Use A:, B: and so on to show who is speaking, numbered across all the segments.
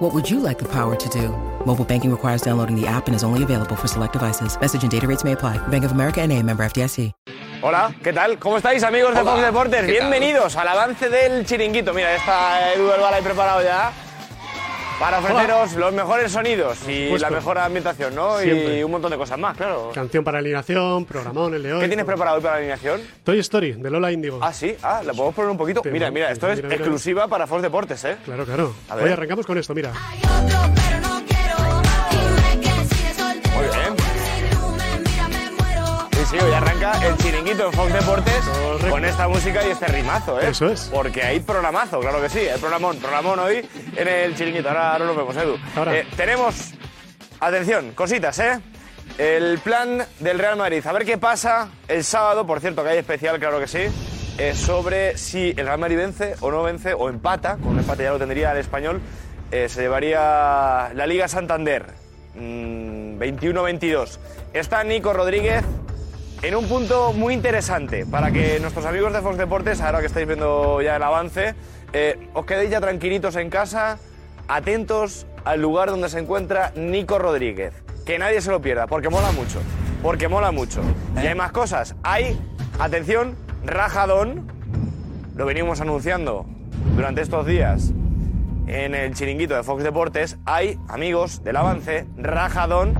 A: What would you like the power to do? Mobile banking requires downloading the app and is only available for select devices. Message and data rates may apply. Bank of America and a member FDIC.
B: Hola, ¿qué tal? ¿Cómo estáis amigos de
C: Hola,
B: Fox Deportes?
C: ¿qué tal?
B: Bienvenidos al avance del chiringuito. Mira, ya está Edu Herbal ahí preparado ya para ofreceros los mejores sonidos y
D: Justo.
B: la mejor ambientación, ¿no? Y
D: Siempre.
B: un montón de cosas más, claro.
D: Canción para alineación, programón, el de hoy.
B: ¿Qué tienes preparado hoy para la alineación?
D: Toy Story, de Lola Indigo.
B: Ah, sí, ah, la podemos poner un poquito.
D: Oh. Pero,
B: Mira, mira, esto
D: mira,
B: es
D: mira, mira.
B: exclusiva para Fox Deportes, ¿eh?
D: Claro, claro.
B: A ver.
D: Hoy arrancamos con esto, mira.
B: Muy bien. Sí, sí, hoy arranca el chiringuito en Fox Deportes con esta música y este rimazo, ¿eh?
D: Eso es.
B: Porque hay programazo, claro que sí, hay programón, programón hoy en el chiringuito. Ahora, ahora lo vemos, Edu.
D: Ahora.
B: Eh, tenemos, atención, cositas, ¿eh? El plan del Real Madrid. A ver qué pasa el sábado, por cierto, que hay especial, claro que sí. eh, sobre si el Real Madrid vence o no vence o empata, con un empate ya lo tendría el español, eh, se llevaría la Liga Santander. mm, 21-22. Está Nico Rodríguez en un punto muy interesante para que nuestros amigos de Fox Deportes, ahora que estáis viendo ya el avance, eh, os quedéis ya tranquilitos en casa, atentos al lugar donde se encuentra Nico Rodríguez. Que nadie se lo pierda, porque mola mucho. Porque mola mucho. Y hay más cosas. Hay, atención, rajadón. Lo venimos anunciando durante estos días en el chiringuito de Fox Deportes hay amigos del avance, rajadón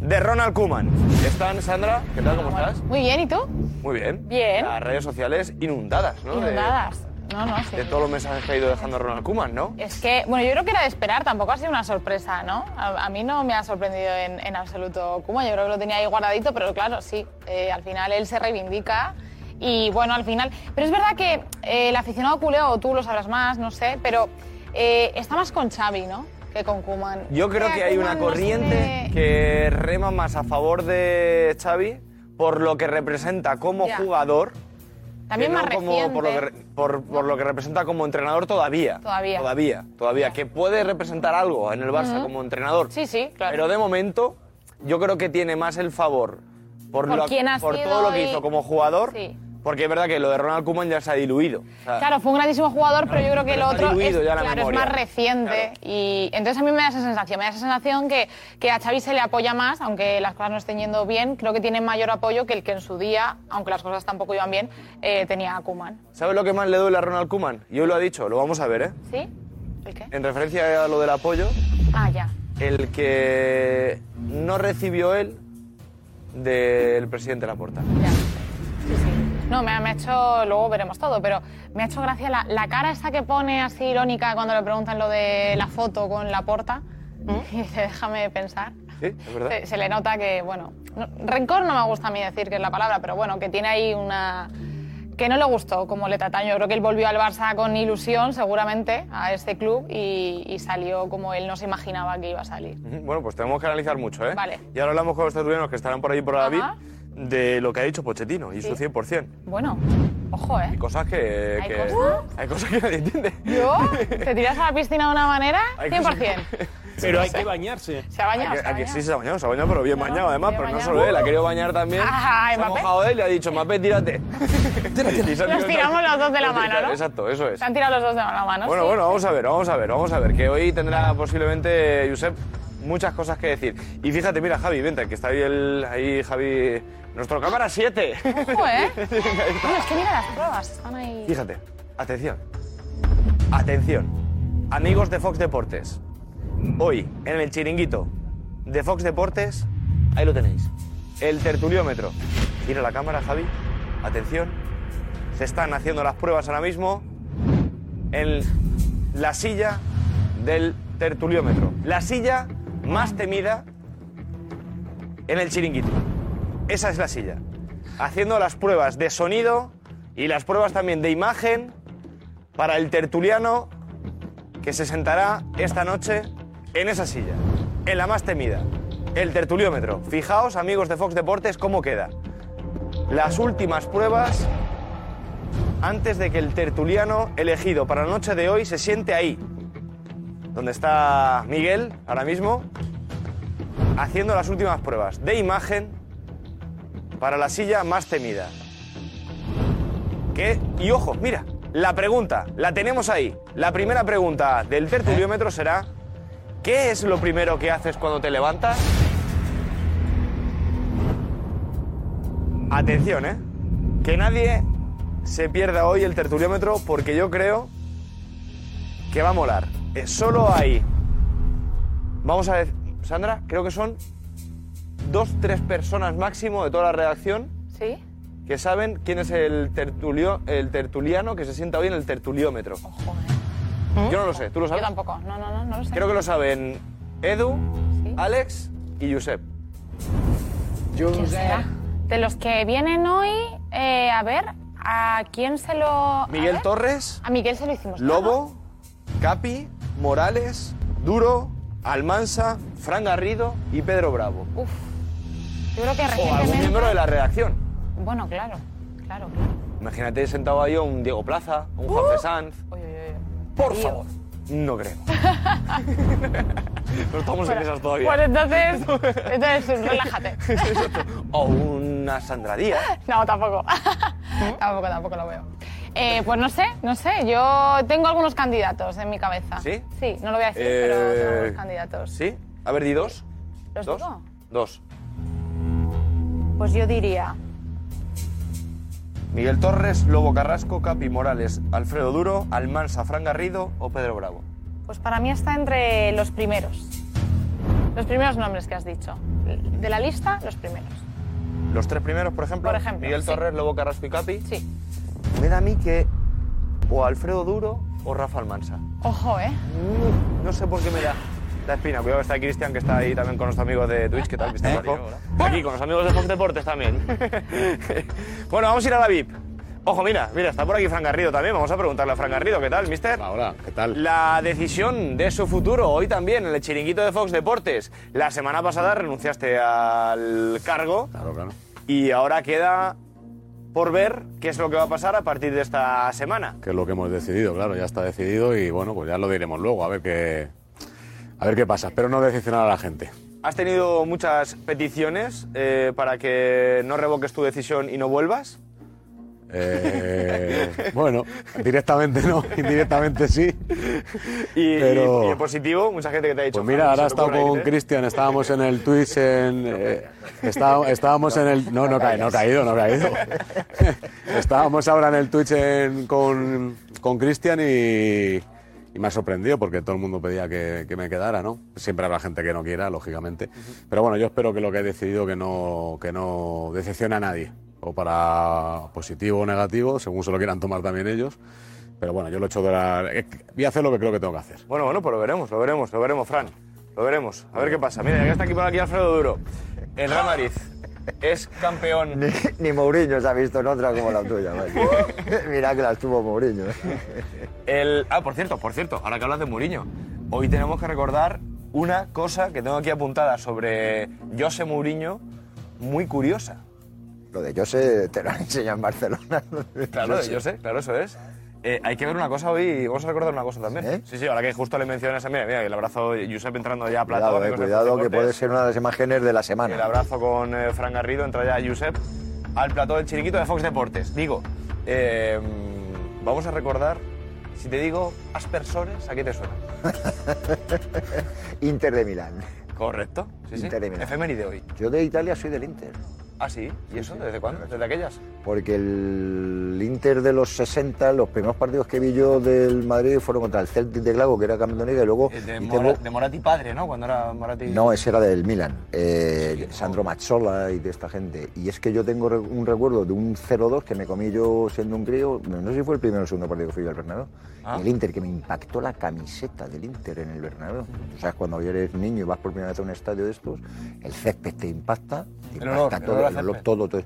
B: de Ronald Kuman. ¿Están, Sandra? ¿Qué tal? ¿Cómo estás?
E: Muy bien, ¿y tú?
B: Muy bien.
E: Bien.
B: Las redes sociales inundadas, ¿no? eh. De-
E: Inundadas. No, no, sí.
B: De, todos los mensajes que ha ido dejando Ronald Kuman, ¿no?
E: Es que, bueno, yo creo que era de esperar, tampoco ha sido una sorpresa, ¿no? A, a mí no me ha sorprendido en, en absoluto Kuma, yo creo que lo tenía ahí guardadito, pero claro, sí, eh, al final él se reivindica y bueno, al final... Pero es verdad que eh, el aficionado culeo, o tú lo sabrás más, no sé, pero eh, está más con Xavi, ¿no? Que con Kuman.
B: Yo creo que hay una corriente que rema más a favor de Xavi por lo que representa como
E: Ya.
B: jugador.
E: También
B: que no
E: más
B: como por lo, que, re-
E: reciente.
B: por- por lo que representa como entrenador todavía.
E: Todavía.
B: Todavía, todavía. Que puede representar algo en el Barça como entrenador.
E: Sí, sí, claro.
B: Pero de momento, yo creo que tiene más el favor por,
E: Por
B: lo-
E: quién ha
B: por
E: sido
B: todo lo que
E: y-
B: hizo como jugador.
E: Sí.
B: Porque es verdad que lo de Ronald Koeman ya se ha diluido. O sea,
E: Claro, fue un grandísimo jugador, pero yo creo que
B: pero
E: el
B: está
E: otro es,
B: diluido ya la
E: claro, es
B: memoria.
E: más reciente.
B: Claro.
E: Y entonces a mí me da esa sensación, me da esa sensación que, que a Xavi se le apoya más, aunque las cosas no estén yendo bien, creo que tiene mayor apoyo que el que en su día, aunque las cosas tampoco iban bien, eh, tenía a Koeman.
B: ¿Sabes lo que más le duele a Ronald Koeman? Yo lo ha dicho, lo vamos a ver, ¿eh?
E: ¿Sí? ¿El qué?
B: En referencia a lo del apoyo,
E: Ah, ya.
B: el que no recibió él del presidente Laporta.
E: Ya. Sí, sí. No, me ha, me ha hecho, luego veremos todo, pero me ha hecho gracia la, la cara esta que pone así irónica cuando le preguntan lo de la foto con la porta. Y dice, déjame pensar.
B: Sí, es verdad.
E: Se, se le nota que, bueno, no- rencor no me gusta a mí decir que es la palabra, pero bueno, que tiene ahí una... que no le gustó como le tratan. Yo creo que él volvió al Barça con ilusión, seguramente, a este club y, y salió como él no se imaginaba que iba a salir.
B: Ujú, Bueno, pues tenemos que analizar mucho, ¿eh?
E: Vale.
B: Y ahora hablamos con los tertulianos que estarán por ahí por la
E: Ajá.
B: vid de lo que ha dicho Pochettino y su 100%.
E: Bueno, ojo, ¿eh?
B: Cosas que...
E: ¿Hay
B: que-
E: cosas?
B: hay cosas que nadie entiende.
E: ¿Yo? ¿Te tiras a la piscina de una manera?
B: Hay
E: 100%.
F: Pero hay que bañarse.
E: Se ha bañado.
B: Aquí,
E: se ha
B: aquí
E: bañado.
B: sí se ha bañado, se ha bañado, pero bien
E: Claro,
B: bañado además,
E: bien
B: pero no
E: bañado.
B: solo él, ha querido bañar también.
E: Ajá,
B: se ha
E: Mbappé.
B: mojado él y le ha dicho, Mbappé, tírate. Y se ha
E: Nos
B: tirado-
E: tiramos los dos de la mano, ¿no?
B: Exacto, eso es.
E: Se han tirado los dos de la mano.
B: Bueno,
E: sí.
B: bueno, vamos a ver, vamos a ver, vamos a ver, que hoy tendrá posiblemente Josep muchas cosas que decir. Y fíjate, mira, Javi, vente, que está ahí, el, ahí Javi, nuestro cámara 7.
E: Ojo, ¿eh? Bueno, es que mira las pruebas, están ahí.
B: Fíjate, atención, atención, amigos de Fox Deportes. Hoy, en el chiringuito de Fox Deportes, ahí lo tenéis, el tertuliómetro. Gira la cámara, Javi, atención, se están haciendo las pruebas ahora mismo en la silla del tertuliómetro. La silla más temida en el chiringuito. Esa es la silla. Haciendo las pruebas de sonido y las pruebas también de imagen para el tertuliano que se sentará esta noche en esa silla, en la más temida, el tertuliómetro. Fijaos, amigos de Fox Deportes, cómo queda. las últimas pruebas antes de que el tertuliano elegido para la noche de hoy se siente ahí, donde está Miguel ahora mismo, haciendo las últimas pruebas de imagen para la silla más temida. ¿Qué? Y ojo, mira, la pregunta, la tenemos ahí. La primera pregunta del tertuliómetro será, ¿qué es lo primero que haces cuando te levantas? Atención, ¿eh? Que nadie se pierda hoy el tertuliómetro porque yo creo que va a molar. Eh, solo hay... Vamos a ver, Sandra, creo que son dos, tres personas máximo de toda la redacción
E: ¿Sí?
B: que saben quién es el, tertulio, el tertuliano que se sienta hoy en el tertuliómetro. ¿Eh? Yo no lo sé, ¿tú lo sabes?
E: Oh, Yo tampoco. No, no, no, no lo sé.
B: Creo que lo saben Edu, Alex y Josep.
E: ¿Quién será? De los que vienen hoy, eh, a ver, ¿a quién se lo...? a
B: Miguel
E: ver?
B: Torres,
E: A Miguel se lo hicimos.
B: Lobo, Capi, Morales, Duro, Almansa, Fran Garrido y Pedro Bravo.
E: Uf. Yo creo que
B: O algún
E: recientemente...
B: miembro de la redacción.
E: Bueno, claro, claro, claro.
B: Imagínate sentado ahí a un Diego Plaza, a un
E: ¡Oh!
B: Jorge Sanz. Por favor. No creo. no estamos en esas todavía.
E: Pues entonces, entonces relájate.
B: O una Sandra Díaz.
E: No, tampoco.
B: ¿Mm?
E: tampoco, tampoco lo veo. Eh, pues no sé, no sé. Yo tengo algunos candidatos en mi cabeza.
B: ¿Sí?
E: Sí, no lo voy a decir, pero tengo algunos candidatos.
B: Eh, ¿Sí? A ver, di dos.
E: ¿Los
B: ¿Dos?
E: digo?
B: Dos.
E: Pues yo diría...
B: Miguel Torres, Lobo Carrasco, Capi Morales, Alfredo Duro, Almansa, Fran Garrido o Pedro Bravo.
E: Pues para mí está entre los primeros. Los primeros nombres que has dicho. De la lista, los primeros.
B: Los tres primeros, por ejemplo.
E: Por ejemplo,
B: Miguel
E: sí.
B: Torres, Lobo Carrasco y Capi.
E: Sí.
B: Me da a mí que o Alfredo Duro o Rafa Almansa.
E: Ojo, ¿eh?
B: Mm, No sé por qué me da la espina. Cuidado que está Cristian, que está ahí también con los amigos de Twitch. ¿Qué tal, Cristian? Bajo? ¿Eh? Aquí, con los amigos de Fox Deportes también. bueno, vamos a ir a la VIP. Ojo, mira, mira, está por aquí Fran Garrido también. Vamos a preguntarle a Fran Garrido, ¿qué tal, mister?
C: Hola, ¿qué tal?
B: La decisión de su futuro, hoy también, en el chiringuito de Fox Deportes. La semana pasada renunciaste al cargo
C: Claro, claro.
B: y ahora queda por ver qué es lo que va a pasar a partir de esta semana.
C: Que es lo que hemos decidido, claro, ya está decidido y bueno, pues ya lo diremos luego, a ver qué, a ver qué pasa. Pero no decepcionar a la gente.
B: Has tenido muchas peticiones eh, para que no revoques tu decisión y no vuelvas.
C: Eh, bueno, directamente no, indirectamente sí.
B: Y, y-
C: Pero-
B: y en positivo, mucha gente que te ha dicho.
C: Pues
B: "Fran,
C: mira, ahora he
B: ¿se te
C: estado
B: ocurre
C: con
B: irte?".
C: Cristian, estábamos en el Twitch, en, eh, está- estábamos en el... No, no, he caído, no he caído, no he caído. estábamos ahora en el Twitch en- con con Cristian y, y me ha sorprendido porque todo el mundo pedía que, que me quedara, ¿no? Siempre habrá gente que no quiera, lógicamente. Pero bueno, yo espero que lo que he decidido que no, que no decepcione a nadie, o para positivo o negativo, según se lo quieran tomar también ellos. Pero bueno, yo lo he hecho de la... eh, Voy a hacer lo que creo que tengo que hacer.
B: Bueno, bueno, pues lo veremos, lo veremos, lo veremos, Fran. Lo veremos. A ver qué pasa. Mira, ya que está aquí por aquí Alfredo Duro. El Real Madrid es campeón.
G: Ni, ni Mourinho se ha visto en otra como la tuya. vaya. Mira que la estuvo Mourinho. eh.
B: El... Ah, por cierto, por cierto, ahora que hablas de Mourinho, hoy tenemos que recordar una cosa que tengo aquí apuntada sobre José Mourinho, muy curiosa.
G: Lo de Jose te lo han enseñado en Barcelona.
B: Claro, yo sé, claro, eso es. Eh, hay que ver una cosa hoy, vamos a recordar una cosa también.
G: ¿Eh?
B: Sí, sí, ahora que justo le mencionas a mira, mira, el abrazo, Josep entrando ya a plata.
G: Cuidado, eh, cuidado que puede ser una de las imágenes de la semana.
B: El abrazo con eh, Fran Garrido, entra ya Josep al plató del chiriquito de Fox Deportes. Digo, eh, vamos a recordar, si te digo aspersores, ¿a qué te suena?
G: Inter de Milán.
B: Correcto, sí, sí.
G: Inter de Milán.
B: Efeméride hoy.
G: Yo de Italia soy del Inter.
B: Ah, sí, ¿y eso? ¿Desde cuándo? ¿Desde aquellas?
G: Porque el Inter de los 60, los primeros partidos que vi yo del Madrid fueron contra el Celtic de Glasgow, que era campeón de liga, y luego...
B: Eh, De,
G: hice
B: Mora-
G: bo-
B: de Morati padre, ¿no? Cuando era Morati...
G: No, ese era del Milan. eh, Sandro Mazzola y de esta gente. Y es que yo tengo re- un recuerdo de un 0-2 que me comí yo siendo un crío. No no sé si fue el primero o segundo partido que fui yo al Bernabéu.
B: Ah.
G: El Inter, que me impactó la camiseta del Inter en el Bernabéu. O sea, cuando eres niño y vas por primera vez a un estadio de estos, el césped te impacta. Te
B: El
G: impacta
B: olor, el
G: todo,
B: olor a
G: el olor,
B: césped.
G: todo, todo.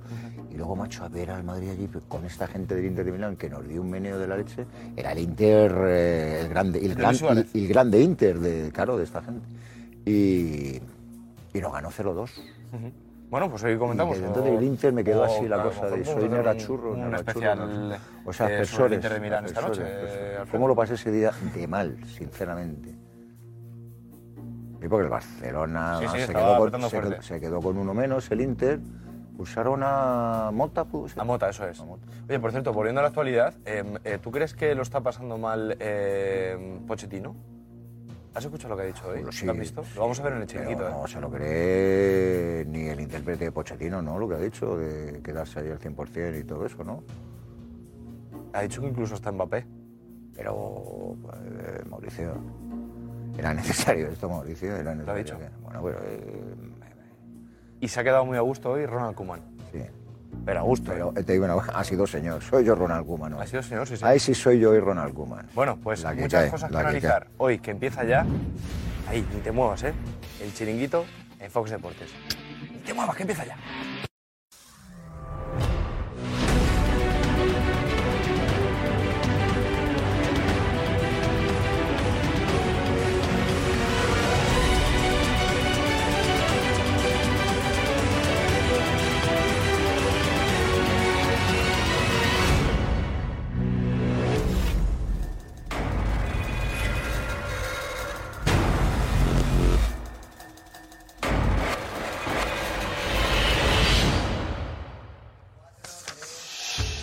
G: Y luego, macho, a ver al Madrid allí pues, con esta gente del Inter de Milán que nos dio un meneo de la leche. Era el Inter, eh, el grande, el,
B: Luis
G: gran-
B: Suárez.
G: el grande Inter, de, claro, de esta gente. Y, y nos ganó 0-2.
B: Bueno, pues hoy comentamos.
H: Y entonces el Inter me quedó así la
B: a lo
H: cosa de
B: mejor
H: soy
B: podemos hacer un-
H: nerachurro,
B: Un
H: nerachurro,
B: especial.
H: no. O sea,
B: eh, sobre el
H: asesores,
B: Inter de Milán esta noche.
H: asesores,
B: eh,
H: asesores.
B: Alfredo.
H: ¿Cómo lo pasé ese día? De mal, sinceramente. Y porque el Barcelona
B: Sí, sí,
H: se,
B: estaba
H: quedó con,
B: apretando
H: se,
B: fuerte.
H: quedó- se quedó con uno menos, el Inter. Usaron a Mota, ¿pudo ser?
B: A Mota, eso es. Oye, por cierto, volviendo a la actualidad, eh, eh, ¿tú crees que lo está pasando mal eh, Pochettino? ¿Has escuchado lo que ha dicho hoy?
H: Bueno, sí,
B: ¿Lo has visto? Lo vamos a ver en el chiringuito.
H: Pero
B: ¿eh?
H: no se lo cree ni el intérprete de Pochettino, ¿no? Lo que ha dicho, de quedarse ahí al 100% y todo eso, ¿no?
B: Ha dicho que incluso está Mbappé.
H: Pero, eh, Mauricio, era necesario esto, Mauricio, era necesario.
B: dicho.
H: que- Bueno, pero, eh,
B: Y se ha quedado muy a gusto hoy Ronald Koeman.
H: sí.
B: Pero a gusto.
H: Pero eh, te digo una cosa, ha sido señor, soy yo Ronald Koeman. ¿no?
B: Ha sido señor, sí, sí.
H: Ahí sí soy yo y Ronald Koeman.
B: Bueno, pues
H: La que
B: muchas
H: cae,
B: cosas que
H: la que
B: analizar.
H: cae.
B: Hoy, que empieza ya. Ahí, ni te muevas, ¿eh? El chiringuito en Fox Deportes. Ni te muevas, que empieza ya.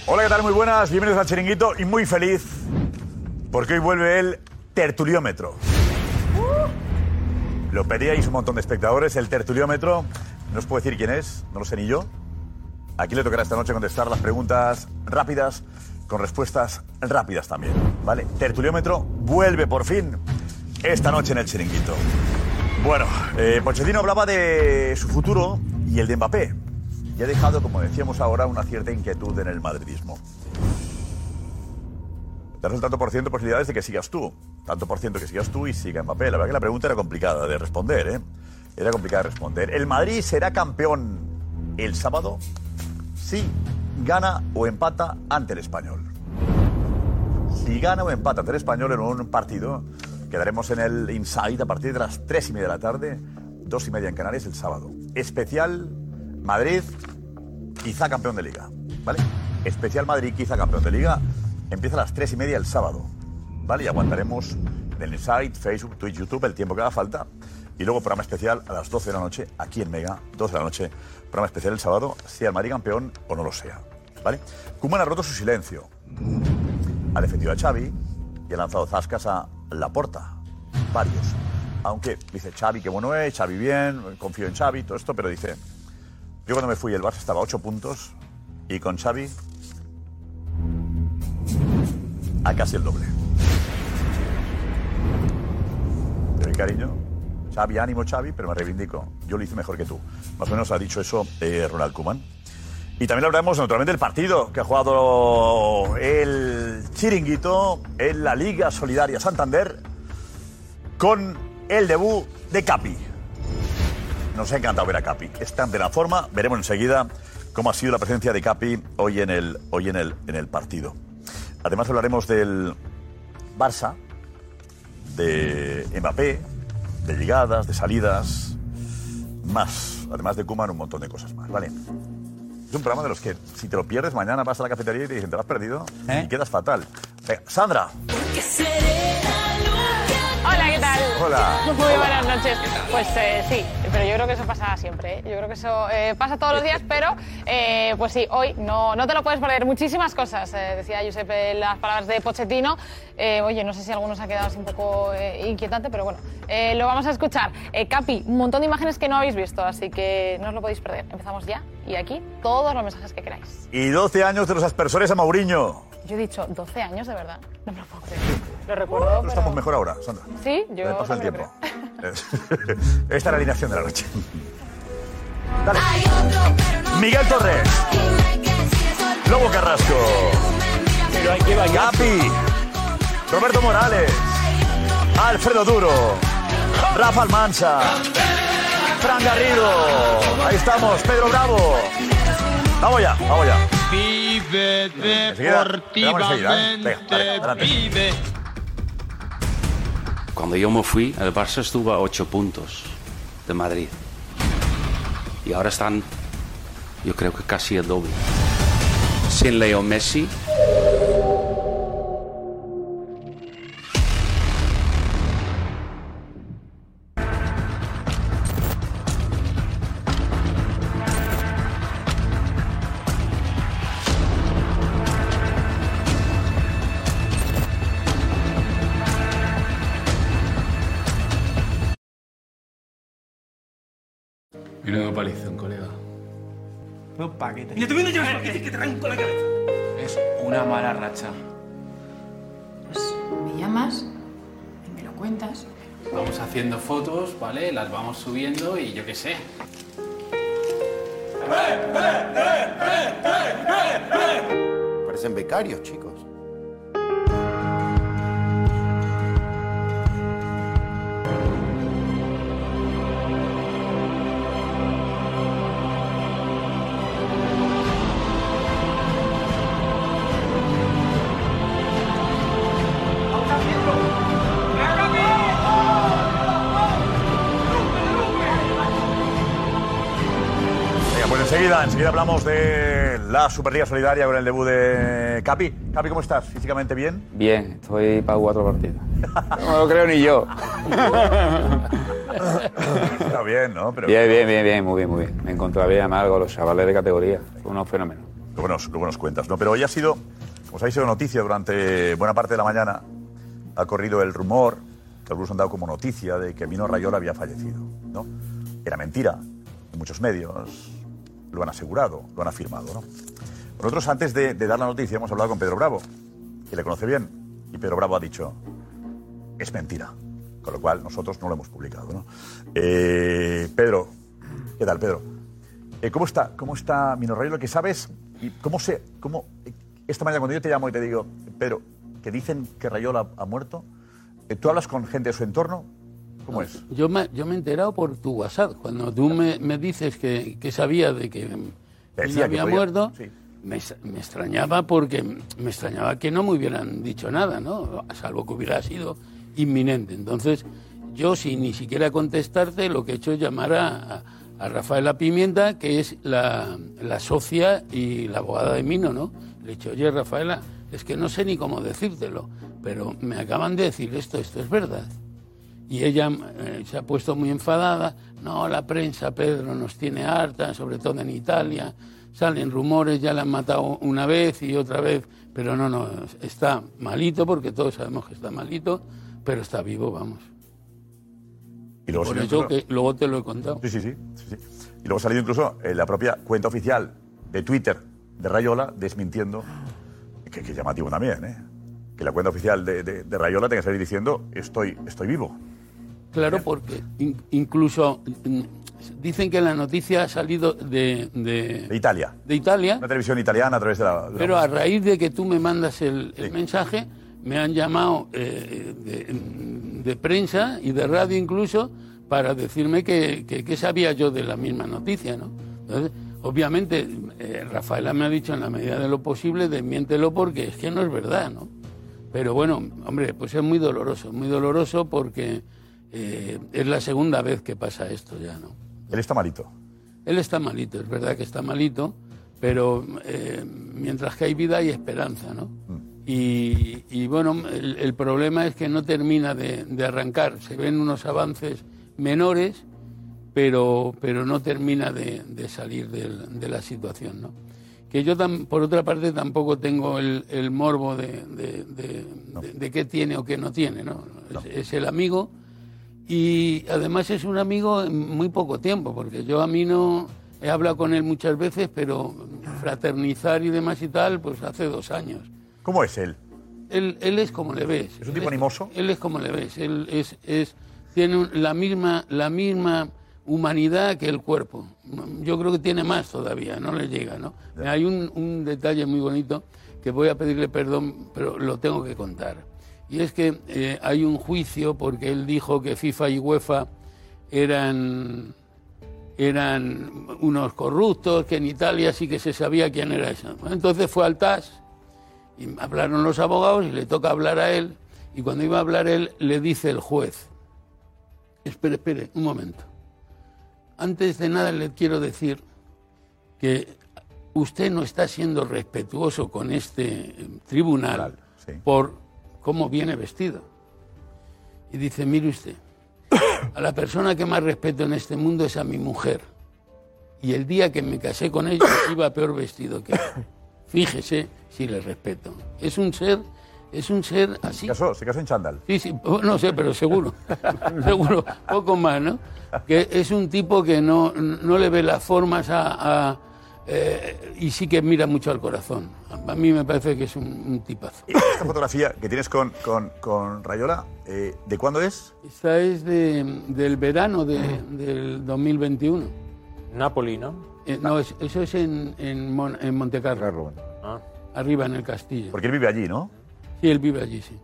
I: Hola, ¿qué tal? Muy buenas, bienvenidos al Chiringuito y muy feliz porque hoy vuelve el tertuliómetro. Lo pedíais un montón de espectadores, el tertuliómetro. No os puedo decir quién es, no lo sé ni yo. Aquí le tocará esta noche contestar las preguntas rápidas con respuestas rápidas también, ¿vale? Tertuliómetro vuelve por fin esta noche en el Chiringuito. Bueno, eh, Pochettino hablaba de su futuro y el de Mbappé. Y ha dejado, como decíamos ahora, una cierta inquietud en el madridismo. Darás el tanto por ciento de posibilidades de que sigas tú. Tanto por ciento que sigas tú y siga Mbappé. La verdad que la pregunta era complicada de responder, ¿eh? Era complicada de responder. ¿El Madrid será campeón el sábado? Sí, gana o empata ante el español. Si gana o empata ante el español en un partido, quedaremos en el Inside a partir de las 3 y media de la tarde, 2 y media en Canarias el sábado. Especial Madrid, quizá campeón de liga. ¿Vale? Especial Madrid, quizá campeón de liga. Empieza a las 3 y media el sábado. ¿Vale? Y aguantaremos en el Inside, Facebook, Twitch, YouTube el tiempo que haga falta. Y luego programa especial a las 12 de la noche aquí en Mega, 12 de la noche. Programa especial el sábado, sea el Madrid campeón o no lo sea. ¿Vale? Kuman ha roto su silencio ha defendido a Xavi y ha lanzado zascas a Laporta. Varios. Aunque dice Xavi que bueno es, Xavi bien, confío en Xavi, todo esto, pero dice, yo cuando me fui el Barça estaba a 8 puntos y con Xavi a casi el doble. Te doy cariño. Xavi, ánimo Xavi, pero me reivindico. Yo lo hice mejor que tú. Más o menos ha dicho eso eh, Ronald Koeman. Y también hablaremos naturalmente del partido que ha jugado el Chiringuito en la Liga Solidaria Santander con el debut de Capi. Nos ha encantado ver a Capi. Está en plena forma. Veremos enseguida cómo ha sido la presencia de Capi hoy en el, hoy en el, en el partido. Además hablaremos del Barça, de Mbappé, de llegadas, de salidas, más. Además de Kuman, un montón de cosas más. Vale. Es un programa de los que si te lo pierdes mañana vas a la cafetería y te dicen te lo has perdido y quedas fatal. Venga, Sandra,
E: Hola, ¿qué tal?
I: Hola.
E: Muy buenas noches. Pues eh, sí, pero yo creo que eso pasa siempre. ¿eh? Yo creo que eso eh, pasa todos los días, pero eh, pues sí, hoy no, no te lo puedes perder. Muchísimas cosas, eh, decía Giuseppe en las palabras de Pochettino. Eh, oye, no sé si algunos ha quedado así un poco eh, inquietante, pero bueno, eh, lo vamos a escuchar. Eh, Capi, un montón de imágenes que no habéis visto, así que no os lo podéis perder. Empezamos ya y aquí todos los mensajes que queráis.
I: y 12 años de los aspersores a Mauriño.
E: Yo he dicho 12 años, de verdad. No me lo puedo creer. Lo recuerdo,
I: Nosotros
E: pero-
I: estamos mejor ahora, Sandra.
E: Sí, yo
I: Me pasa el
E: también lo
I: tiempo. Esta es la alineación de la noche. Dale. Miguel Torres. Lobo Carrasco.
F: Pero hay que bañarse.
I: Capi. Roberto Morales. Alfredo Duro. Rafa Almanza. Fran Garrido. Ahí estamos. Pedro Bravo. Vamos ya, vamos ya.
J: Vive
I: Enseguida, pegamos enseguida, ¿eh? Venga, vale, adelante.
J: vive.
K: Cuando yo me fui, el Barça estuvo a 8 puntos de Madrid. Y ahora están
J: yo creo que casi el doble. Sin Leo Messi,
K: Menudo palizón, colega.
L: No paquete.
M: Mira, te viendo yo que dices que te arranco la cabeza.
K: Eh, Es una mala racha.
M: Me llamas, y me lo cuentas.
K: Vamos haciendo fotos, ¿vale? Las vamos subiendo y yo qué sé.
N: Parecen becarios, chicos.
I: Venga, pues enseguida, enseguida hablamos de la Superliga Solidaria con el debut de Capi. Capi, ¿cómo estás? ¿Físicamente bien?
O: Bien, estoy para cuatro partidos.
I: No lo creo ni yo. Está bien, ¿no? Pero
O: Bien, bien, bien, bien, muy bien, muy bien. Me encontraba bien además con los chavales de categoría. Unos fenómenos.
I: Luego nos, luego nos cuentas, ¿no? Pero hoy ha sido, como sabéis, ha sido noticia durante buena parte de la mañana. Ha corrido el rumor, que algunos han dado como noticia, de que Mino Rayola había fallecido, ¿no? Era mentira. Muchos medios lo han asegurado, lo han afirmado, ¿no? Nosotros, antes de, de dar la noticia, hemos hablado con Pedro Bravo, que le conoce bien, y Pedro Bravo ha dicho, es mentira. Con lo cual, nosotros no lo hemos publicado, ¿no? Eh, Pedro, ¿qué tal, Pedro? Eh, ¿Cómo está, cómo está Mino Rayola? ¿Qué sabes? ¿Y cómo sé? Cómo, esta mañana cuando yo te llamo y te digo, Pedro, que dicen que Rayola ha muerto, eh, ¿tú hablas con gente de su entorno? ¿Cómo es?
P: Yo me, yo me he enterado por tu WhatsApp. Cuando tú me, me dices que, que sabía de que mm,
I: Decía
P: no había
I: podía-
P: muerto,
I: Sí.
P: me, es- me extrañaba porque me extrañaba que no me hubieran dicho nada, ¿no? Salvo que hubiera sido inminente. Entonces, yo sin ni siquiera contestarte, lo que he hecho es llamar a, a- a Rafaela Pimienta, que es la, la socia y la abogada de Mino, ¿no? Le he dicho, oye, Rafaela, es que no sé ni cómo decírtelo, pero me acaban de decir esto, esto es verdad. Y ella eh, se ha puesto muy enfadada. No, la prensa, Pedro, nos tiene harta, sobre todo en Italia. Salen rumores, ya la han matado una vez y otra vez. Pero no, no, está malito, porque todos sabemos que está malito, pero está vivo, vamos.
I: Y luego
P: Por
I: salió
P: eso
I: incluso-
P: que luego te lo he contado.
I: Sí, sí, sí, sí, sí. Y luego ha salido incluso en la propia cuenta oficial de Twitter de Rayola desmintiendo, que, que llamativo también, ¿eh? Que la cuenta oficial de, de- de Rayola tenga que salir diciendo, estoy, estoy vivo.
P: Claro, porque in- incluso mm, dicen que la noticia ha salido de, de,
I: De Italia.
P: de Italia.
I: Una televisión italiana a través de la... de la-
P: Pero a raíz de que tú me mandas el, el mensaje, me han llamado eh, de, de prensa y de radio incluso para decirme que, que- que sabía yo de la misma noticia, ¿no? Entonces, obviamente, eh, Rafaela me ha dicho en la medida de lo posible, desmiéntelo porque es que no es verdad, ¿no? Pero bueno, hombre, pues es muy doloroso, muy doloroso porque eh, es la segunda vez que pasa esto ya, ¿no?
I: Él está malito.
P: Él está malito, es verdad que está malito, pero eh, mientras que hay vida hay esperanza, ¿no? Y, y, bueno, el, el problema es que no termina de, de arrancar. Se ven unos avances menores, pero, pero no termina de, de salir del- de la situación, ¿no? Que yo, tam- por otra parte, tampoco tengo el, el morbo de, de- de- de- de qué tiene o qué no tiene, ¿no? Es- es el amigo y además es un amigo en muy poco tiempo, porque yo a mí no he hablado con él muchas veces, pero fraternizar y demás y tal, pues hace dos años.
I: ¿Cómo es él?
P: Él, él es como le ves. ¿Es un
I: tipo animoso?
P: Él es como le ves. Él es, es, tiene un- la, misma, la misma humanidad que el cuerpo. Yo creo que tiene más todavía, no le llega, ¿no? Hay un, un detalle muy bonito que voy a pedirle perdón, pero lo tengo que contar. Y es que eh, hay un juicio porque él dijo que FIFA y UEFA eran eran unos corruptos, que en Italia sí que se sabía quién era eso. Entonces fue al TAS y hablaron los abogados y le toca hablar a él. Y cuando iba a hablar él, le dice el juez, espere, espere, un momento. Antes de nada le quiero decir que usted no está siendo respetuoso con este eh, tribunal por cómo viene vestido. Y dice, mire usted, a la persona que más respeto en este mundo es a mi mujer. Y el día que me casé con ella iba peor vestido que ella. Fíjese si le respeto. Es un ser, es un ser así.
I: Casó, se casó en chándal.
P: Sí, sí, po- no sé, pero seguro. seguro, poco más, ¿no? Que es un tipo que no, no le ve las formas a. a, eh, y sí que mira mucho al corazón. A mí me parece que es un, un tipazo.
I: Esta fotografía que tienes con, con, con Rayola, eh, ¿de cuándo es?
P: Esta es de- del verano de- del 2021.
Q: Napoli, ¿no?
P: Eh, no, es- eso es en, en, Mon- en Monte Carlo.
Q: Ah.
P: Arriba en el castillo.
I: Porque él vive allí, ¿no?
P: Sí, él vive allí, sí.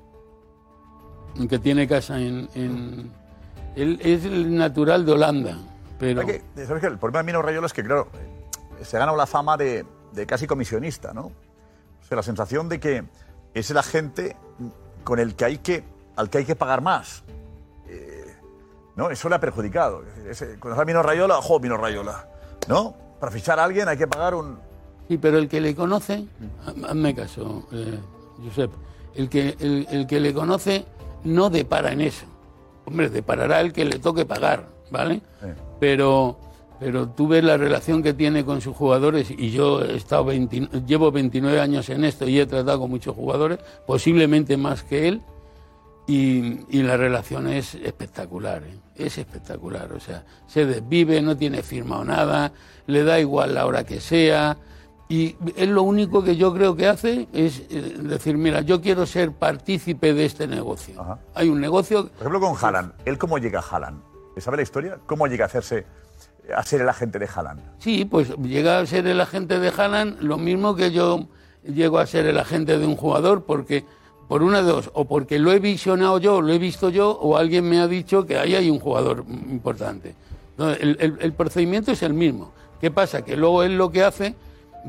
P: Aunque tiene casa en... en- Él es el natural de Holanda, pero...
I: ¿Sabes qué? ¿Sabes qué? El problema de Mino Rayola es que, claro, eh, se ha ganado la fama de, de casi comisionista, ¿no? O sea, la sensación de que es el agente con el que hay que, al que hay que pagar más. Eh, ¿No? Eso le ha perjudicado. Ese- cuando está Mino Rayola, ojo, Mino Rayola. ¿No? Para fichar a alguien hay que pagar un...
P: Sí, pero el que le conoce, ha- hazme caso, eh, Josep, el que, el, el que le conoce no depara en eso. Hombre, deparará el que le toque pagar, ¿vale? Pero, pero tú ves la relación que tiene con sus jugadores y yo he estado 20 llevo 29 años en esto y he tratado con muchos jugadores, posiblemente más que él, y, y la relación es espectacular, ¿eh? es espectacular. O sea, se desvive, no tiene firma o nada, le da igual la hora que sea. Y es lo único que yo creo que hace es eh, decir, mira, yo quiero ser partícipe de este negocio. Hay un negocio...
I: Por ejemplo, con Haaland. ¿Él cómo llega a Haaland? ¿Sabe la historia? ¿Cómo llega a hacerse a ser el agente de Haaland?
P: Sí, pues llega a ser el agente de Haaland lo mismo que yo llego a ser el agente de un jugador, porque por una de dos, o porque lo he visionado yo, lo he visto yo, o alguien me ha dicho que ahí hay un jugador m- importante. No, el, el- el procedimiento es el mismo. ¿Qué pasa? Que luego él lo que hace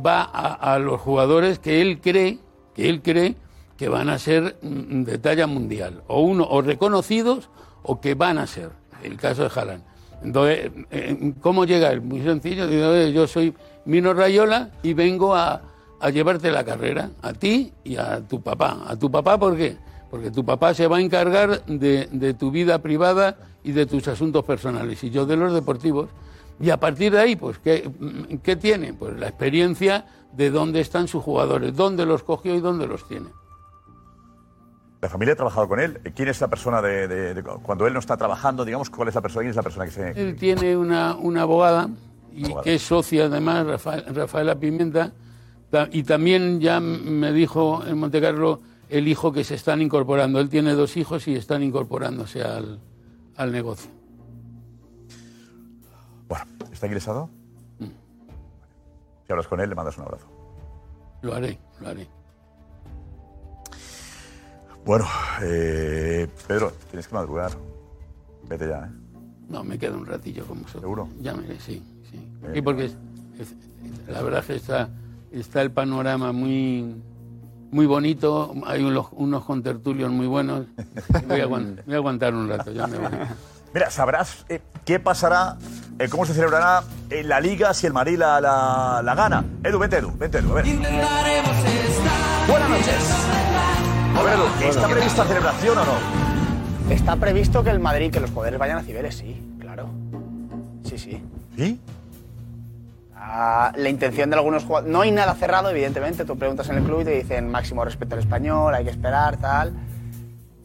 P: va a, a los jugadores que él cree, que él cree que van a ser mm, de talla mundial, o uno, o reconocidos, o que van a ser. El caso de Haaland. Entonces, eh, ¿cómo llega él? Muy sencillo, digo, "Oye, yo soy Mino Rayola y vengo a, a llevarte la carrera, a ti y a tu papá. ¿A tu papá por qué? Porque tu papá se va a encargar de, de tu vida privada y de tus asuntos personales, y yo de los deportivos. Y a partir de ahí, pues, ¿qué, mm, qué tiene? Pues la experiencia de dónde están sus jugadores, dónde los cogió y dónde los tiene.
I: ¿La familia ha trabajado con él? ¿Quién es la persona de, de- de- cuando él no está trabajando, digamos, cuál es la persona, quién es la persona que se...
P: Él tiene una, una abogada y que es socia además, Rafa- Rafaela Pimenta, ta- y también ya m- me dijo en Monte Carlo el hijo que se están incorporando. Él tiene dos hijos y están incorporándose al, al negocio.
I: ¿Está ingresado? Si hablas con él, le mandas un abrazo.
P: Lo haré, lo haré.
I: Bueno, eh, Pedro, tienes que madrugar. Vete ya, ¿eh?
P: No, me queda un ratillo con vosotros.
I: ¿Seguro?
P: Ya me iré, sí. sí. Sí, porque es- es- la verdad es que está, está el panorama muy, muy bonito. Hay unos, unos contertulios muy buenos. Voy a, aguant- voy a aguantar un rato, ya me voy.
I: Mira, sabrás eh, qué pasará, eh, cómo se celebrará en la Liga si el Madrid la, la- la gana. Edu, vente, Edu, vente, Edu, a ver. Buenas noches. A ver, Edu, ¿está prevista celebración o no?
R: Está previsto que el Madrid, que los poderes vayan a Cibeles, sí, claro. Sí, sí.
I: ¿Sí?
R: Ah, la intención de algunos jugadores... No hay nada cerrado, evidentemente. Tú preguntas en el club y te dicen máximo respeto al español, hay que esperar, tal.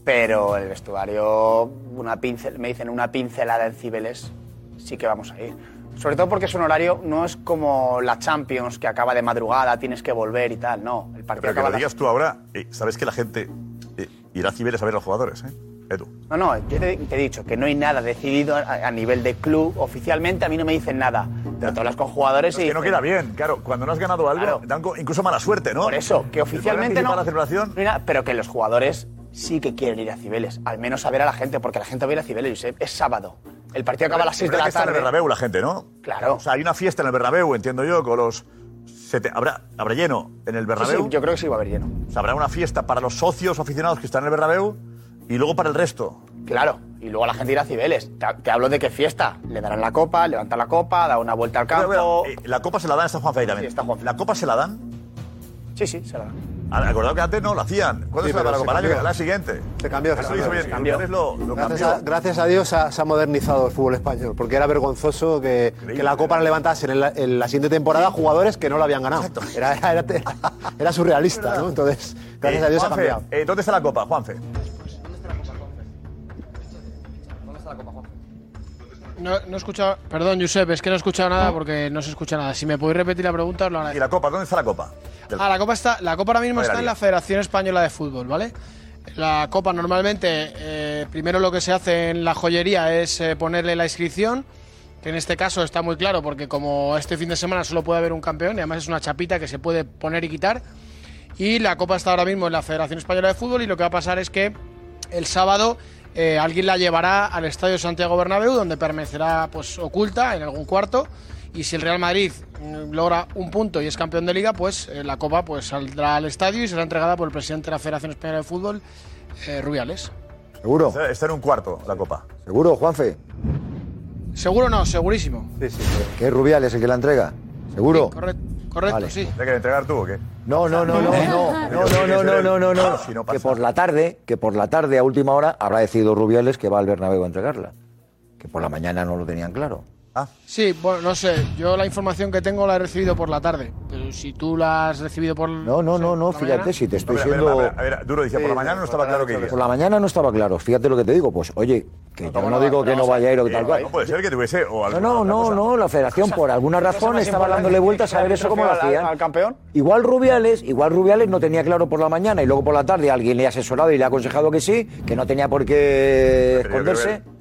R: Pero el vestuario, una pincel, me dicen una pincelada en Cibeles, sí que vamos a ir. Sobre todo porque es un horario, no es como la Champions, que acaba de madrugada, tienes que volver y tal, no. El partido
I: Pero que
R: acaba
I: lo
R: a las
I: digas tú ahora, eh, sabes que la gente eh, irá a Cibeles a ver a los jugadores, ¿eh? Edu.
R: No, no, yo te, te he dicho que no hay nada decidido a, a nivel de club. Oficialmente a mí no me dicen nada. Pero tú hablas con jugadores y.
I: que no
R: dicen-
I: queda bien, claro. Cuando no has ganado algo,
R: Claro.
I: dan co- incluso mala suerte, ¿no?
R: Por eso, que oficialmente
I: Poder
R: no.
I: anticipar la celebración.
R: no hay nada, pero que los jugadores sí que quieren ir a Cibeles. Al menos a ver a la gente, porque la gente va a ir a Cibeles, Josep. Es sábado. El partido acaba a las 6 de
I: Verdad
R: la
I: que está en el
R: tarde.
I: Bernabéu la gente, ¿no?
R: Claro.
I: O sea, hay una fiesta en el Bernabéu, entiendo yo, con los... sete- ¿Habrá, ¿Habrá lleno en el Bernabéu?
R: sí, yo creo que sí va a haber lleno.
I: O sea, habrá una fiesta para los socios aficionados que están en el Bernabéu y Y luego para el resto.
R: Claro, y luego la gente irá a Cibeles. Te, te hablo de qué fiesta. Le darán la copa, levanta la copa, da una vuelta al campo.
I: Eh, la copa se la dan, está Juanfe ahí también. ¿La copa se la dan?
R: Sí, sí, se la dan.
I: Ah, Acordado que antes no la hacían. ¿Cuándo
S: Sí,
I: se la dan
S: pero
I: la
S: se
I: copa? Al año-
S: cambió.
I: Al año siguiente.
S: Se cambió, se
I: Eso
S: cambió,
I: hizo bien.
S: se cambió.
I: Antes lo, lo
S: Gracias
I: cambió.
S: a, gracias a Dios se ha, se ha modernizado el fútbol español, porque era vergonzoso que, que la Copa la levantasen en la, en la siguiente temporada jugadores que no la habían ganado. Era, era- era- era surrealista, ¿no? Entonces, gracias
I: Eh,
S: a Dios se ha
I: Juanfe,
S: cambiado.
I: eh, ¿Dónde está la copa, Juanfe?
T: No, no he escuchado. Perdón, Josep, es que no he escuchado nada porque no se escucha nada. Si me podéis repetir la pregunta, os lo
I: ¿Y
T: agradezco.
I: la copa? ¿Dónde está la copa?
T: Ah, la copa está. La copa ahora mismo
I: Vale,
T: está
I: la
T: en
I: liga.
T: la Federación Española de Fútbol, ¿vale? La copa normalmente, eh, primero lo que se hace en la joyería es eh, ponerle la inscripción, que en este caso está muy claro porque como este fin de semana solo puede haber un campeón y además es una chapita que se puede poner y quitar. Y la copa está ahora mismo en la Federación Española de Fútbol y lo que va a pasar es que el sábado eh, alguien la llevará al Estadio Santiago Bernabéu, donde permanecerá pues oculta en algún cuarto. Y si el Real Madrid mm, logra un punto y es campeón de liga, pues eh, la copa pues saldrá al estadio y será entregada por el presidente de la Federación Española de Fútbol, eh, Rubiales.
G: ¿Seguro?
I: Está, está en un cuarto, la copa.
G: ¿Seguro, Juanfe?
T: Seguro no, segurísimo.
G: Sí, sí. ¿Que es Rubiales el que la entrega? ¿Seguro?
T: Correcto, correcto,
G: Vale.
T: sí.
I: ¿Te que entregar tú o qué?
G: No, no, no, no, no, no, no, no, no, no, no, no. que por la tarde, que por la tarde a última hora habrá decidido Rubiales que va al Bernabéu a entregarla. Que por la mañana no lo tenían claro.
T: Sí, bueno, no sé. Yo la información que tengo la he recibido por la tarde. Pero si tú la has recibido por.
G: No, no, no, no,
T: ¿por la
G: fíjate,
T: mañana?
G: si te estoy
I: A ver, a ver,
G: siendo...
I: a ver, a ver, Duro decía, por la mañana no estaba claro que iría.
G: Por la mañana no estaba claro, fíjate lo que te digo, pues oye, que yo no digo que no vaya a ir o que tal cual.
I: No Eh, puede ser que tuviese. O
G: No, no, no, no, la federación por alguna razón
R: más
G: estaba dándole
R: importante
G: vueltas a
R: que
G: ver eso cómo lo
R: al-
G: hacían.
R: al campeón?
G: Igual Rubiales, igual Rubiales no tenía claro por la mañana y luego por la tarde alguien le ha asesorado y le ha aconsejado que sí, que no tenía por qué
I: Pero yo creo
G: esconderse.
I: que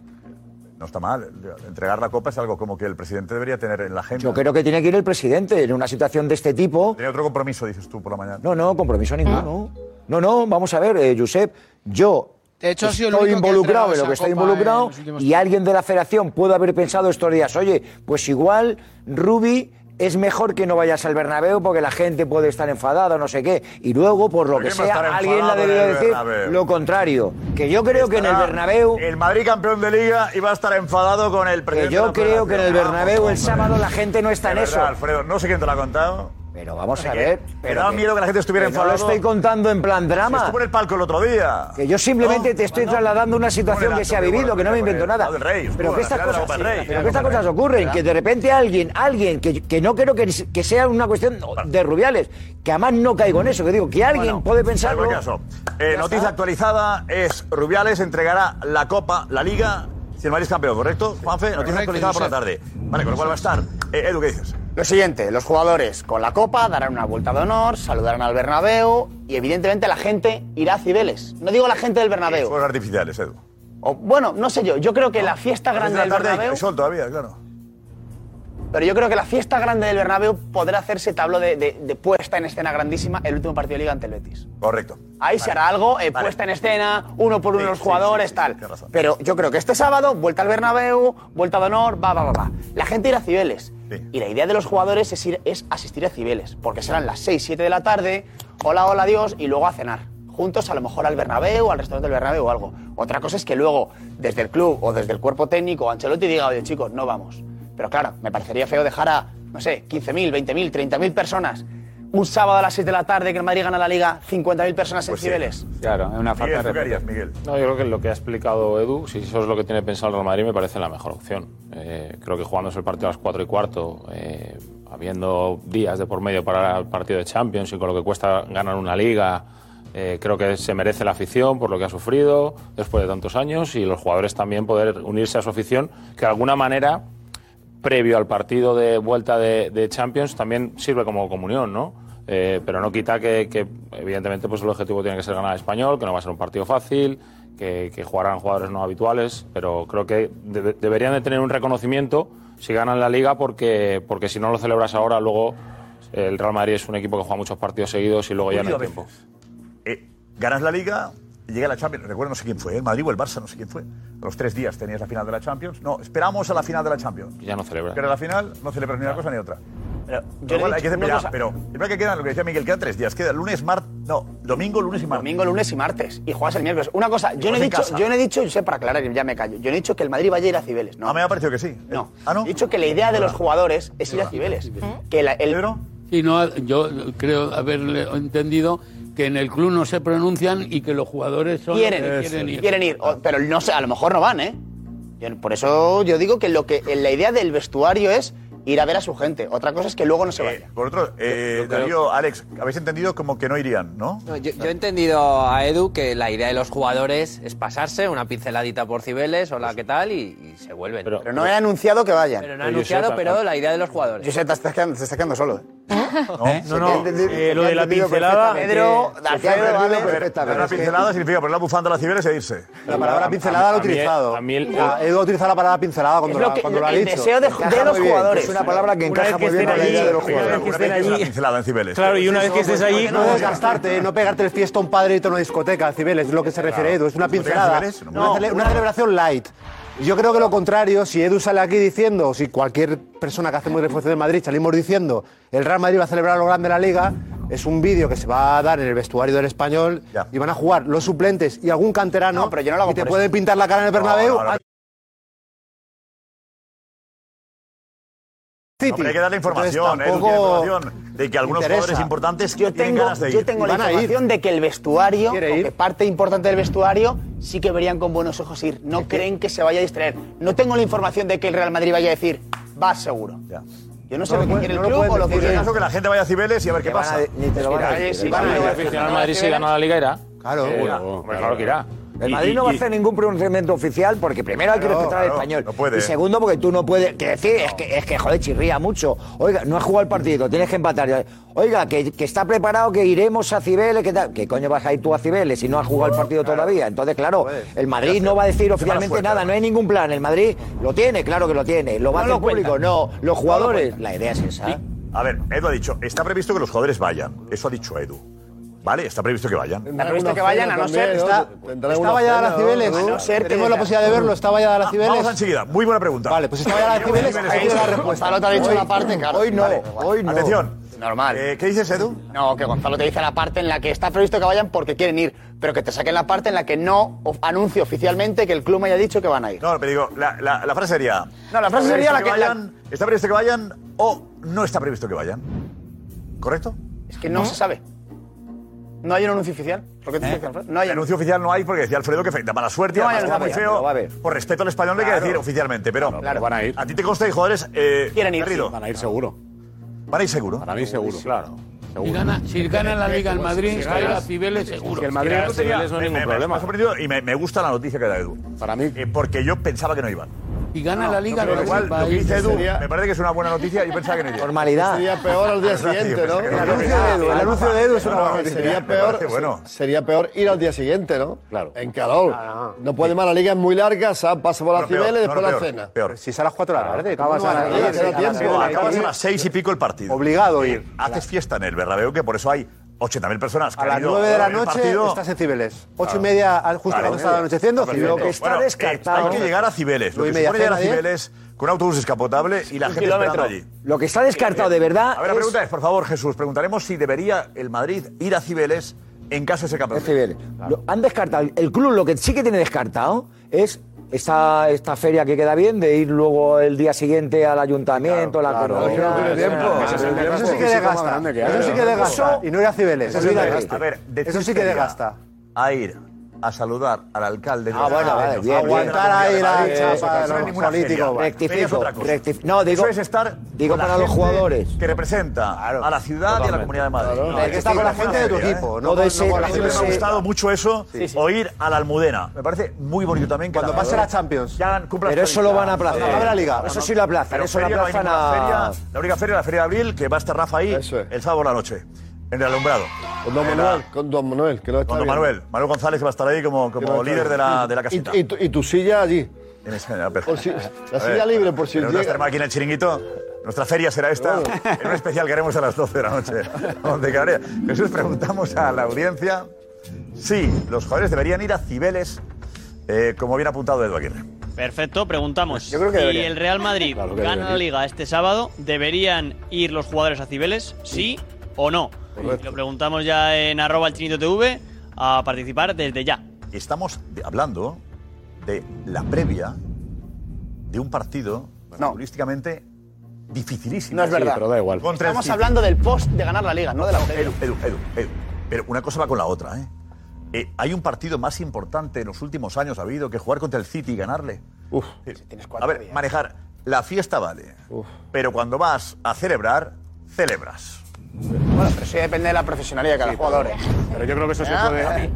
I: No está mal. Entregar la copa es algo como que el presidente debería tener en la agenda.
G: Yo creo que tiene que ir el presidente en una situación de este tipo.
I: Tenía otro compromiso, dices tú, por la mañana.
G: No, no, compromiso ninguno. No, no, vamos a ver, eh, Josep, yo
T: Ah. De hecho, ha sido el
G: estoy
T: único que ha
G: involucrado
T: entregado
G: en lo que
T: esa
G: estoy
T: copa en
G: involucrado
T: los últimos
G: y alguien de la federación puede haber pensado estos días, oye, pues igual Rubi es mejor que no vayas al Bernabéu porque la gente puede estar enfadada, no sé qué. Y luego, por lo
I: ¿Por
G: que
I: qué va a estar
G: sea, alguien la
I: enfadado en
G: debió
I: el
G: decir
I: Bernabéu?
G: lo contrario. Que yo creo que en el
I: Estará
G: Bernabéu...
I: El Madrid campeón de Liga iba a estar enfadado con el
G: Que
I: presidente.
G: yo creo que en el Bernabéu el sábado la gente no está en eso.
I: Alfredo, no sé quién te lo ha contado.
G: Pero vamos
I: No
G: a
I: sé
G: ver.
I: qué. Me
G: pero
I: daba miedo que la gente estuviera
G: pero No
I: enfadado.
G: lo estoy contando en plan drama.
I: Si estuvo en el palco el otro día.
G: Que yo simplemente te estoy trasladando una situación que se ha vivido, que no me invento nada.
I: Del Rey, estuvo
G: Pero
I: en
G: que
I: la
G: estas
I: final de la
G: cosas,
I: Copa del Rey.
G: pero que estas cosas ocurren, que de repente alguien, alguien, que, que no creo que, que sea una cuestión de Rubiales, que además no caigo en eso, que digo, que alguien puede pensar...
I: Salvo el caso. Eh, noticia actualizada es Rubiales entregará la Copa, la Liga, si el Madrid es campeón, ¿correcto? Juanfe, noticia
R: Correcto,
I: actualizada por la tarde.
R: Josep.
I: Vale, con lo cual va a estar. Eh, Edu, ¿qué dices?
R: Lo siguiente, los jugadores con la copa darán una vuelta de honor, saludarán al Bernabéu y evidentemente la gente irá a Cibeles. No digo la gente del Bernabéu.
I: Fuegos artificiales, Edu.
R: O, bueno, no sé yo, yo creo que la fiesta
I: Las seis de
R: grande
I: la
R: del
I: tarde hay-
R: Bernabéu,
I: hay sol todavía, claro.
R: pero yo creo que la fiesta grande del Bernabéu podrá hacerse tablo de, de- de puesta en escena grandísima el último partido de Liga ante el Betis.
I: Correcto.
R: Ahí se hará algo, eh, puesta en escena, uno por uno los jugadores, tal. Pero yo creo que este sábado, vuelta al Bernabéu, vuelta de honor, va, va, va, va. La gente irá a Cibeles. Y la idea de los jugadores es, ir, es asistir a Cibeles, porque serán las 6, 7 de la tarde, hola, hola, adiós, y luego a cenar. Juntos a lo mejor al Bernabéu, al restaurante del Bernabéu o algo. Otra cosa es que luego, desde el club o desde el cuerpo técnico, Ancelotti diga, oye, chicos, no vamos. Pero claro, me parecería feo dejar a, no sé, 15.000, 20.000, 30.000 personas un sábado a las 6 de la tarde que el Madrid gana la Liga, 50.000 personas
I: Pues
R: en Cibeles.
O: Claro, es una falta de respeto.
I: Miguel?
Q: No, yo creo que lo que ha explicado Edu, si eso es lo que tiene pensado el Real Madrid, me parece la mejor opción. Eh, creo que jugándose el partido a las 4 y cuarto, eh, habiendo días de por medio para el partido de Champions y con lo que cuesta ganar una liga, eh, creo que se merece la afición por lo que ha sufrido después de tantos años y los jugadores también poder unirse a su afición, que de alguna manera previo al partido de vuelta de, de Champions también sirve como comunión, ¿no? Eh, pero no quita que, que, evidentemente, pues el objetivo tiene que ser ganar al español, que no va a ser un partido fácil, que, que jugarán jugadores no habituales, pero creo que de- deberían de tener un reconocimiento si ganan la liga, porque, porque si no lo celebras ahora, luego el Real Madrid es un equipo que juega muchos partidos seguidos y luego ya no hay
I: Unido
Q: tiempo.
I: Eh, ganas la Liga, llega la Champions. Recuerdo, no sé quién fue, el Madrid o el Barça, no sé quién fue. A los tres días tenías la final de la Champions. No, esperamos a la final de la Champions.
Q: Ya no celebras.
I: Pero a la final no celebras ni una cosa ni otra.
R: Pero
I: Yo
R: le he
I: hay que
R: dicho una
I: hacer- ya,
R: cosa.
I: pero el verdad que quedan, lo que decía Miguel, quedan tres días. Queda lunes, martes. No, domingo, lunes y martes. Pues
R: Domingo, lunes y martes. Y juegas el miércoles. Una cosa, yo no, he
I: en
R: dicho,
I: casa.
R: yo no he dicho, yo sé, para aclarar, ya me callo. Yo no he dicho que el Madrid vaya a ir a Cibeles. No. A mí
I: me ha parecido que sí.
R: Ah, No. ¿Eh? He dicho que la idea de los jugadores es ir a Cibeles. Que la- el,
P: Sí, no, yo creo haberle entendido que en el club no se pronuncian y que los jugadores son los
R: quieren,
P: que
R: quieren ir. O- pero no sé, a lo mejor no van, ¿eh? Yo- por eso yo digo que, lo que la idea del vestuario es ir a ver a su gente. Otra cosa es que luego no se vaya.
I: Por otro, eh,
R: creo-
I: Darío, Alex, habéis entendido como que no irían, ¿no?
U: No, yo, yo he entendido a Edu que la idea de los jugadores es pasarse una pinceladita por Cibeles, hola, ¿qué tal? Y, y se vuelven. Pero,
R: No he anunciado que vayan.
U: Pero ah, no ha anunciado, pero la idea de los jugadores.
R: Josep, te estás quedando, te estás quedando solo.
I: ¿Eh?
R: No, no, eh, lo de la pincelada- Pedro, Alfredo, Alex, perfectamente.
I: Una
R: Es que-
I: pincelada significa poner la bufanda a la cibeles e irse.
S: La palabra pincelada la ha utilizado. Ah, Edu ha utilizado la palabra pincelada cuando,
I: Es lo
S: la-
I: que-
S: cuando lo ha
I: el
S: dicho.
I: deseo de-
S: Encaja
I: de
S: muy
I: los
S: bien.
I: jugadores.
S: Es una palabra que encaja muy bien con la idea de los jugadores.
I: Una vez que estés pincelada en Cibeles.
S: Claro, y una vez que estés allí, no
I: ¿cómo?
S: desgastarte, ¿eh? no pegarte el fiesta a un padre y a una discoteca, Cibeles, es lo que se refiere Edu, es una
I: ¿Discoteca
S: pincelada,
I: en Cibeles? No.
S: una, cele- una celebración light. Yo creo que lo contrario, si Edu sale aquí diciendo, o si cualquier persona que hacemos refuerzo de Madrid salimos diciendo, el Real Madrid va a celebrar lo grande de la Liga, es un vídeo que se va a dar en el vestuario del Español y van a jugar los suplentes y algún canterano pero yo no y te pueden pintar la cara en el Bernabéu. Ah,
I: no, no, No, pero hay que darle
S: Entonces,
I: información, ¿eh? Tú tienes
S: tampoco
I: información de que algunos
S: interesa.
I: jugadores importantes
R: Yo
I: tienen
R: tengo,
I: ganas de ir.
R: yo tengo la
I: Van a ir.
R: información de que el vestuario, o que parte importante del vestuario, sí que verían con buenos ojos ir. No creen que se vaya a distraer. No tengo la información de que el Real Madrid vaya a decir, va seguro. Yo no sé lo que quiere el club o lo que
I: En el
R: quiere
I: caso que la gente vaya a Cibeles y a ver qué pasa.
Q: El aficionado al Madrid si gana la liga irá.
I: Claro.
Q: Seguro. Hombre, claro que irá.
G: El
Q: Y-
G: Madrid no
Q: y-
G: va a
Q: y-
G: hacer ningún pronunciamiento oficial porque primero hay que
Q: Claro,
G: respetar al
Q: claro,
G: español.
Q: no puede.
G: Y segundo, porque tú no puedes. Que decir, es que, es que joder, chirría mucho. Oiga, no has jugado el partido, tienes que empatar. Oiga, que, que está preparado, que iremos a Cibeles, que tal. ¿Qué coño vas a ir tú a Cibeles si no has jugado el partido todavía? Entonces, claro, el Madrid no va a decir oficialmente suerte, nada, no hay ningún plan. El Madrid lo tiene, claro que lo tiene. Lo va a hacer
I: No lo cuenta.
G: público, no.
I: No lo
G: Los jugadores,
I: cuenta.
G: la idea es esa.
I: A ver, Edu ha dicho, está previsto que los jugadores vayan. Eso ha dicho Edu. ¿Vale, está previsto que vayan.
R: Está previsto que vayan, a no ser.
S: Está, está vallada la Cibeles.
I: ¿no?
S: Tenemos la posibilidad de verlo. Está vallada la Cibeles.
I: Ah, Vamos enseguida. Muy buena pregunta. Vale, pues
S: está vallada la Cibeles. Ahí está la respuesta.
R: Gonzalo te ha dicho la parte, claro. Hoy no, hoy no.
I: Atención.
R: Normal.
I: Eh, ¿Qué dices, Edu?
R: No, que Gonzalo te dice la parte en la que está previsto que vayan porque quieren ir, pero que te saquen la parte en la que no of- anuncie oficialmente que el club me haya dicho que van a ir.
I: No, pero digo, la, la- la frase sería...
R: No, la frase
I: ¿está
R: sería la
I: previsto
R: que-
I: vayan, ¿Está previsto que vayan o no está previsto que vayan? ¿Correcto?
R: Es que no se sabe. No hay un anuncio oficial. ¿Por
I: ¿Eh?
R: qué te dice Alfredo? ¿Eh? No hay
I: anuncio oficial no hay porque decía Alfredo que fe- da mala suerte,
R: No hay
I: además queda muy
R: anuncio,
I: feo.
R: pero va a haber.
I: Por respeto al español no hay que
R: Claro.
I: decir oficialmente, pero,
R: Claro.
I: van a ir. A ti te consta que jugadores eh,
R: Quieren ir,
I: Garrido.
R: sí.
I: Van a ir seguro. Van a ir seguro. Para mí seguro. Claro.
P: Si gana, si gana la Liga el Madrid,
I: Si
P: va a ir a
I: ganas.
P: Cibeles seguro.
I: no tenía- me- me- Me ha sorprendido y me, me gusta la noticia que da Edu. Para mí. porque yo pensaba que no iban.
P: Si gana la Liga,
I: Pero
P: lo
I: igual, lo que dice Edu,
P: Sería-
I: me parece que es una buena noticia. Yo pensaba que no iban.
G: Normalidad.
V: Sería peor al día siguiente, ¿no? El anuncio de Edu, ¿eh? el anuncio de Edu es una buena noticia. Sería peor, sería peor ir al día siguiente, ¿no? Claro. En calor. No puede más, la liga es muy larga, sa- pasa por la
I: peor,
V: Cibeles,
I: no,
V: después la
I: peor,
V: cena.
I: Peor. Ah,
S: Si es a las 4 de la tarde, acabas a
I: Acabas
S: las
I: a las-
S: tiempo.
I: acabas a las seis y pico el partido.
S: Obligado a ir.
I: Haces fiesta en el Bernabéu, que por eso hay 80.000 personas. que
S: A
I: han
S: las
I: ido
S: 9 de la
I: ver el
S: noche
I: partido.
S: estás en Cibeles. 8
I: Claro.
S: y media, al- justo
I: Claro.
S: cuando estaba anocheciendo,
I: Está perfecto.
S: Cibeles.
I: Bueno, eh, hay que llegar a Cibeles. Lo
S: Nueve
I: que
S: y
I: supone
S: media,
I: llegar a
S: cena,
I: Cibeles con un autobús escapotable y la
G: Un
I: gente esperando
G: kilómetro.
I: allí.
G: Lo que está descartado de verdad.
I: Eh, A ver, la
G: es-
I: pregunta es, por favor, Jesús, preguntaremos si debería el Madrid ir a Cibeles en caso de ese campeonato.
G: Cibeles. Lo- han descartado. El club lo que sí que tiene descartado es esta, esta feria que queda bien de ir luego el día siguiente al ayuntamiento, a la comunidad.
S: Eso sí que desgasta. Eso sí que desgasta. Y no ir a Cibeles. Eso sí que desgasta.
I: A ver,
S: Eso sí que desgasta.
I: A ir a saludar al alcalde. de
G: Ah, bueno, vale,
I: Madrid,
G: bien,
I: a
G: bien.
I: aguantar ahí la
G: Eh,
I: chapa
G: eso
I: de
G: no es
I: los
G: ninguna
I: políticos.
G: feria.
I: Feria es
G: Rectifico,
I: otra cosa.
G: rectif- no, digo-
I: Eso es estar
G: digo
I: con la
G: para los
I: gente
G: jugadores.
I: que representa a la ciudad y a la comunidad de Madrid.
G: Claro. Hay que estar con la gente de tu equipo, no Todo con- no ese- con la todo
I: Siempre me ha
G: ese-
I: gustado mucho eso, oír a la Almudena. Me parece muy bonito también que
G: Cuando
I: la-
G: pase la
S: Champions.
G: Pero eso lo van a aplazar.
I: Habrá
G: Habrá liga. Eso sí lo aplazan,
I: Pero
G: eso lo
I: feria no hay
G: aplazan
I: ninguna
G: a-
I: feria. La única feria es la feria de abril, que va a estar Rafa ahí el sábado por la noche, en el alumbrado.
V: Con don
I: En la-
V: Manuel, con don Manuel, que no está
I: Con don
V: bien.
I: Manuel. Manuel González que va a estar ahí como,
V: Que no
I: como
V: está
I: líder
V: bien.
I: de la, de la
V: Y-
I: casita.
V: Y, tu, y tu silla allí.
I: Por
V: si- la
I: A ver,
V: silla libre por si
I: Tenemos que
V: llega-
I: estar aquí en el chiringuito. Nuestra feria será esta. En un especial que haremos a las 12 de la noche. Donde Cabrera. Jesús, preguntamos a la audiencia si los jugadores deberían ir a Cibeles, eh, como bien ha apuntado Edu Aguirre.
A: Perfecto, preguntamos.
D: Yo creo que
A: si
D: deberían.
A: el Real Madrid
D: Claro que
A: gana la
D: deberían.
A: liga este sábado, ¿deberían ir los jugadores a Cibeles? ¿Sí, o no? Lo preguntamos ya en arroba el chinito TV a participar desde ya.
I: Estamos de- hablando de la previa de un partido futbolísticamente dificilísimo.
R: No es verdad.
I: Contra el
R: Estamos
I: City.
R: hablando del post de ganar la liga, no de la previa.
I: Edu, Edu, Edu, Edu. Pero una cosa va con la otra, ¿eh? Eh, hay un partido más importante en los últimos años ha habido que jugar contra el City y ganarle. Uf. a ver, manejar. La fiesta vale. Pero cuando vas a celebrar, celebras.
R: Bueno, pero eso ya depende de la profesionalidad de cada jugador. ¿eh?
C: Pero yo creo que eso
R: se puede-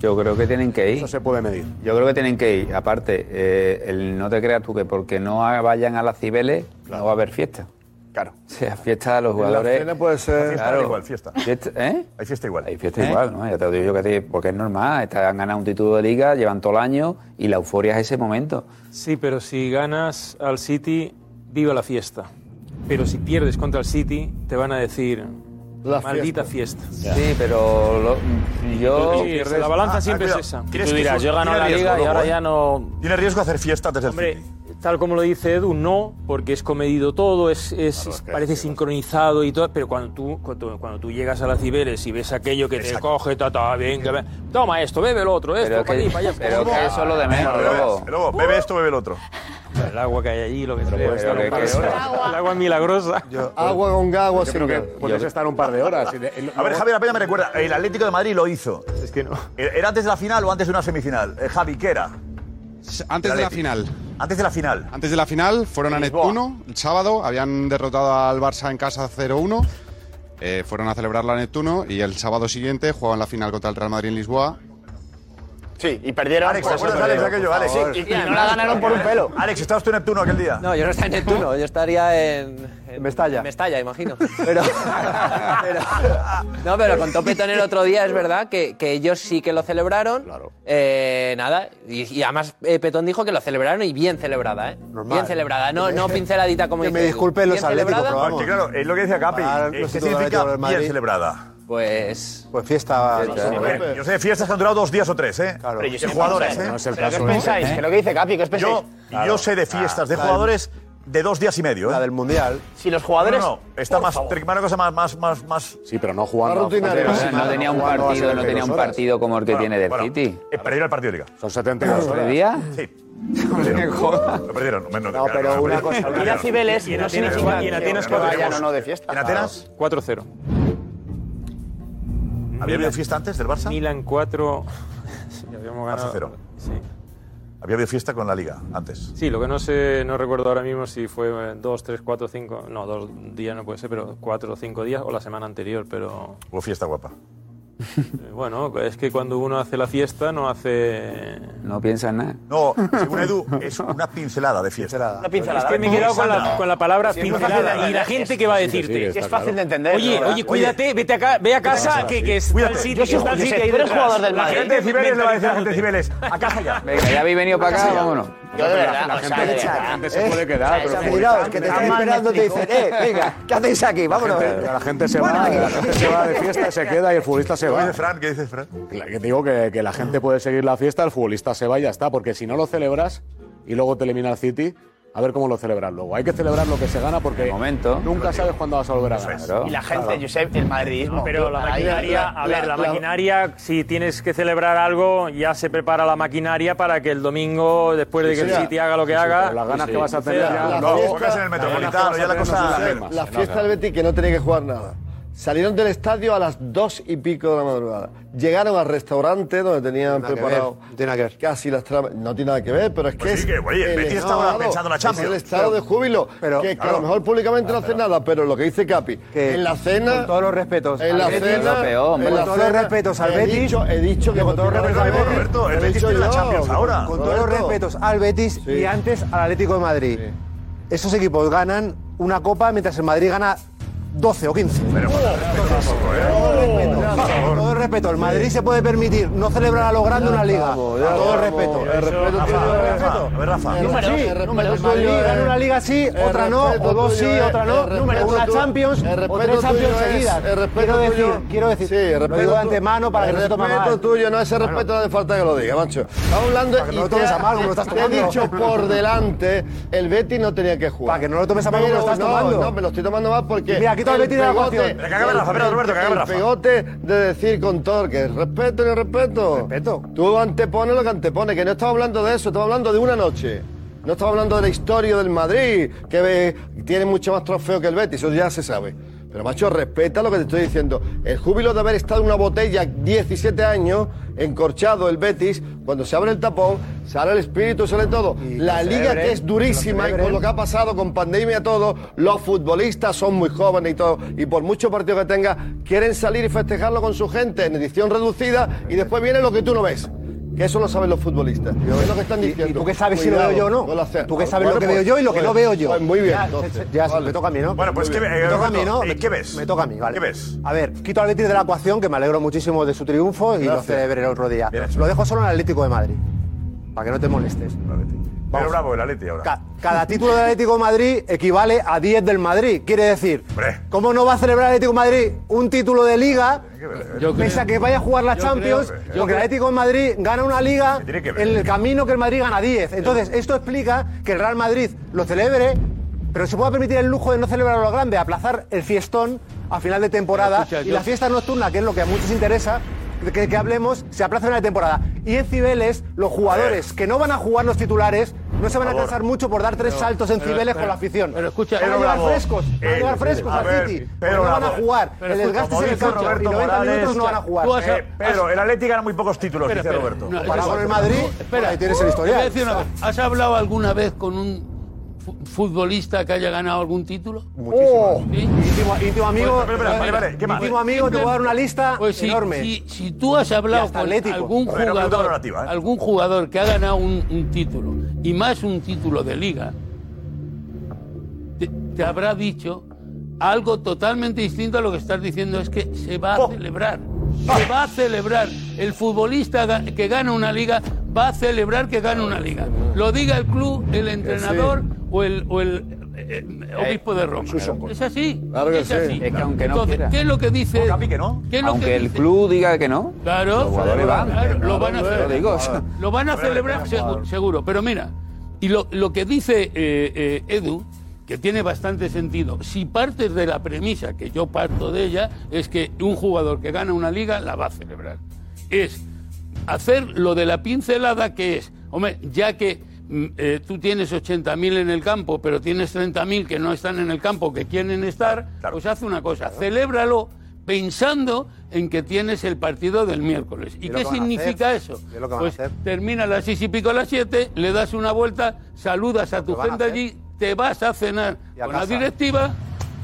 O: Yo creo que tienen que ir. Eso
C: se puede medir.
O: Yo creo que tienen que ir. Aparte, eh, el- no te creas tú que porque no a- vayan a las Cibeles no va a haber fiesta.
R: Claro.
O: O sea, fiesta de los
V: En la
O: jugadores.
V: cena puede ser-
O: Claro.
V: Fiesta da igual, fiesta.
O: ¿Eh?
I: Hay fiesta igual.
O: Hay fiesta
V: ¿Eh?
O: igual, ¿no? Ya te lo digo yo que te- porque es normal. Está- han ganado un título de liga, llevan todo el año y la euforia es ese momento.
W: Sí, pero si ganas al City, viva la fiesta. Pero si pierdes contra el City, te van a decir maldita fiesta.
O: Sí, pero lo- yo. Ah,
W: Sí, la balanza siempre es esa.
Q: Tú dirás, yo gano la liga y ahora
O: eh?
Q: ya no.
I: ¿eh? Tiene riesgo hacer fiesta desde
W: Hombre, tal como lo dice Edu, no, porque es comedido todo, es, es- parece sincronizado y todo, pero cuando tú, cuando, cuando tú llegas a las Ciberes y ves aquello que te coge, ta, ta, venga, ve- toma esto, bebe lo otro, esto,
O: Pero
W: para
O: que-
W: allí, para allá.
O: pero que eso es lo de menos,
W: Pero
O: Lobo.
W: ves,
I: Lobo, bebe esto, bebe el otro. Pues
W: El agua que hay allí, lo que se
O: puede ser un par de
W: El agua es milagrosa.
V: Agua con gago, sin
W: que
V: gas.
W: puedes
C: estar un par de horas.
I: A ver, Javier, apenas me recuerda. El Atlético de Madrid lo hizo.
W: Es que no.
I: ¿E-, ¿Era antes de la final o antes de una semifinal? Eh, Javi, ¿qué era?
X: Antes
I: El
X: de la
I: Atlético.
X: final.
I: Antes de la final.
X: Antes de la final fueron a Neptuno el sábado, habían derrotado al Barça en casa 0-1, eh, fueron a celebrarla a Neptuno y el sábado siguiente jugaban la final contra el Real Madrid en Lisboa.
R: Sí, y perdieron.
X: Alex,
I: ¿Te acuerdas, Alex, de aquello? Alex,
R: Sí, y, y no la ganaron por un pelo.
I: Alex, ¿estabas tú en Neptuno aquel día?
U: No, yo no estaba en Neptuno, yo estaría en, en Mestalla. Mestalla, imagino. Pero, pero- no, pero con Topetón el otro día es verdad que, que ellos sí que lo celebraron. Eh, nada, y, y además eh, Petón dijo que lo celebraron y bien celebrada, ¿eh? Bien celebrada, no, no pinceladita como
I: Que
U: dice
I: me
U: Edu.
I: disculpen los
U: Bien
I: atléticos,
U: celebrada.
I: pero vamos. Porque claro, es lo que decía Capi, Para eh, los ¿qué titulares significa del Madrid? bien celebrada?
U: Pues...
V: Pues fiesta.
I: A ver, yo sé de fiestas que han durado dos días o tres, ¿eh? Claro.
R: Pero yo
I: De
R: sé
I: jugadores,
R: pensar,
I: ¿eh?
R: no es el ¿Pero caso, qué os ¿eh? pensáis? ¿Que lo que dice Capi, qué os pensáis?
I: Yo,
R: Claro.
I: yo sé de fiestas de
R: Ah, la del-
I: jugadores de dos días y medio, ¿eh? La del
V: Mundial.
R: Si los jugadores-
I: No, no, no, está
R: Por
I: más...
R: favor.
I: Una cosa más... más, más, más
C: sí, pero no jugando.
O: O sea, no tenía un partido, no tenía un partido como el que tiene del City.
I: Perdieron el partido de Liga.
C: Son 72
O: ¿Otro día?
I: Sí. Lo perdieron, menos
R: No, pero una cosa. Ir a Cibeles
W: Y en
R: no
W: Atenas,
R: significa
W: y en
I: ¿eh?
R: que
W: Atenas,
R: que
W: ¿cuánto
R: vayan
W: tenemos?
R: o no de Ah, fiesta.
W: ¿En Atenas? 4-0.
I: ¿Había habido fiesta antes del Barça?
W: Milan 4. Sí, habíamos
I: Barça
W: ganado.
I: cero.
W: Sí.
I: Había habido fiesta con la Liga antes.
W: Sí, lo que no sé, no recuerdo ahora mismo si fue 2, 3, 4, 5. No, dos días no puede ser, pero 4 o 5 días o la semana anterior, pero. eh,
I: Hubo fiesta guapa.
W: Bueno, es que cuando uno hace la fiesta no hace.
O: No piensa en nada.
I: No, según Edu, es una pincelada de fiesta. Una
W: Es que me he quedado con la, con la palabra
I: Sí, es fácil
W: pincelada
I: de-
W: y la gente que va a decirte.
R: Es fácil de entender.
W: Oye, oye, cuídate, vete a, ca- ve a casa, que, que está el
I: Cuídate.
W: sitio.
I: Yo soy
W: está el
I: Josep,
W: sitio ahí
I: tú eres
W: detrás.
I: jugador del
W: La
I: Madrid.
W: gente de Cibeles le va a decir a la gente
I: de Cibeles, a casa ya.
O: Venga, ya habéis venido para acá, vámonos.
R: Yo de verdad,
C: la
R: o sea,
C: gente
R: de
C: echa, la
R: verdad.
C: gente se puede quedar,
R: o sea,
C: pero
R: se-
C: cuidado,
R: se-
C: que te
R: se-
C: están
R: se-
C: esperando, te
R: Netflix.
C: dicen, eh, venga,
G: ¿Qué hacéis aquí? Vámonos.
C: La gente se va, la gente se va de fiesta, se queda y el futbolista se va.
I: ¿Qué dices, Fran?
C: La- que te digo que, que la gente puede seguir la fiesta, el futbolista se va y ya está, porque si no lo celebras y luego te elimina el City, a ver cómo lo celebras luego. Hay que celebrar lo que se gana porque nunca sabes cuándo vas a volver a ganar.
R: Y la gente, Josep, el madridismo.
W: Pero la
R: Ahí,
W: maquinaria,
R: la-
W: a ver, la,
R: la-
W: maquinaria, si tienes que celebrar algo, ya se prepara la maquinaria para que el domingo, después de
V: Sí,
W: que el
V: sí.
W: City haga lo que
V: Sí, sí,
W: haga. pues
V: pero las ganas
W: sí,
V: que vas a tener
W: sea-
V: ya- La
W: No,
V: fiesta-
W: pocas en el
V: la
W: Metropolitano, ya la cosa-
V: La fiesta del Betis que no tenía que jugar nada. Salieron del estadio a las dos y pico de la madrugada. Llegaron al restaurante donde tenían
S: Nada que
V: preparado
S: ver,
V: casi las tramas. No tiene nada que ver, pero es que
I: Pues sí,
V: es.
I: que, oye, el Betis estaba
V: estado-
I: pensando en la
V: es
I: Champions.
V: el estado de júbilo.
I: Pero-
V: que, que a
I: claro.
V: lo mejor públicamente no hace nada, pero lo que dice Capi, en la cena.
S: Ah, Con todos los respetos.
V: En
S: al
V: la
S: Betis,
V: cena.
S: Con
V: en la
S: todos los
V: cena,
S: respetos al
V: he
S: Betis.
V: dicho- he dicho que
S: con todos los respetos al Betis.
V: Roberto,
S: lo
V: el
S: he
V: Betis
S: dicho
V: tiene la
S: yo.
V: Champions ahora.
S: Con todos los
V: Roberto.
S: respetos al Betis
V: Sí.
S: y antes al Atlético de Madrid. Esos equipos ganan una copa mientras el Madrid gana 12 o 15.
I: Pero,
S: Todo respeto. Todo respeto, el Madrid se puede permitir no celebrar a lo grande una liga.
V: ya
S: Con todo el
V: estamos,
S: respeto.
V: ya El respeto,
S: Rafa,
V: tío, el
S: Rafa,
V: respeto.
S: a ver, Rafa.
V: El
S: Números, números,
V: respeto, el respeto
S: Madrid,
V: tuyo,
S: gana
V: eh.
S: una liga sí,
V: El
S: otra no,
V: respeto
S: o dos sí,
V: tuyo, eh.
S: otra no,
V: El
S: números,
V: respeto
S: una
V: tu-
S: Champions,
V: el
S: o
V: respeto
S: tres Champions
V: tuyo es-
S: seguidas.
V: el respeto
S: Quiero decir,
V: tuyo-
S: quiero decir,
V: Sí, el
S: lo
V: respeto
S: digo de
V: tu-
S: antemano para que
V: el
S: no se tome
V: respeto
S: mal.
V: tuyo, no ese respeto no hace falta que lo diga, macho. Estamos hablando
S: Para que no
V: y
S: lo
V: te
S: tomes
V: ha-
S: a mal, como lo estás
V: Te he
S: tomando.
V: dicho por delante, el Betis no tenía que jugar. Para que
S: no lo tomes a mal, como lo estás
V: no,
S: tomando.
V: No, me lo estoy tomando mal porque.
S: Y mira, quita el Betis de la ecuación. Pero que acabe Rafa, espera, Roberto, que acabe
V: el
S: Rafa.
V: pegote de decir con todo que el respeto y el respeto. Respeto. Tú antepones lo que antepones, que no estamos hablando de eso, estamos hablando de una noche. No estamos hablando de la historia del Madrid, que ve- tiene mucho más trofeo que el Betis, eso ya se sabe. Pero macho, respeta lo que te estoy diciendo. El júbilo de haber estado en una botella 17 años, encorchado el Betis, cuando se abre el tapón, sale el espíritu, sale todo. la
S: que lo
V: liga
S: celebren,
V: que es durísima
S: que lo
V: y con lo
S: celebren.
V: que ha pasado con pandemia todo, los futbolistas son muy jóvenes y todo, y por mucho partido que tenga, quieren salir y festejarlo con su gente en edición reducida y después viene lo que tú no ves. Que eso lo saben los futbolistas. es lo que están diciendo.
S: ¿Tú qué sabes si lo
V: Cuidado
S: veo yo o
V: con la
S: no?
V: cena.
S: ¿Tú qué sabes lo
V: Bueno,
S: que
V: pues,
S: veo yo y lo que
V: pues,
S: no veo yo?
V: pues muy bien.
S: Ya,
V: entonces.
S: Ya,
V: Vale.
S: me toca a mí, ¿no?
V: Bueno, pues,
S: Muy
V: ¿qué
S: bien.
V: ve- eh,
S: me toca a mí,
V: Roberto,
S: ¿no?
V: eh,
S: Me-
V: qué ves?
S: Me toca a mí, vale.
V: ¿Qué ves?
S: A ver, quito al Betis de la ecuación, que me alegro muchísimo de su triunfo y lo
V: Gracias.
S: celebré el otro día.
V: Bien hecho.
S: Lo dejo solo en Atlético de Madrid, para que no te molestes.
I: Pero bravo el Atleti ahora.
S: Ca- cada título del Atlético de Madrid equivale a 10 del Madrid. Quiere decir,
I: Hombre.
S: ¿cómo no va a celebrar el Atlético de Madrid un título de liga?
V: eh.
S: Pese a que vaya a jugar la
V: Yo
S: Champions,
V: creo- yo
S: porque el
V: creo-
S: Atlético de Madrid gana una liga
V: tiene que ver.
S: en el camino que el Madrid gana 10. Entonces, esto explica que el Real Madrid lo celebre, pero se pueda permitir el lujo de no celebrar lo grande, aplazar el fiestón a final de temporada.
P: Pero escucha,
S: y
P: yo-
S: la fiesta nocturna, que es lo que a muchos interesa, que, que hablemos, se aplaza a final de temporada. Y en Cibeles, los jugadores que no van a jugar los titulares, no se van a
P: favor.
S: cansar mucho por dar tres
P: Pero-
S: saltos en
P: pero-
S: Cibeles
P: pero-
S: con la afición.
P: pero escucha,
S: van a
P: Pedro
S: llegar
P: Bravo,
S: frescos, van a
P: eh,
S: llegar frescos al
P: a ver,
S: City. porque
I: Pedro
S: no van a
I: Bravo.
S: jugar,
I: Pero
S: el desgaste
I: escucha,
S: es
I: como
S: en el
I: dice
S: campo y
I: Roberto
S: 90
I: Morales-
S: minutos no van a
I: Tú has-
S: jugar.
I: Eh, Pedro, el Atleti gana muy pocos títulos,
P: Espera,
I: dice
P: espera.
I: Roberto.
P: No,
S: Comparado
P: eso-
S: con el Madrid,
P: espera,
S: ahí tienes
P: te
S: el
P: voy a
S: historial.
P: decir una cosa. ¿Has hablado alguna vez con un fu- futbolista que haya ganado algún título?
S: Oh, íntimo, íntimo amigo,
P: Pues, espera, espera, vale, vale, ¿qué más?
S: íntimo amigo, te voy a dar una lista
P: Pues si,
S: enorme.
P: si- si tú has hablado
S: hasta
P: con
S: atlético.
P: algún
S: A ver, no, pregunta
P: jugador,
S: valorativa, ¿eh?
P: algún jugador que ha ganado un, un título y más un título de liga, te, te habrá dicho algo totalmente distinto a lo que estás diciendo es que se va a celebrar. Se va a celebrar. El futbolista ga- que gana una liga va a celebrar que gana una liga. Lo diga el club, el entrenador o el, o el eh, eh, obispo de Roma. Es así.
O: Claro que
P: es
O: sí.
P: así.
O: Es que aunque no
P: Entonces,
O: quiera.
P: ¿qué es lo que dice? ¿Qué es lo
O: Aunque
P: que
O: el
P: dice?
O: club diga que no,
P: Claro,
O: los jugadores
P: claro,
O: van.
P: claro, lo van a
O: Lo digo.
P: celebrar. Lo van a celebrar segu- seguro. Pero mira, y lo, lo que dice eh, eh, Edu, que tiene bastante sentido, si partes de la premisa, que yo parto de ella, es que un jugador que gana una liga la va a celebrar. Es hacer lo de la pincelada que es, hombre, ya que mm, eh, tú tienes 80.000 en el campo, pero tienes 30.000 que no están en el campo, que quieren estar, pues hace una cosa, celébralo pensando en que tienes el partido del miércoles. ¿Y
S: Es lo
P: qué
S: que van a
P: significa
S: hacer.
P: eso?
S: Es lo que van a
P: Pues
S: hacer.
P: termina a las seis y pico a las siete, le das una vuelta, saludas a tu
S: van a
P: gente
S: hacer.
P: allí, te vas a cenar
S: a
P: con la
S: casa.
P: directiva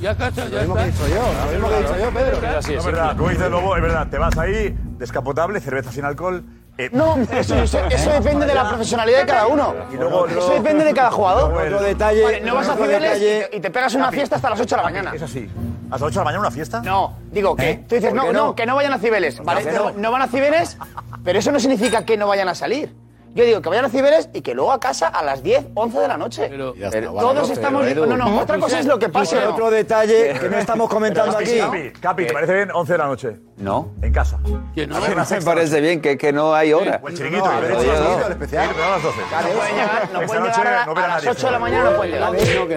P: y a casa ya
S: mismo que
P: está.
S: he
P: Ah,
S: dicho yo, lo mismo que he dicho yo, Pedro.
I: No, es verdad, como dice Lobo, es verdad, te vas ahí, descapotable, cerveza sin alcohol. eh,
R: No, eso, eso- eso depende de la profesionalidad de cada uno.
I: Y luego-
R: Eso depende de cada jugador.
I: Luego el-
R: Vale, no vas a
I: otro
R: Cibeles
I: detalle-
R: y te pegas una
I: Capi,
R: fiesta hasta las 8 de la mañana.
I: Es así. ¿A las 8 de la mañana una fiesta?
R: No, digo que tú dices,
I: ¿Eh? ¿Por
R: no,
I: qué
R: no,
I: no?
R: que no vayan a Cibeles. Vale,
I: ¿Por qué
R: no, no van a Cibeles, pero eso no significa que no vayan a salir. Yo digo que vayan a Cibeles y que luego a casa a las 10, 11 de la noche.
G: Ya está, vale,
R: Todos
G: no,
R: estamos.
G: pero,
R: no,
G: Edu.
R: no, otra cosa es lo que pase.
G: Pero
R: ¿no?
G: Otro detalle que no estamos comentando
I: Pero,
G: aquí.
I: Capi,
R: Eh,
I: Capi, ¿te parece bien 11 de la noche?
O: No.
I: En casa.
P: Que no.
O: No me parece bien que, que no hay hora.
I: O el chiringuito, el derecho a las 12. El derecho a las 12.
R: No pueden llegar, no
I: Esta
R: pueden
I: noche
R: llegar a,
I: no verá
R: a las
I: nadie.
R: 8 de la mañana, no pueden llegar.
O: No, hombre,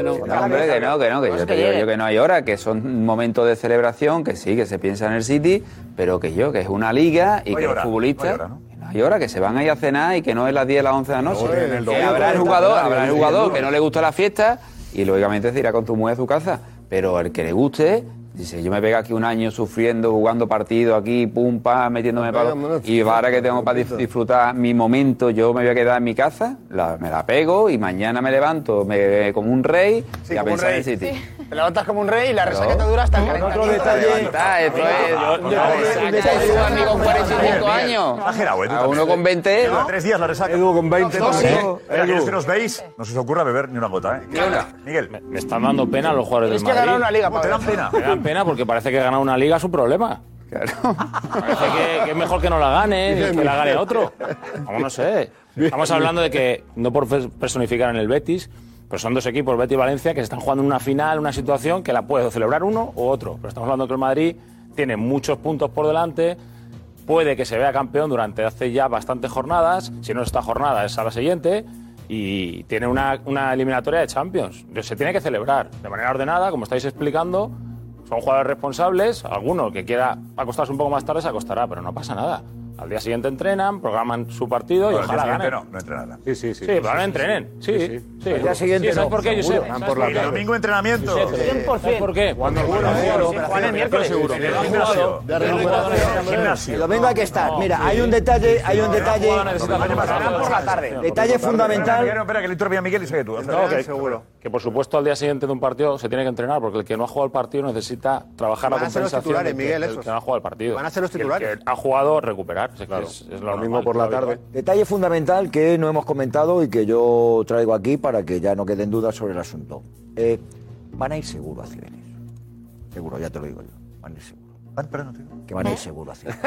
O: que no, que no, que yo te digo yo que no hay hora, que son momentos de celebración, que sí, que se piensa en el City, pero que yo, que es una liga y
G: No hay
O: que
G: hora,
O: los futbolistas.
G: no hay hora,
O: que no hay hora, que se van ahí a cenar y que no es las 10, las 11 de la noche.
G: No, en el
O: que
G: domingo,
O: habrá el
G: está
O: jugador,
G: claro,
O: habrá el
G: el
O: jugador
G: domingo.
O: que no le gusta la fiesta y lógicamente se irá con tu mujer a su casa. Pero el que le guste, dice, yo me pego aquí un año sufriendo, jugando partidos aquí, pum, pa, metiéndome palos. Y ahora que tengo para disfrutar mi momento, yo me voy a quedar en mi casa, la- me la pego y mañana me levanto me, como un rey y a
R: como un
O: pensar en el
R: rey.
O: City.
R: Te levantas como un rey y la resaca te dura hasta el calentamiento. Otro
O: Está, esto es.
R: un amigo con 45 años.
I: Exagerado, Edu.
O: A uno con 20.
I: Lleva tres días la resaca. Edu con 20.
O: No, sí.
I: Aquellos que nos veis, no se os ocurra beber ni una gota, ¿eh? Miguel.
Q: Me están dando pena los jugadores del Madrid.
I: ¿Cómo te dan pena?
Q: Me dan pena porque parece que ganar una liga es un problema. Parece que, que es mejor que no la gane, que la gane otro. Vamos, no sé. Estamos hablando de que, no por fe- personificar en el Betis, pero son dos equipos, Betis y Valencia, que se están jugando en una final, una situación que la puede celebrar uno u otro. Pero estamos hablando que el Madrid tiene muchos puntos por delante, puede que se vea campeón durante hace ya bastantes jornadas, si no es esta jornada es a la siguiente, y tiene una, una eliminatoria de Champions. Se tiene que celebrar de manera ordenada, como estáis explicando, son jugadores responsables, alguno que quiera acostarse un poco más tarde se acostará, pero no pasa nada. Al día siguiente entrenan, programan su partido y
I: Al día
Q: ojalá
I: siguiente
Q: ganen.
I: no, no entrenarán.
C: Sí, sí, sí.
Q: Sí, pero ahora entrenen. Sí, sí. sí.
I: Al día siguiente
Q: Sí, ¿sabes
I: no,
Q: por qué,
I: seguro.
Q: Josep?
I: Van
Q: ¿Sabes
I: por la
Q: qué?
I: tarde. El domingo entrenamiento.
Q: Josep,
I: Sí.
Q: ¿sabes ¿Por qué? Cuando
I: Juan el miércoles.
Q: seguro.
I: En el gimnasio.
Q: De recuperación.
G: Lo vengo hay que estar. Mira, hay un detalle, hay un detalle.
I: por la tarde.
G: Detalle fundamental.
I: Espera, espera, que le interrumpa a Miguel y sigue tú.
Q: No, que, que por supuesto al día siguiente de un partido se tiene que entrenar, porque el que no ha jugado el partido necesita trabajar
S: Van
Q: la
S: a ser los
Q: compensación
S: titulares,
Q: del que,
S: Miguel,
Q: del
S: esos.
Q: que no ha jugado el partido.
S: Van a ser los
Q: Y el
S: titulares.
Q: que ha jugado recuperar. Es, claro. es, lo mismo por la tarde.
G: Detalle fundamental que no hemos comentado y que yo traigo aquí para que ya no queden dudas sobre el asunto. Eh, van a ir seguro a Cibeles. Seguro, ya te lo digo yo. Van a ir seguro. Que van a ir seguro a Cibeles.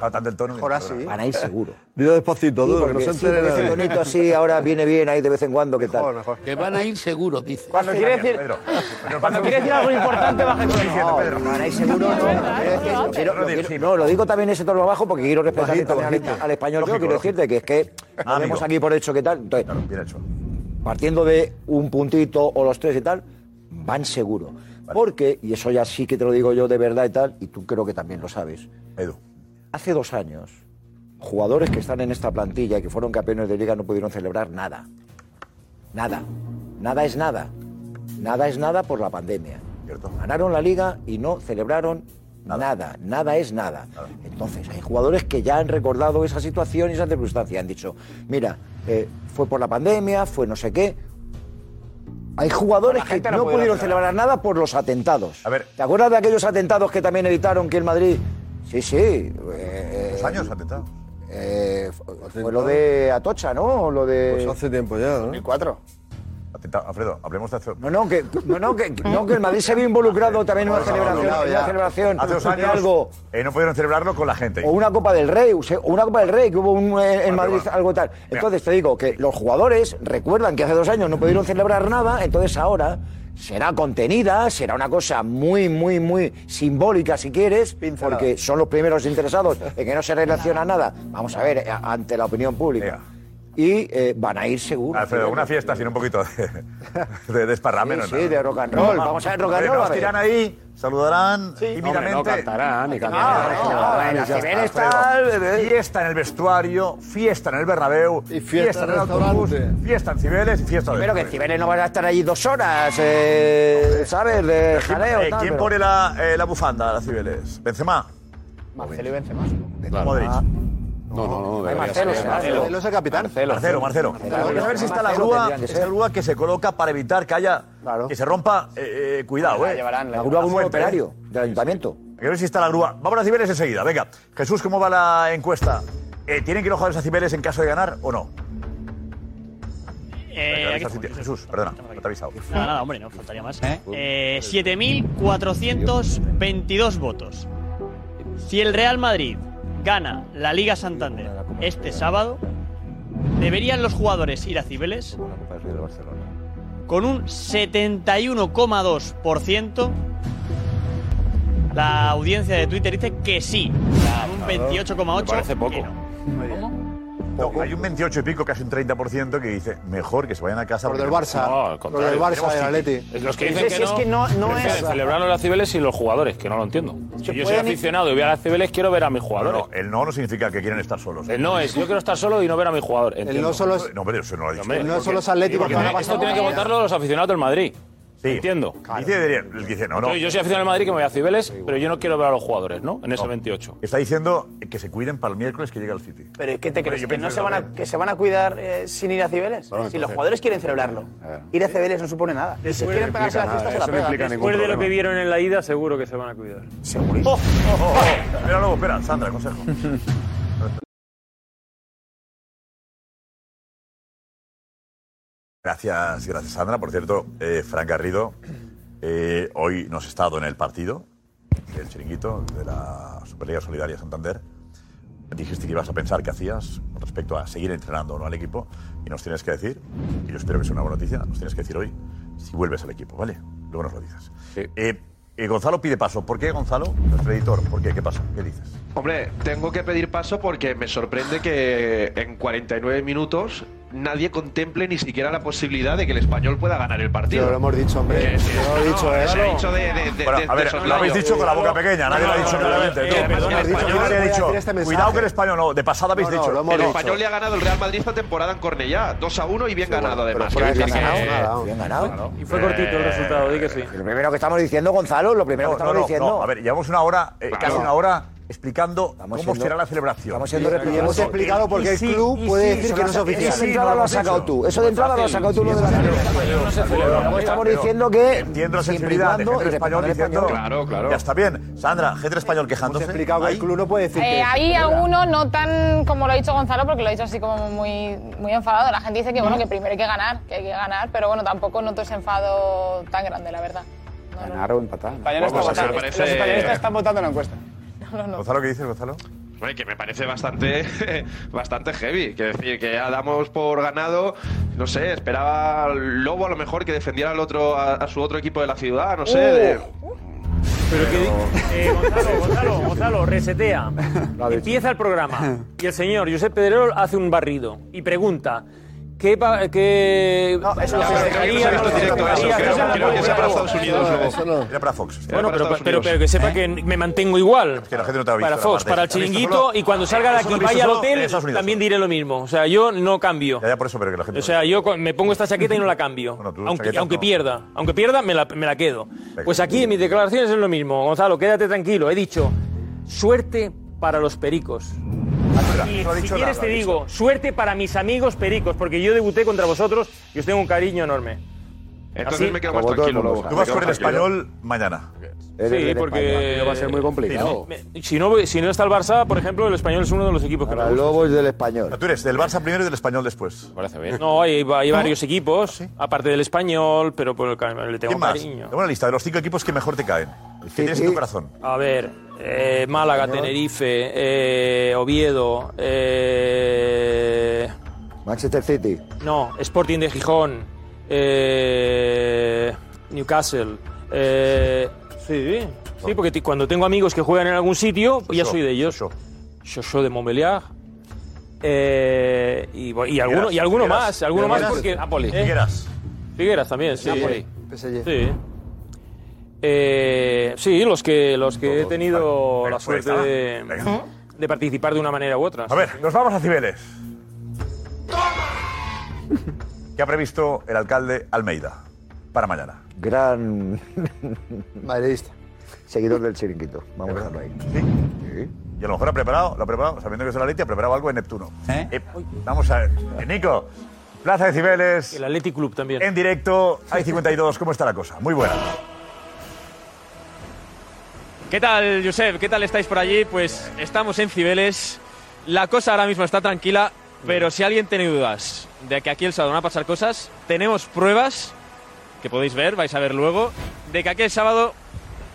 I: Bastante el tono. Ahora sí.
G: Van a ir seguro.
V: Dilo despacito,
G: Sí,
V: duro, que
G: porque
V: no se
G: sí,
V: entere
G: porque ese
V: nadie.
G: tonito así ahora viene bien ahí de vez en cuando, ¿qué tal?
P: Que van a ir seguros, dice.
G: Cuando quiere decir-
P: cuando quiere decir algo importante, baja el
G: No, van a ir seguro, no. Quiero- quiero- lo quiero- No, lo digo también ese tono abajo porque quiero respetar Bajito, también al- bajito. al español. Yo Lógico, quiero lógico. decirte que es que nos vemos aquí por hecho, ¿qué tal? Entonces, partiendo de un puntito o los tres y tal, van seguro. Porque, y eso ya sí que te lo digo yo de verdad y tal, y tú creo que también lo sabes.
I: Edu.
G: Hace dos años, jugadores que están en esta plantilla y que fueron campeones de liga no pudieron celebrar nada. Nada. Nada es nada. Nada es nada por la pandemia. Ganaron la liga y no celebraron nada. Nada, es nada. Entonces, eh, hay jugadores que ya han recordado esa situación y esa circunstancia. Han dicho, mira, eh, fue por la pandemia, fue no sé qué. Hay jugadores que gente no, no pudieron pudieron celebrar nada por los atentados. ¿Te acuerdas de aquellos atentados que también evitaron que el Madrid... Sí, sí. ¿Dos
I: años atentados?
G: fue lo de Atocha, ¿no? Lo de...
V: Pues hace tiempo ya, ¿no?
G: 2004.
I: Atentado, Alfredo, hablemos de hace...
G: No, no, que, no, no, que, no, que el Madrid se vio involucrado también en una celebración, en una celebración
I: Hace dos
G: de
I: años
G: algo, Oh.
I: eh, no pudieron celebrarlo con la gente.
G: o una Copa del Rey, o sea, o una Copa del Rey, que hubo un, eh, en Madrid algo tal. Entonces te digo que los jugadores recuerdan que hace dos años no
I: Mm.
G: pudieron celebrar nada, entonces ahora será contenida, será una cosa muy, muy, muy simbólica si quieres, porque son los primeros interesados en que no se relaciona nada, vamos a ver, eh, ante la opinión pública. Y eh, van a ir seguros.
I: Alfredo, una fiesta, sino un poquito de, de desparrame.
G: Sí,
I: ¿no?
G: sí, de rock and roll. Vamos a ver rock and
I: Hombre,
G: roll,
I: nos
G: a ver.
I: tiran ahí, saludarán y tímidamente. Ah,
G: Hombre, no
I: cantarán, ni
G: cantarán, ni saludarán, y ya está,
I: Fiesta en el vestuario, fiesta en el Bernabéu, y
G: fiesta en el
I: fiesta en Cibeles, fiesta en
G: Primero que Cibeles no van a estar allí dos horas, eh, ¿sabes? De
I: ¿Quién,
G: jaleo.
I: eh,
G: tal,
I: ¿quién
G: pero-
I: pone la, eh, la bufanda a la Cibeles? ¿Benzema?
R: Marcelo y Benzema.
I: Modric.
C: No, no, no.
I: Ah, Marcelo, Marcelo.
V: Marcelo es el capitán.
I: Marcelo, Marcelo. Hay que ver si está la
G: Marcelo
I: grúa,
G: tendrían que ser.
I: esa grúa que se coloca para evitar que haya, que se rompa, eh, eh, cuidado,
G: La
I: eh.
G: llevarán, la La grúa llevarán. como un
I: fuente,
G: operario
I: eh.
G: del ayuntamiento.
I: Hay que ver si está la grúa. Vamos a Cibeles enseguida, venga. Jesús, ¿cómo va la encuesta? Eh, ¿Tienen que ir los jugadores a Cibeles en caso de ganar o no?
A: Eh, aquí-
I: Jesús, perdona, no te he avisado.
A: Nada, nada, hombre, no faltaría más. Eh, 7.422 votos. Si el Real Madrid gana la Liga Santander este sábado, deberían los jugadores ir a Cibeles con un 71,2%. La audiencia de Twitter dice que sí, con un 28,8%.
I: Me parece poco.
A: que no.
I: No, hay un 28 y pico, casi un 30% que dice mejor que se vayan a casa.
V: Por
I: porque
V: del
I: no-
V: Barça. No, al contrario. Por del Barça,
I: Tenemos
V: del
I: City.
V: Atleti.
Q: Es los que
V: Pero
Q: dicen
V: si
Q: que
V: es
Q: no,
V: que no- no
Q: prefieren
V: es-
Q: celebrarlo los Cibeles y los jugadores, que no lo entiendo. Si yo soy
V: pueden-
Q: aficionado y voy a las Cibeles, quiero ver a mis jugadores.
I: No, el no no significa que quieren estar solos. ¿eh?
Q: El no es, yo quiero estar solo y no ver a mi jugador. El
I: no solo es- No, pero eso no lo he dicho.
V: El no solo es Atlético, que van a
Q: Esto
V: pasar
Q: tiene que
V: mañana.
Q: votarlo los aficionados del Madrid.
I: Sí.
Q: Entiendo.
I: Dice, debería- el que dice no, no.
Q: Yo, yo soy aficionado del Madrid que me voy a Cibeles, pero yo no quiero ver a los jugadores, ¿no? En ese 28.
I: Está diciendo que se cuiden para el miércoles que llega el City.
R: Pero es que te crees
I: yo
R: que
I: pienso
R: no
I: que
R: se van
I: lo
R: a, que se van a cuidar eh, sin ir a Cibeles.
I: Bueno,
R: si
I: entonces-
R: los jugadores quieren celebrarlo, ir a Cibeles no supone nada. Y si quieren pegarse la fiesta, se la pegan.
B: Después de lo que vieron en la ida, seguro que se van a cuidar.
I: Segurísimo. Oh, oh, oh, oh. Espera luego, espera, Sandra, consejo. Gracias, gracias Sandra. Por cierto, eh, Fran Garrido, Eh, hoy no has estado en el partido del chiringuito de la Superliga Solidaria Santander. Dijiste que ibas a pensar qué hacías con respecto a seguir entrenando o no al equipo. Y nos tienes que decir, y yo espero que sea una buena noticia, nos tienes que decir hoy si vuelves al equipo, ¿vale? Luego nos lo dices. Eh, eh, Gonzalo pide paso. ¿Por qué, Gonzalo? Nuestro editor. ¿Por qué? ¿Qué pasa? ¿Qué dices?
D: Hombre, tengo que pedir paso porque me sorprende que en 49 minutos nadie contemple ni siquiera la posibilidad de que el español pueda ganar el partido.
A: Yo lo hemos dicho, hombre.
D: Que sí,
A: Yo lo he
D: no,
A: dicho, ¿eh?
D: Se ha dicho de, de-
I: Bueno,
D: de- de-
I: a
D: de
I: ver, lo
D: soslayo.
I: habéis dicho con la boca pequeña, nadie lo ha dicho claramente.
D: eh,
I: No, perdón, el español nadie ha dicho. Cuidado que el español no, de pasada habéis dicho.
D: el español le ha ganado el Real Madrid esta temporada en Cornellá, 2 a 1 y bien ganado además.
G: por
D: Quiero
G: ahí
D: decir
G: bien
D: que-
G: ganado, bien ganado. Eh,
D: Y fue cortito el resultado,
I: di que sí.
G: Lo primero que estamos diciendo, Gonzalo, lo primero que estamos diciendo.
I: A ver, llevamos una hora, eh,
G: Claro.
I: casi una hora, explicando cómo
G: siendo-
I: será la celebración.
G: estamos siendo repetitivos. Hemos explicado por qué el club puede decir que no es oficial. Eso de entrada lo has sacado tú. Eso de entrada lo has sacado tú, lo de la
I: Pero
G: Estamos diciendo que.
I: Entiendo la
G: siempre y
I: sensibilidad de
G: cuando
I: gente
G: el
I: español diciendo.
G: español-
I: Ya está bien. Sandra, gente español quejándose. explicado que el club
A: no puede decir
E: Eh, hay a uno no tan como lo ha dicho Gonzalo, porque lo ha dicho así como muy, muy enfadado. La gente dice que bueno, que primero hay que ganar, que hay que ganar, pero bueno, tampoco noto ese enfado tan grande, la verdad.
G: Ganar o empatar.
D: Español está Vamos, o sea, votando. parece- Los españolistas están votando en la encuesta.
I: Gonzalo, ¿qué dices, Gonzalo?
D: Hombre, que me parece bastante, bastante heavy. Que decir, que ya damos por ganado, no sé, esperaba al Lobo a lo mejor que defendiera al otro, a, a su otro equipo de la ciudad, no sé.
W: Uh.
D: de-
W: Pero que, eh, Gonzalo, Gonzalo, Gonzalo, resetea. Empieza el programa y el señor Josep Pedrerol hace un barrido y pregunta. ¿Qué, pa- qué
D: eso no se
W: dejaría,
D: hace. Creo que no se ha visto
W: dejaría,
D: directo eso,
W: qué
D: creo-
W: se Eh, habla
D: creo que
W: por
D: se ha
W: huevo?
D: pasado Estados Unidos, luego.
I: Eso no. Era para Fox. Era
W: Bueno,
I: para
W: pero,
I: Estados
W: pero,
I: Unidos. ¿Eh?
W: pero que sepa que me mantengo igual.
I: Que la gente no te ha visto.
W: Para
I: la
W: Fox,
I: parte.
W: para el
I: Te ha visto
W: chiringuito
I: solo-
W: y cuando salga de
I: Eso lo
W: aquí
I: he visto
W: vaya al
I: solo en
W: hotel
I: Estados Unidos.
W: también diré lo mismo. O sea, yo no cambio.
I: Ya, ya, por eso, pero que la gente.
W: O sea, yo con- me pongo esta chaqueta y no la cambio.
I: tú
W: aunque,
I: chaqueta
W: aunque
I: no.
W: pierda, aunque pierda, me la, me la quedo. Pues aquí en mis declaraciones es lo mismo. Gonzalo, quédate tranquilo. He dicho, suerte para los pericos. Y
I: no ha
W: si
I: dicho
W: quieres
I: nada,
W: te
I: ha dicho.
W: digo, suerte para mis amigos pericos, porque yo debuté contra vosotros y os tengo un cariño enorme.
D: Entonces
W: Así-
D: me quedo más tranquilo, Lobo.
I: Tú vas
D: Me
I: con
D: quedo
I: el
D: más tranquilo.
I: español mañana.
W: Sí, porque
A: Va a ser muy complicado.
W: Sí, me- Si no, si no está el Barça, por ejemplo, el español es uno de los equipos que me gusta.
A: Lobo es del español.
I: Tú eres del Barça primero y del español después.
Y: Parece bien. Ah,
W: No, hay, hay varios equipos, aparte del español, pero por el que le tengo
I: ¿Quién más?
W: cariño.
I: Tengo una lista de los cinco equipos que mejor te caen. ¿Qué tienes en tu corazón?
W: A ver, eh, Málaga, Tenerife, eh, Oviedo, eh,
G: Manchester City.
W: no, Sporting de Gijón, eh, Newcastle. eh, sí, sí, porque ti- cuando tengo amigos que juegan en algún sitio, pues ya soy de ellos. Yo soy de Montbéliar. eh, y, bo- y alguno, y alguno
Y: Figueras.
W: más, alguno más
Y: Figueras.
W: porque
Y: Napoli.
W: ¿eh?
Y: Figueras.
W: Figueras también, sí.
Y: Napoli.
W: Sí. Eh, sí, los que, los que he tenido la suerte de,
F: ¿Mm?
W: de participar de una manera u otra.
I: A ver, nos vamos a Cibeles. ¿Qué ha previsto el alcalde Almeida para mañana?
G: Gran. Madridista. Seguidor del chiringuito. Vamos a dejarlo ahí.
I: Y a lo mejor ha preparado, lo ha preparado, sabiendo que es el Atleti, ha preparado algo en Neptuno. Eh, vamos a ver. Eh, Nico, Plaza de Cibeles. El
W: Atleti Club también.
I: En directo, hay 52. ¿Cómo está la cosa? Muy buena.
F: ¿Qué tal, Josep? ¿Qué tal estáis por allí? Pues estamos en Cibeles. La cosa ahora mismo está tranquila, pero si alguien tiene dudas de que aquí el sábado van a pasar cosas, tenemos pruebas que podéis ver, vais a ver luego, de que aquí el sábado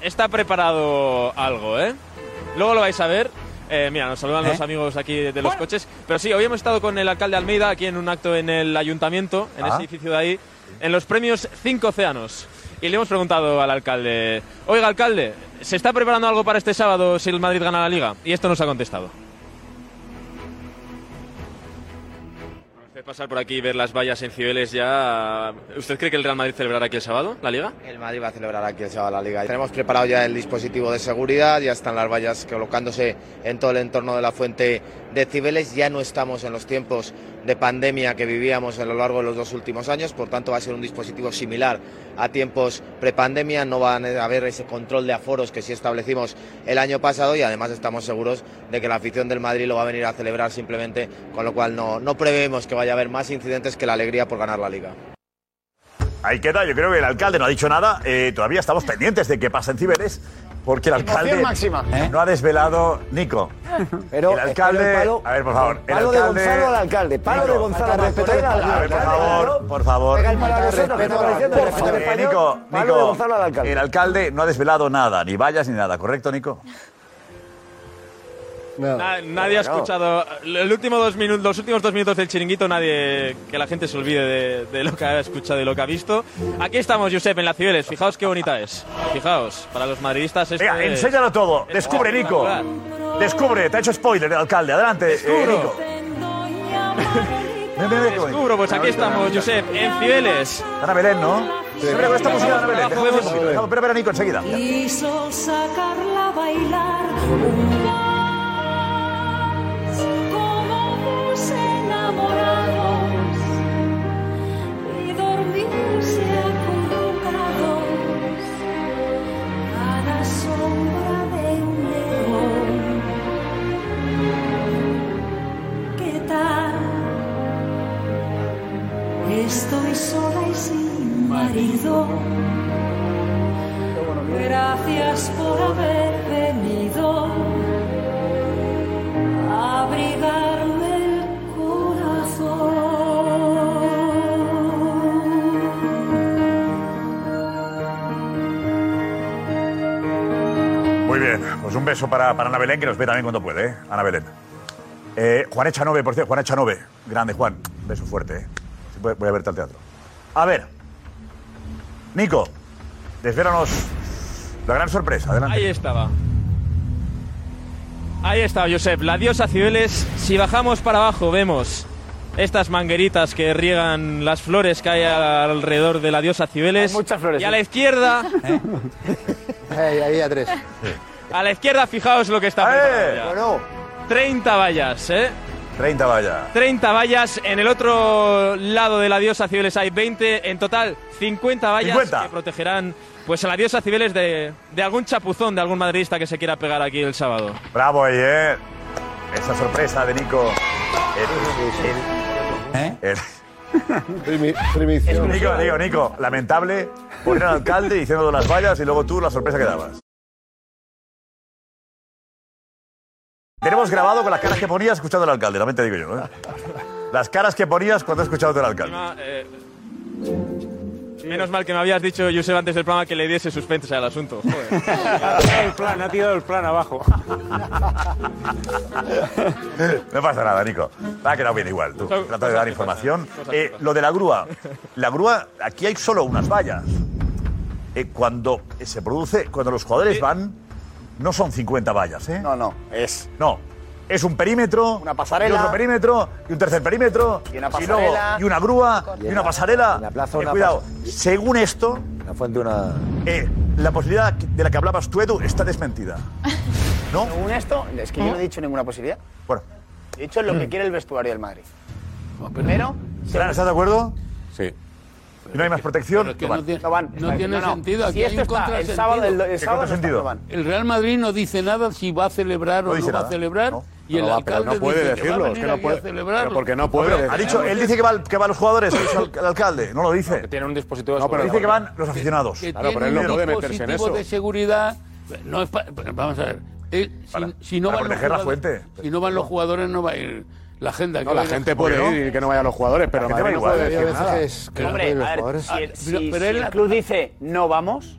F: está preparado algo, ¿eh? Luego lo vais a ver. Eh, mira, nos saludan los amigos aquí de, de los coches. Pero sí, hoy hemos estado con el alcalde Almeida aquí en un acto en el ayuntamiento, en
J: Ah.
F: ese edificio de ahí, en los premios Cinco Océanos. Y le hemos preguntado al alcalde, oiga alcalde, ¿se está preparando algo para este sábado si el Madrid gana la liga? Y esto nos ha contestado. Usted pasar por aquí y ver las vallas en Cibeles ya... ¿Usted cree que el Real Madrid celebrará aquí el sábado, la liga?
J: El Madrid va a celebrar aquí el sábado la liga. Tenemos preparado ya el dispositivo de seguridad, ya están las vallas colocándose en todo el entorno de la fuente de Cibeles. Ya no estamos en los tiempos de pandemia que vivíamos a lo largo de los dos últimos años, por tanto va a ser un dispositivo similar a tiempos prepandemia. No van a haber ese control de aforos que sí establecimos el año pasado y además estamos seguros de que la afición del Madrid lo va a venir a celebrar simplemente, con lo cual no, no prevemos que vaya a haber más incidentes que la alegría por ganar la liga.
I: Ahí queda, yo creo que el alcalde no ha dicho nada. eh, todavía estamos pendientes de qué pasa en Cibeles. Porque el
R: Emoción
I: alcalde
R: máxima.
I: no ha desvelado Nico.
R: ¿Eh?
G: eh,
R: Pero-
I: el alcalde,
R: pero el palo-
I: a ver, por favor, el
R: palo de
I: alcalde,
R: Gonzalo al
I: alcalde,
R: palo de Gonzalo
I: al respeto A ver, por favor, por favor.
R: Pega el palo a nosotros, que estamos diciendo,
I: Por
R: respeto al
I: favor. Eh,
R: español,
I: Nico,
R: palo
I: Nico,
R: de Gonzalo al alcalde.
I: el alcalde no ha desvelado nada, ni vallas ni nada, ¿correcto, Nico?
F: Na- nadie ha
I: Claro.
F: escuchado. eh, El último dos minutos, los últimos dos minutos del chiringuito, nadie. Que la gente se olvide de, de lo que ha escuchado y lo que ha visto. Aquí estamos, Josep, en la Cibeles. Fijaos qué bonita es. Fijaos, para los madridistas. Esto
I: Venga,
F: es-
I: enséñalo todo.
F: es
I: Descubre, Nico.
F: espectacular.
I: Descubre, te ha hecho spoiler el alcalde. Adelante, eh,
F: Descubro.
I: Nico. Ven, ven, ven, qué bonito.
F: Descubro, pues aquí estamos, Josep, en Cibeles.
I: Ana Belén, ¿no? Espera, con esta música de Ana Belén.
F: Abajo
I: déjame
F: vemos-
I: un poquito, déjame- Espera, espera, Nico, enseguida.
K: Quiso sacarla a bailar un vals como dos enamorados y dormirse acurrucados a la sombra de un león. ¿Qué tal? Estoy sola y sin marido. Gracias por haber venido a abrigarme el corazón.
I: Muy bien, pues un beso para, para Ana Belén, que nos ve también cuando puede, ¿eh? Ana Belén. Eh, Juan Echanove, por cierto, Juan Echanove. Grande, Juan. Beso fuerte. ¿eh? Si puede- Voy a verte al teatro. A ver. Nico, desvélanos la gran sorpresa. Adelante.
F: Ahí estaba. Ahí está, Josep. La diosa Cibeles. Si bajamos para abajo, vemos estas mangueritas que riegan las flores que hay alrededor de la diosa Cibeles. muchas flores. Y a la izquierda,
S: Ahí, ahí a tres.
F: a la izquierda, fijaos lo que está preparado ya. 30 vallas, ¿eh?
I: 30 vallas.
F: 30 vallas. En el otro lado de la diosa Cibeles hay 20. En total, 50 vallas
I: 50.
F: que protegerán pues, a la diosa Cibeles de, de algún chapuzón, de algún madridista que se quiera pegar aquí el sábado.
I: Bravo ahí, ¿eh? Esa sorpresa de Nico. El- el- el- Nico, digo, Nico, lamentable poner al alcalde diciendo las vallas y luego tú la sorpresa que dabas. Tenemos grabado con las caras que ponías escuchando al alcalde, también te digo yo. ¿eh? Las caras que ponías cuando has escuchado tú al alcalde.
F: Encima, eh, Menos mal que me habías dicho, Josep, antes del programa que le diese suspense al asunto.
W: el plan, ha tirado el plan abajo.
I: No pasa nada, Nico. Va a quedar bien igual. Tú trata de dar información. Eh, lo de la grúa. La grúa, aquí hay solo unas vallas. Eh, cuando se produce, cuando los jugadores van, no son 50 vallas, ¿eh? No, no, es. No. Es un perímetro, una
R: pasarela.
I: otro perímetro, y un tercer perímetro,
R: Y una
I: luego-
R: pasarela.
I: y una grúa, y
R: Y en
I: una
R: la-
I: pasarela.
R: en la plaza
I: Eh,
R: una
I: cuidado, según esto, la fuente una. la posibilidad de la que hablabas tú, Edu, está desmentida. ¿No?
R: Según esto, es que yo no he dicho ninguna posibilidad.
I: Bueno.
R: He dicho lo que quiere el vestuario del Madrid. Primero,
I: Claro, ¿Estás de acuerdo?
C: Sí.
I: No hay más protección.
P: que no tiene-
R: no van.
P: No tiene sentido. Aquí
R: si
P: hay
R: esto está
P: un
R: el
P: contrasentido.
R: sábado, el, el sábado no está, no van.
P: El Real Madrid no dice nada si va a celebrar o no
I: dice
P: va a
I: nada,
P: celebrar. Y
I: No
P: el
I: lo va, pero
P: alcalde
I: no puede
P: dice
I: decirlo, es
P: que
I: que
P: va a venir
I: no
P: aquí
I: puede.
P: a celebrarlo.
I: Ha dicho, él dice que va, que va a los jugadores, ha dicho el, el alcalde. No lo dice. Que
W: tiene un dispositivo
I: No, pero dice que van los aficionados.
P: que tiene un dispositivo de seguridad. No es pa- pero vamos a ver. eh, si, si no
I: para
P: van los
I: proteger la
P: jugadores- Si no van los jugadores, no va a ir la agenda. que
C: No, la
P: vaya.
C: gente puede ir y que no vayan los jugadores, pero
P: gente
C: Madrid
P: va
C: no puede
P: igual,
C: decir
P: ¿eh?
C: nada.
P: A veces que
R: Hombre, a ver,
P: jugadores.
R: si, el- si-
P: Pero- pero
R: si
P: él
R: el
P: la-
R: club dice no vamos,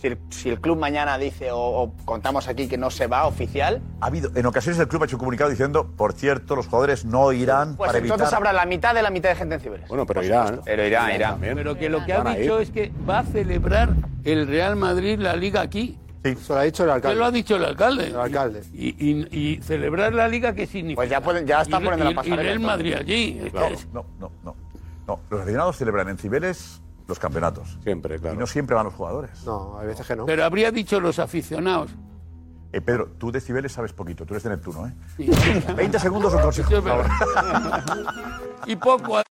R: si el, si el club mañana dice o, o contamos aquí que no se va oficial,
I: Ha habido, en ocasiones el club ha hecho un comunicado diciendo, por cierto, los jugadores no irán
R: pues
I: para
R: entonces
I: evitar.
R: habrá la mitad de la mitad de gente en Cibeles.
I: Bueno, pero irán.
R: Pero irán, irán.
P: Pero que lo que ha
R: Van a ir.
P: dicho es que va a celebrar el Real Madrid la liga aquí.
S: Eso lo ha dicho el
P: ¿Qué
S: alcalde.
P: lo ha dicho el alcalde?
S: El alcalde.
P: Y, y- y celebrar la liga, ¿qué significa? Pues
R: ya, ya
I: están poniendo la pasarela,
P: Y el Madrid
I: entonces.
P: allí. Es
I: Claro,
P: que-
I: no, no, no, no. Los aficionados celebran en Cibeles los campeonatos. Siempre, claro. Y no siempre van los jugadores.
S: No, hay veces que no.
P: Pero habría dicho los aficionados.
I: Eh, Pedro, tú de Cibeles sabes poquito, tú eres de Neptuno, ¿eh? 20 segundos un consejo. por favor.
P: Y poco.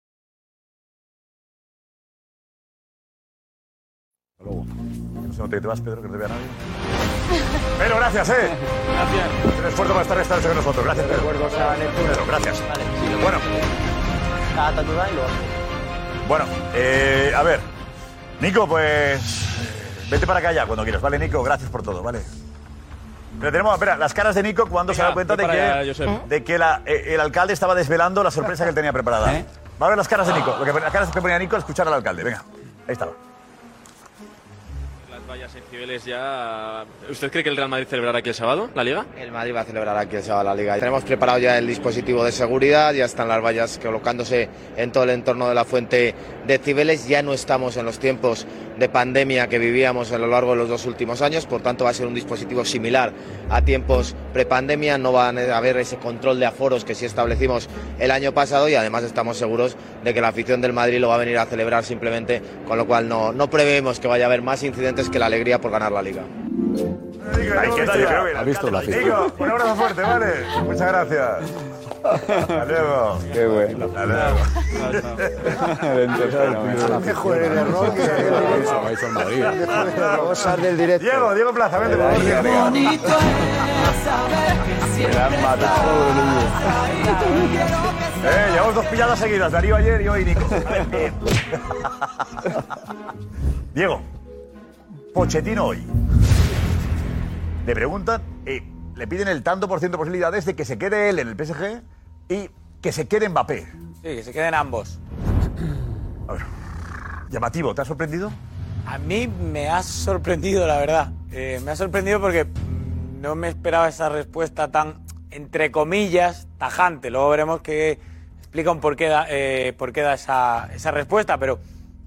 I: No sé dónde te vas, Pedro, que no te vea nadie. Pero gracias, ¿eh? Gracias. Un esfuerzo para estar esta noche con nosotros. Gracias, Pedro. Pedro, gracias. Bueno. Bueno, eh, a ver. Nico, pues. eh, Vete para acá ya cuando quieras, ¿vale, Nico? Gracias por todo, ¿vale? Pero tenemos, espera, las caras de Nico cuando se da cuenta de
Q: prepara
I: que,
Q: ya, Josep.
I: de que la- eh, el alcalde estaba desvelando la sorpresa que él tenía preparada. Va a ver las caras de Nico, lo que, las caras que ponía Nico al escuchar al alcalde. Venga, ahí estaba.
F: Las vallas en Cibeles ya. ¿Usted cree que el Real Madrid celebrará aquí el sábado la Liga?
J: El Madrid va a celebrar aquí el sábado la Liga. Tenemos preparado ya el dispositivo de seguridad, ya están las vallas colocándose en todo el entorno de la fuente de Cibeles. Ya no estamos en los tiempos de pandemia que vivíamos a lo largo de los dos últimos años, por tanto va a ser un dispositivo similar a tiempos prepandemia. No van a haber ese control de aforos que sí establecimos el año pasado y además estamos seguros de que la afición del Madrid lo va a venir a celebrar simplemente, con lo cual no, no prevemos que vaya a haber más incidentes que la alegría por ganar la Liga.
I: Ha
G: visto la
I: Nico, un abrazo fuerte, ¿vale? Muchas gracias. Hasta luego.
G: Qué bueno.
I: Hasta luego.
G: Cosas del directo.
I: Diego, Diego Plaza, vente por favor.
K: Bonito es saber que siempre
I: Eh, llevamos dos pilladas seguidas, Darío ayer y hoy Nico. A ver, bien. Diego, Pochettino hoy. Le preguntan, eh, le piden el tanto por ciento de posibilidades de que se quede él en el PSG y que se quede Mbappé.
L: Sí, que se queden ambos.
I: Llamativo, ¿te ha sorprendido?
L: A mí me ha sorprendido, la verdad. Eh, me ha sorprendido porque mm, no me esperaba esa respuesta tan, entre comillas, tajante. Luego veremos que explican por qué da, eh, por qué da esa, esa respuesta, pero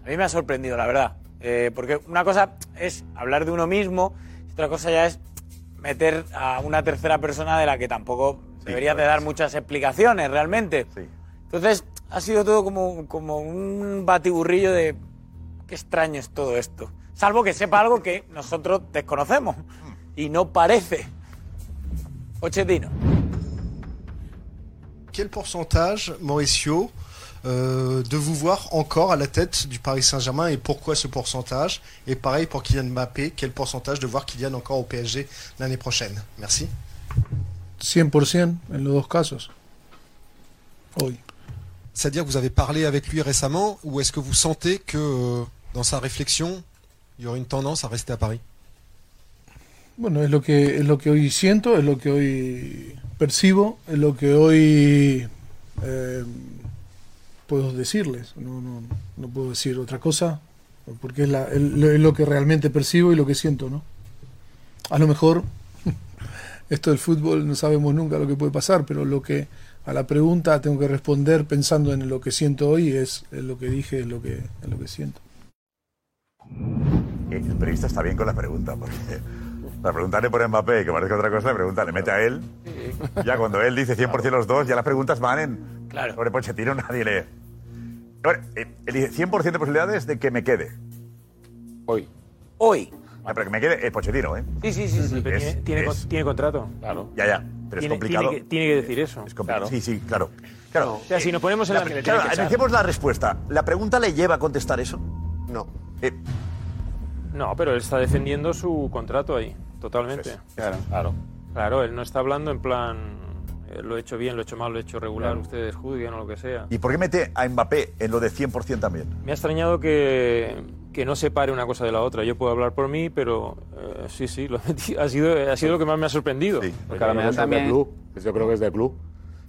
L: a mí me ha sorprendido, la verdad. Eh, porque una cosa es hablar de uno mismo y otra cosa ya es meter a una tercera persona de la que tampoco deberías de dar muchas explicaciones realmente. Entonces ha sido todo como, como un batiburrillo de qué extraño es todo esto. Salvo que sepa algo que nosotros desconocemos
I: Mm.
L: y no parece. Pochettino.
M: Quel pourcentage, Mauricio, euh, de vous voir encore à la tête du Paris Saint-Germain et pourquoi ce pourcentage Et pareil pour Kylian Mbappé, quel pourcentage de voir Kylian encore au PSG l'année prochaine Merci.
N: 100% en los dos casos. Hoy.
M: C'est-à-dire que vous avez parlé avec lui récemment ou est-ce que vous sentez que euh, dans sa réflexion, il y aurait une tendance à rester à Paris
N: Bueno, es lo que es lo que hoy siento, es lo que hoy percibo, es lo que hoy eh, puedo decirles. No, no, no puedo decir otra cosa, porque es, la- es lo- es lo que realmente percibo y lo que siento, ¿no? A lo mejor esto del fútbol no sabemos nunca lo que puede pasar, pero lo que a la pregunta tengo que responder pensando en lo que siento hoy es, es lo que dije, es lo que, es lo que siento.
I: Eh, El periodista está bien con la pregunta, porque la preguntarle por Mbappé, que parece otra cosa, la pregunta le mete a él. Ya cuando él dice 100% los dos, ya las preguntas van en. Claro. Sobre Pochettino nadie lee. Ahora, eh, él dice 100% de posibilidades de que me quede. Hoy.
L: Hoy.
I: pero que me quede es Pochettino, ¿eh?
L: Sí, sí, sí. sí.
I: Es-
W: tiene,
I: es-
W: con- tiene contrato. Claro.
I: Ya, ya. Pero es
W: Tiene-
I: complicado.
W: tiene que- tiene que decir eso.
I: Es complicado.
W: Claro.
I: Sí, sí, claro. claro.
W: O sea, si nos ponemos en la-
I: pre-
W: tiene que
I: claro,
W: echar.
I: analicemos la respuesta. ¿La pregunta le lleva a contestar eso?
M: No.
I: Eh.
W: No, pero él está defendiendo su contrato ahí, totalmente.
I: Claro.
W: Claro. Claro, él no está hablando en plan, eh, lo he hecho bien, lo he hecho mal, lo he hecho regular,
I: Claro.
W: ustedes juzguen o lo que sea.
I: ¿Y por qué mete a Mbappé en lo de 100% también?
W: Me ha extrañado que, que no separe una cosa de la otra. Yo puedo hablar por mí, pero eh, sí, sí, lo he metido. ha sido, ha sido lo que más me ha sorprendido.
C: Porque a lo mejor es del club, pues yo creo que es del club.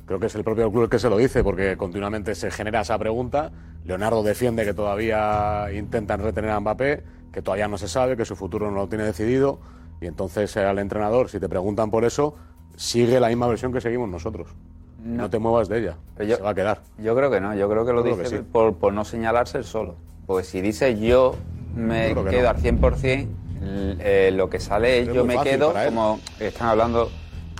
C: Creo que es el propio club el que se lo dice, porque continuamente se genera esa pregunta. Leonardo defiende que todavía intentan retener a Mbappé, que todavía no se sabe, que su futuro no lo tiene decidido. Y entonces eh, al entrenador, si te preguntan por eso, sigue la misma versión que seguimos nosotros. No, te muevas de ella, se va a quedar.
O: Yo creo que no, yo creo que lo
C: Yo creo que
O: dice
C: sí.
O: por, por no señalarse el solo. Porque si dice yo me
C: Yo creo que
O: quedo
C: no.
O: al 100%, l- eh, lo que sale es
C: Es
O: yo
C: muy
O: me
C: fácil
O: quedo,
C: para él.
O: como están hablando,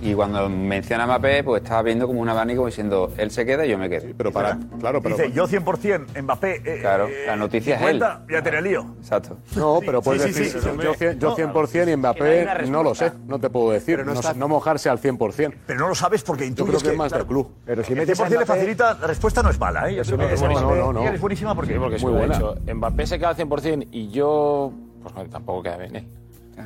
O: y cuando menciona Mbappé, pues está viendo como un abanico diciendo él se queda y yo me quedo. pero
I: para-
O: claro,
I: Dice, yo 100% Mbappé. eh,
O: Claro,
I: eh,
O: la noticia es él.
I: 50, Ya tenía lío.
O: Exacto.
C: No, pero
I: sí,
C: puedes
I: sí,
C: decir,
I: sí, sí,
C: yo- yo,
I: hombre.
C: cien- yo
I: No,
C: 100% y
I: que no hay
C: Mbappé
I: una
C: no lo sé,
I: respuesta.
C: no te puedo decir,
I: Pero no
C: no,
I: está-
C: no mojarse al 100%.
I: Pero no lo sabes porque
C: Yo
I: intuyes
C: creo que es
I: que,
C: más
I: claro,
C: del club. Pero
I: el 100%
Q: Eh,
I: le facilita, la respuesta no es mala, ¿eh? Yo creo que es buenísima. Mira, Es buenísima porque,
Q: Sí, porque si
I: muy
Q: hubiera
I: buena.
Q: dicho, Mbappé se queda al 100% y yo, pues no, tampoco queda bien, ¿eh?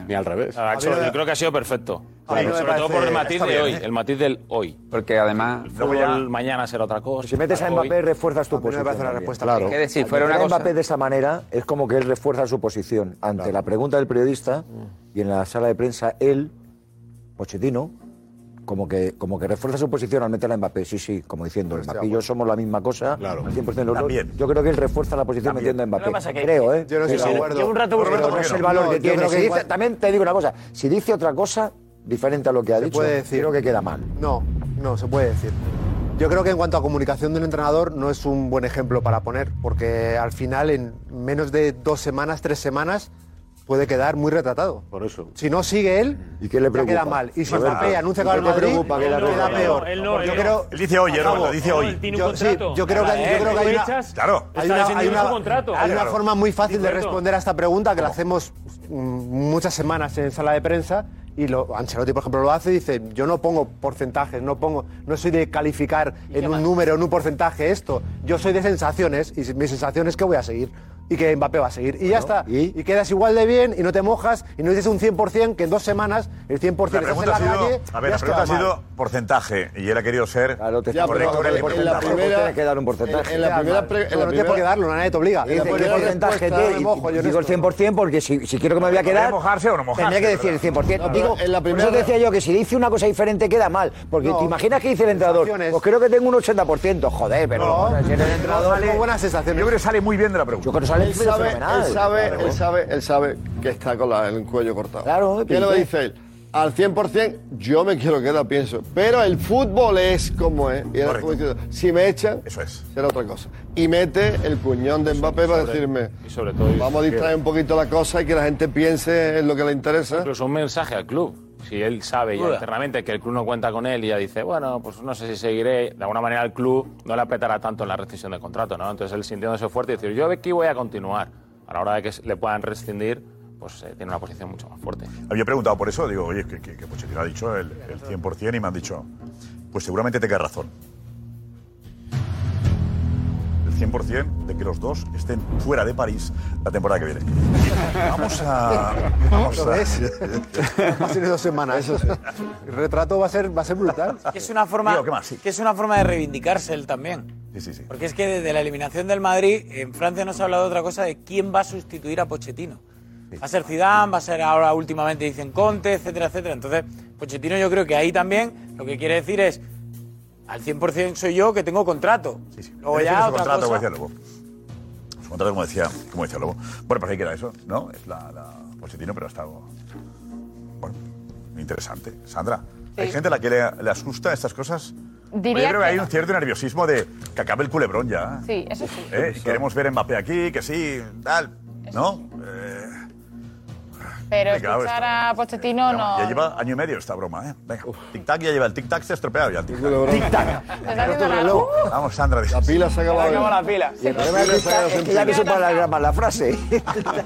C: Ni al revés.
Q: Ha hecho-
C: A ver,
Q: yo creo que ha sido perfecto.
C: A mí no me
Q: sobre todo
C: parece-
Q: por el matiz
C: está
Q: de
C: bien,
Q: hoy,
C: ¿eh?
Q: el matiz del hoy.
O: Porque además...
Q: Luego
O: Luego
Q: ya
O: ya-
Q: mañana será otra cosa.
G: Si metes a
Q: Hoy-
G: Mbappé, refuerzas tu posición. también. Claro. Es que si Al fuera una meter a cosa- Mbappé de esa manera, es como que él refuerza su posición ante la pregunta del periodista y en la sala de prensa él Pochettino, como que, como que refuerza su posición al meter a Mbappé. Sí, sí, como diciendo,
R: Pues
G: el Mbappé y yo somos la misma cosa. Claro. 100% los dos. Yo creo que él refuerza la posición metiendo a Mbappé.
R: Lo que pasa es que-
G: creo, ¿eh?
R: Yo no estoy
G: Pero-
R: de acuerdo. Llevo un rato
G: Pero
R: buscando
G: no es
R: por qué
G: el
R: no.
G: valor
R: No,
G: que
R: yo
G: tiene.
R: creo
G: Si
R: que
G: dice-
R: igual-
G: También te digo una cosa. Si dice otra cosa diferente a lo que ha
S: Se
G: dicho,
S: puede decir.
G: creo que queda mal.
S: No, no, se puede decir. Yo creo que en cuanto a comunicación de un entrenador no es un buen ejemplo para poner, porque al final en menos de dos semanas, tres semanas, puede quedar muy retratado.
G: Por eso.
S: Si no sigue él,
G: ¿Y qué le
S: ya
G: preocupa?
S: queda mal. Y si
G: Roberto,
S: Mbappé anuncia que va
G: ¿y
S: al
G: qué te
S: Madrid,
G: preocupa que la-
S: queda
G: no,
S: peor.
G: él no,
S: yo
G: él
S: creo,
G: no. Él dice hoy,
S: Acabo.
G: Roberto, dice hoy.
S: Yo-
G: Tiene un
S: sí,
G: contrato.
S: yo creo que,
G: Claro,
S: yo creo que hay una,
G: aprovechas, claro.
S: hay
G: está
S: una, hay
G: defendiendo
S: una-
G: su contrato.
S: hay una
G: Claro.
S: forma muy fácil de
G: Roberto.
S: responder a esta pregunta que la hacemos mm, muchas semanas en sala de prensa y lo, Ancelotti, por ejemplo, lo hace y dice, yo no pongo porcentajes, no pongo, no soy de calificar en un número, en un porcentaje esto, yo soy de sensaciones y si- mis sensaciones que voy a seguir y que Mbappé va a seguir. Y ya está, ¿Y? quedas igual de bien y no te mojas y no dices un 100% que en dos semanas el 100% que
I: La
S: estás en
I: pregunta
S: la
I: ha sido,
S: calle...
I: a
S: ya
I: ver, la
S: has
I: pregunta ha
S: quedado mal.
I: sido porcentaje y él ha querido ser
S: Ya, pero
I: correcto con el
S: en la
I: porcentaje.
S: primera-
I: Tienes que dar un
S: En la primera... pre- en la
G: Bueno, no tiene por qué
S: primera-
G: darlo,
S: nadie te obliga.
G: Dice, ¿qué porcentaje
S: respuesta
G: tiene?
S: me mojo, yo
G: Y
S: en
G: Digo el 100% porque si, si quiero que me voy a
S: Podría
G: quedar.
S: mojarse o no mojarse,
G: Tendría que decir
S: ¿verdad?
G: el 100%.
S: No, pero
G: Digo,
S: en la
G: por
S: primera-
G: eso te decía yo que si dice una cosa diferente queda mal. Porque
S: No.
G: te imaginas que dice el entrenador. Pues creo que tengo un 80%. Joder, pero.
S: No.
G: o sea, si eres
S: No,
G: entrenador.
S: sale- buenas sensaciones.
G: Yo creo
I: que sale muy bien de la pregunta.
G: Yo creo que sale
V: él sabe,
G: fenomenal.
V: él sabe,
G: Claro.
V: él sabe, él sabe que está con la- el cuello cortado.
G: Claro,
V: ¿Qué le
G: pinté.
V: dice él? Al 100% yo me quiero quedar, pienso. Pero el fútbol es como es. Y era como diciendo, si me echan, será otra cosa. Y mete el cuñón de Mbappé para decirme,
Q: Y sobre todo.
V: vamos a distraer un poquito la cosa y que la gente piense en lo que le interesa.
Q: Incluso un mensaje al club. Si él sabe ya
V: Duda.
Q: internamente que el club no cuenta con él y ya dice, bueno, pues no sé si seguiré, de alguna manera el club no le apretará tanto en la rescisión de contrato, ¿no? Entonces él sintiéndose fuerte y decir, yo aquí voy a continuar. A la hora de que le puedan rescindir, pues eh, tiene una posición mucho más fuerte.
I: Había preguntado por eso, digo, oye, que, que, que Pochettino ha dicho el, el 100% y me han dicho, pues seguramente tenga razón. El 100% de que los dos estén fuera de París la temporada que viene. Vamos a... Vamos
S: ¿Lo
I: a-
S: ves? Va a ser de dos semanas. El retrato va a ser, va a ser brutal.
I: Ah,
L: Que es una forma,
S: Digo, ¿qué más? Sí.
L: que es una forma de reivindicarse él también.
I: Sí, sí, sí.
L: Porque es que desde la eliminación del Madrid, en Francia no se ha hablado de otra cosa de quién va a sustituir a Pochettino. Va a ser Zidane, va a ser ahora últimamente dicen Conte, etcétera, etcétera. Entonces, Pochettino yo creo que ahí también lo que quiere decir es al 100% soy yo que tengo contrato. Luego
I: Él
L: ya
I: tiene su
L: otra
I: contrato, como
L: cosa-
I: decía Lobo. Su contrato, como decía, como decía Lobo. Bueno, pues ahí queda eso, ¿no? Es la, la Pochettino, pero ha estado. Bueno, interesante. Sandra, hay gente a la que le, le asusta estas cosas. Pero
E: Diría
I: yo creo que
E: que
I: hay
E: no.
I: un cierto nerviosismo de que acabe el culebrón ya.
E: Sí, eso sí.
I: ¿eh? Y Queremos ver a Mbappé aquí, que sí, tal, ¿no? Eh,
E: Pero
I: Venga, ahora
E: escuchar a Pochettino no.
I: ya lleva año y medio esta broma, ¿eh? Venga, tic-tac ya lleva el tic-tac, se ha estropeado ya el tic-tac.
E: Te está haciendo
G: Ah,
E: la-
G: uh.
I: Vamos, Sandra. La
V: pila se ha acabado.
G: Se ha acabado la
V: pila.
G: Y el problema es que- es que ya no se puede alargar más la frase.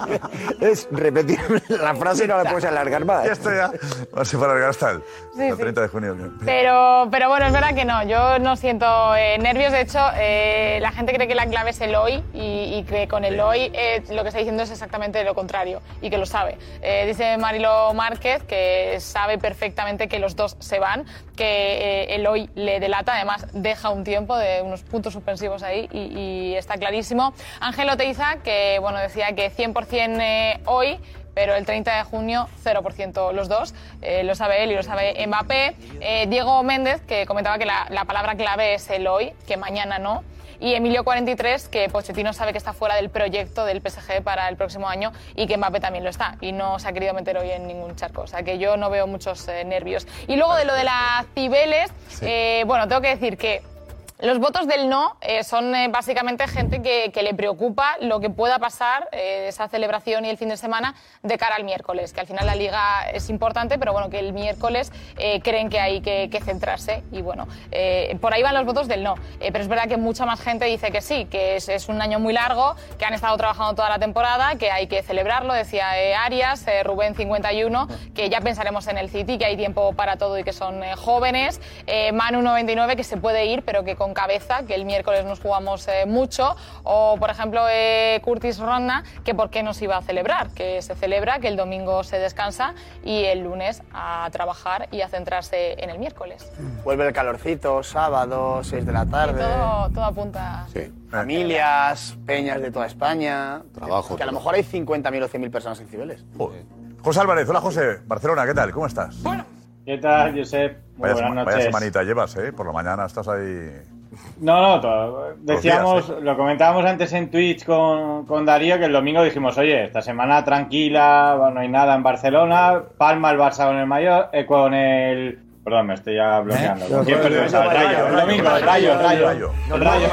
G: es repetir la frase y no la puedes alargar más.
I: Ya está, ya. Va a ser para alargar hasta el, hasta el
E: sí.
I: 30 de junio.
E: Pero, pero bueno, es verdad que no, yo no siento eh, nervios, de hecho eh, la gente cree que la clave es el hoy y, y que con el hoy eh, lo que está diciendo es exactamente lo contrario y que lo sabe. Eh, dice Marilo Márquez que sabe perfectamente que los dos se van, que eh, el hoy le delata, además deja un tiempo de unos puntos suspensivos ahí y, y está clarísimo. Ángel Oteiza que bueno, decía que 100% eh, hoy pero el 30 de junio 0% los dos, Eh, lo sabe él y lo sabe Mbappé. Eh, Diego Méndez, que comentaba que la, la palabra clave es el hoy, que mañana no. Y Emilio 43, que Pochettino sabe que está fuera del proyecto del PSG para el próximo año y que Mbappé también lo está y no se ha querido meter hoy en ningún charco. O sea que yo no veo muchos eh, nervios. Y luego de lo de las Cibeles, eh, bueno, tengo que decir que los votos del no eh, son eh, básicamente gente que, que le preocupa lo que pueda pasar eh, esa celebración y el fin de semana de cara al miércoles, que al final la liga es importante, pero bueno, que el miércoles eh, creen que hay que, que centrarse y bueno, eh, por ahí van los votos del no. Eh, pero es verdad que mucha más gente dice que sí, que es, es un año muy largo, que han estado trabajando toda la temporada, que hay que celebrarlo, decía eh, Arias, eh, Rubén 51, que ya pensaremos en el City, que hay tiempo para todo y que son eh, jóvenes, eh, Manu 99 que se puede ir pero que con cabeza, que el miércoles nos jugamos eh, mucho, o por ejemplo eh, Curtis Ronda que por qué nos iba a celebrar, que se celebra, que el domingo se descansa y el lunes a trabajar y a centrarse en el miércoles.
R: Vuelve el calorcito, sábado, 6 de la tarde.
E: Todo, todo apunta.
R: Familias, peñas de toda España.
I: Trabajo,
R: Que a lo
I: todo.
R: mejor hay
I: Oh.
R: 50.000 o 100.000 personas en Cibeles.
I: José Álvarez, hola José, Barcelona, ¿qué tal? ¿Cómo estás?
H: ¿Qué tal, Josep? Eh, Muy
I: Vaya,
H: buenas
I: sema-
H: noches.
I: vaya semanita llevas, ¿eh? Por la mañana estás ahí.
H: No, no, to-
I: Los ¿eh?
H: decíamos, lo comentábamos antes en Twitch con, con Darío que el domingo dijimos, oye, esta semana tranquila, no hay nada en Barcelona, Palma el Barça con el mayor, eh, con el Perdón, me estoy ya bloqueando. ¿Con quién perdón? El Rayo, el domingo, el Rayo, el Rayo. El Rayo.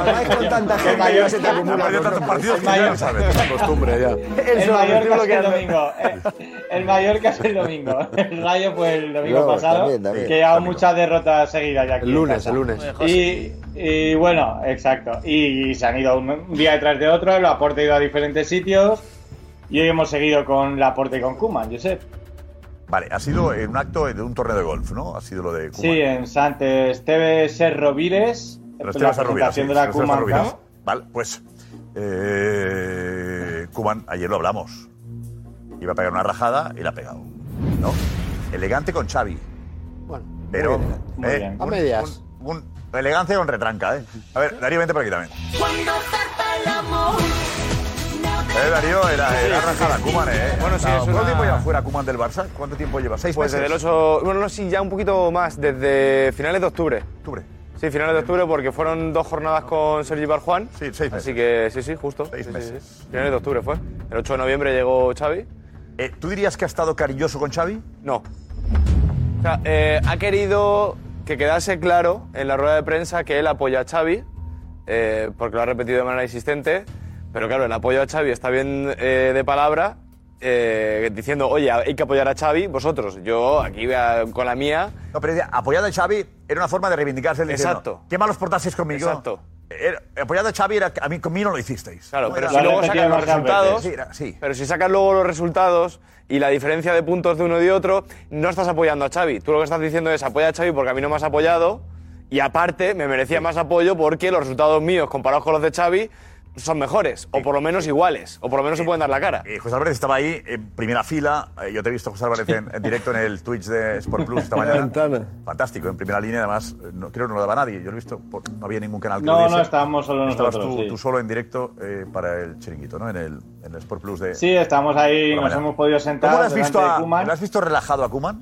H: El Mayor se te acumula. El Mayor.
C: costumbre ya.
H: El Mallorca es el domingo. eh, El Mallorca es el domingo. El Rayo fue el domingo
S: No,
H: pasado.
S: también, también,
H: que lleva muchas derrotas seguidas ya aquí.
S: El
H: en
S: lunes,
H: casa.
S: el lunes.
H: Y, y bueno, exacto. Y, se han ido un, un día detrás de otro. El aporte ha ido a diferentes sitios. Y hoy hemos seguido con la aporte con Kuman, Josep.
I: Vale, ha sido en un acto de un torneo de golf, ¿no? Ha sido lo de Cuba.
H: Sí, en Santes TV Serrovires. La presentación de la Kuman Cup.
I: Vale, pues. Eh, Kuman, ayer lo hablamos. Iba a pegar una rajada y la ha pegado. ¿No? Elegante con Xavi. Bueno. Pero.
S: muy
I: eh,
S: bien.
I: un-
S: A medias.
I: Un, un- elegancia con retranca, ¿eh? A ver, Darío, vente por aquí también.
K: Cuando zarpa el amor.
I: Eh, Darío, era, era rajada Kuman, ¿eh?
B: Bueno, sí,
I: Ha
B: es
I: estado- ¿Cuánto
B: una-
I: tiempo lleva fuera Kuman del Barça? ¿Cuánto tiempo lleva? ¿Seis
B: Pues desde
I: meses?
B: el 8, bueno, no, sí, ya un poquito más, desde finales de octubre.
I: ¿Octubre?
B: Sí, finales de octubre porque fueron dos jornadas con Sergi Barjuan.
I: Sí, seis meses.
B: Así que sí, sí, justo. Sí, sí, sí. Finales de octubre fue. El 8 de noviembre llegó Xavi.
I: Eh, ¿Tú dirías que ha estado cariñoso con Xavi?
B: No. O sea, eh, ha querido que quedase claro en la rueda de prensa que él apoya a Xavi, eh, porque lo ha repetido de manera insistente, pero claro, el apoyo a Xavi está bien eh, de palabra, eh, diciendo, oye, hay que apoyar a Xavi, vosotros, yo aquí voy a- con la mía...
I: No, pero apoyado a Xavi era una forma de reivindicarse. Él diciendo,
B: Exacto.
I: ¿Qué malos portasteis conmigo?
B: Exacto.
I: Era- apoyado a Xavi, era, a mí conmigo no lo hicisteis.
B: Claro,
I: No
B: pero
I: era-
B: si luego sacas los resultados,
I: Sí, era- sí.
B: pero si sacas luego los resultados y la diferencia de puntos de uno y de otro, no estás apoyando a Xavi. Tú lo que estás diciendo es apoya a Xavi porque a mí no me has apoyado y aparte me merecía más apoyo porque los resultados míos comparados con los de Xavi son mejores o por lo menos iguales o por lo menos se pueden dar la cara.
I: Eh, José Álvarez estaba ahí en primera fila. Eh, yo te he visto, José Álvarez, en, en directo en el Twitch de Sport Plus esta
H: En la
I: mañana. Fantástico, en primera línea, además, eh, no- creo que no lo daba nadie. Yo lo he visto, por- no había ningún canal que
H: No,
I: lo
H: no,
I: diese.
H: estábamos solo
I: Estabas
H: nosotros,
I: tú,
H: sí.
I: tú solo en directo eh, para el chiringuito, ¿no? En el, en el Sport Plus de.
H: Sí, estamos ahí,
I: por la
H: nos
I: mañana.
H: hemos podido sentar.
I: ¿Cómo lo has
H: delante
I: visto,
H: de
I: a-
H: Koeman.
I: ¿lo has visto relajado a Kuman?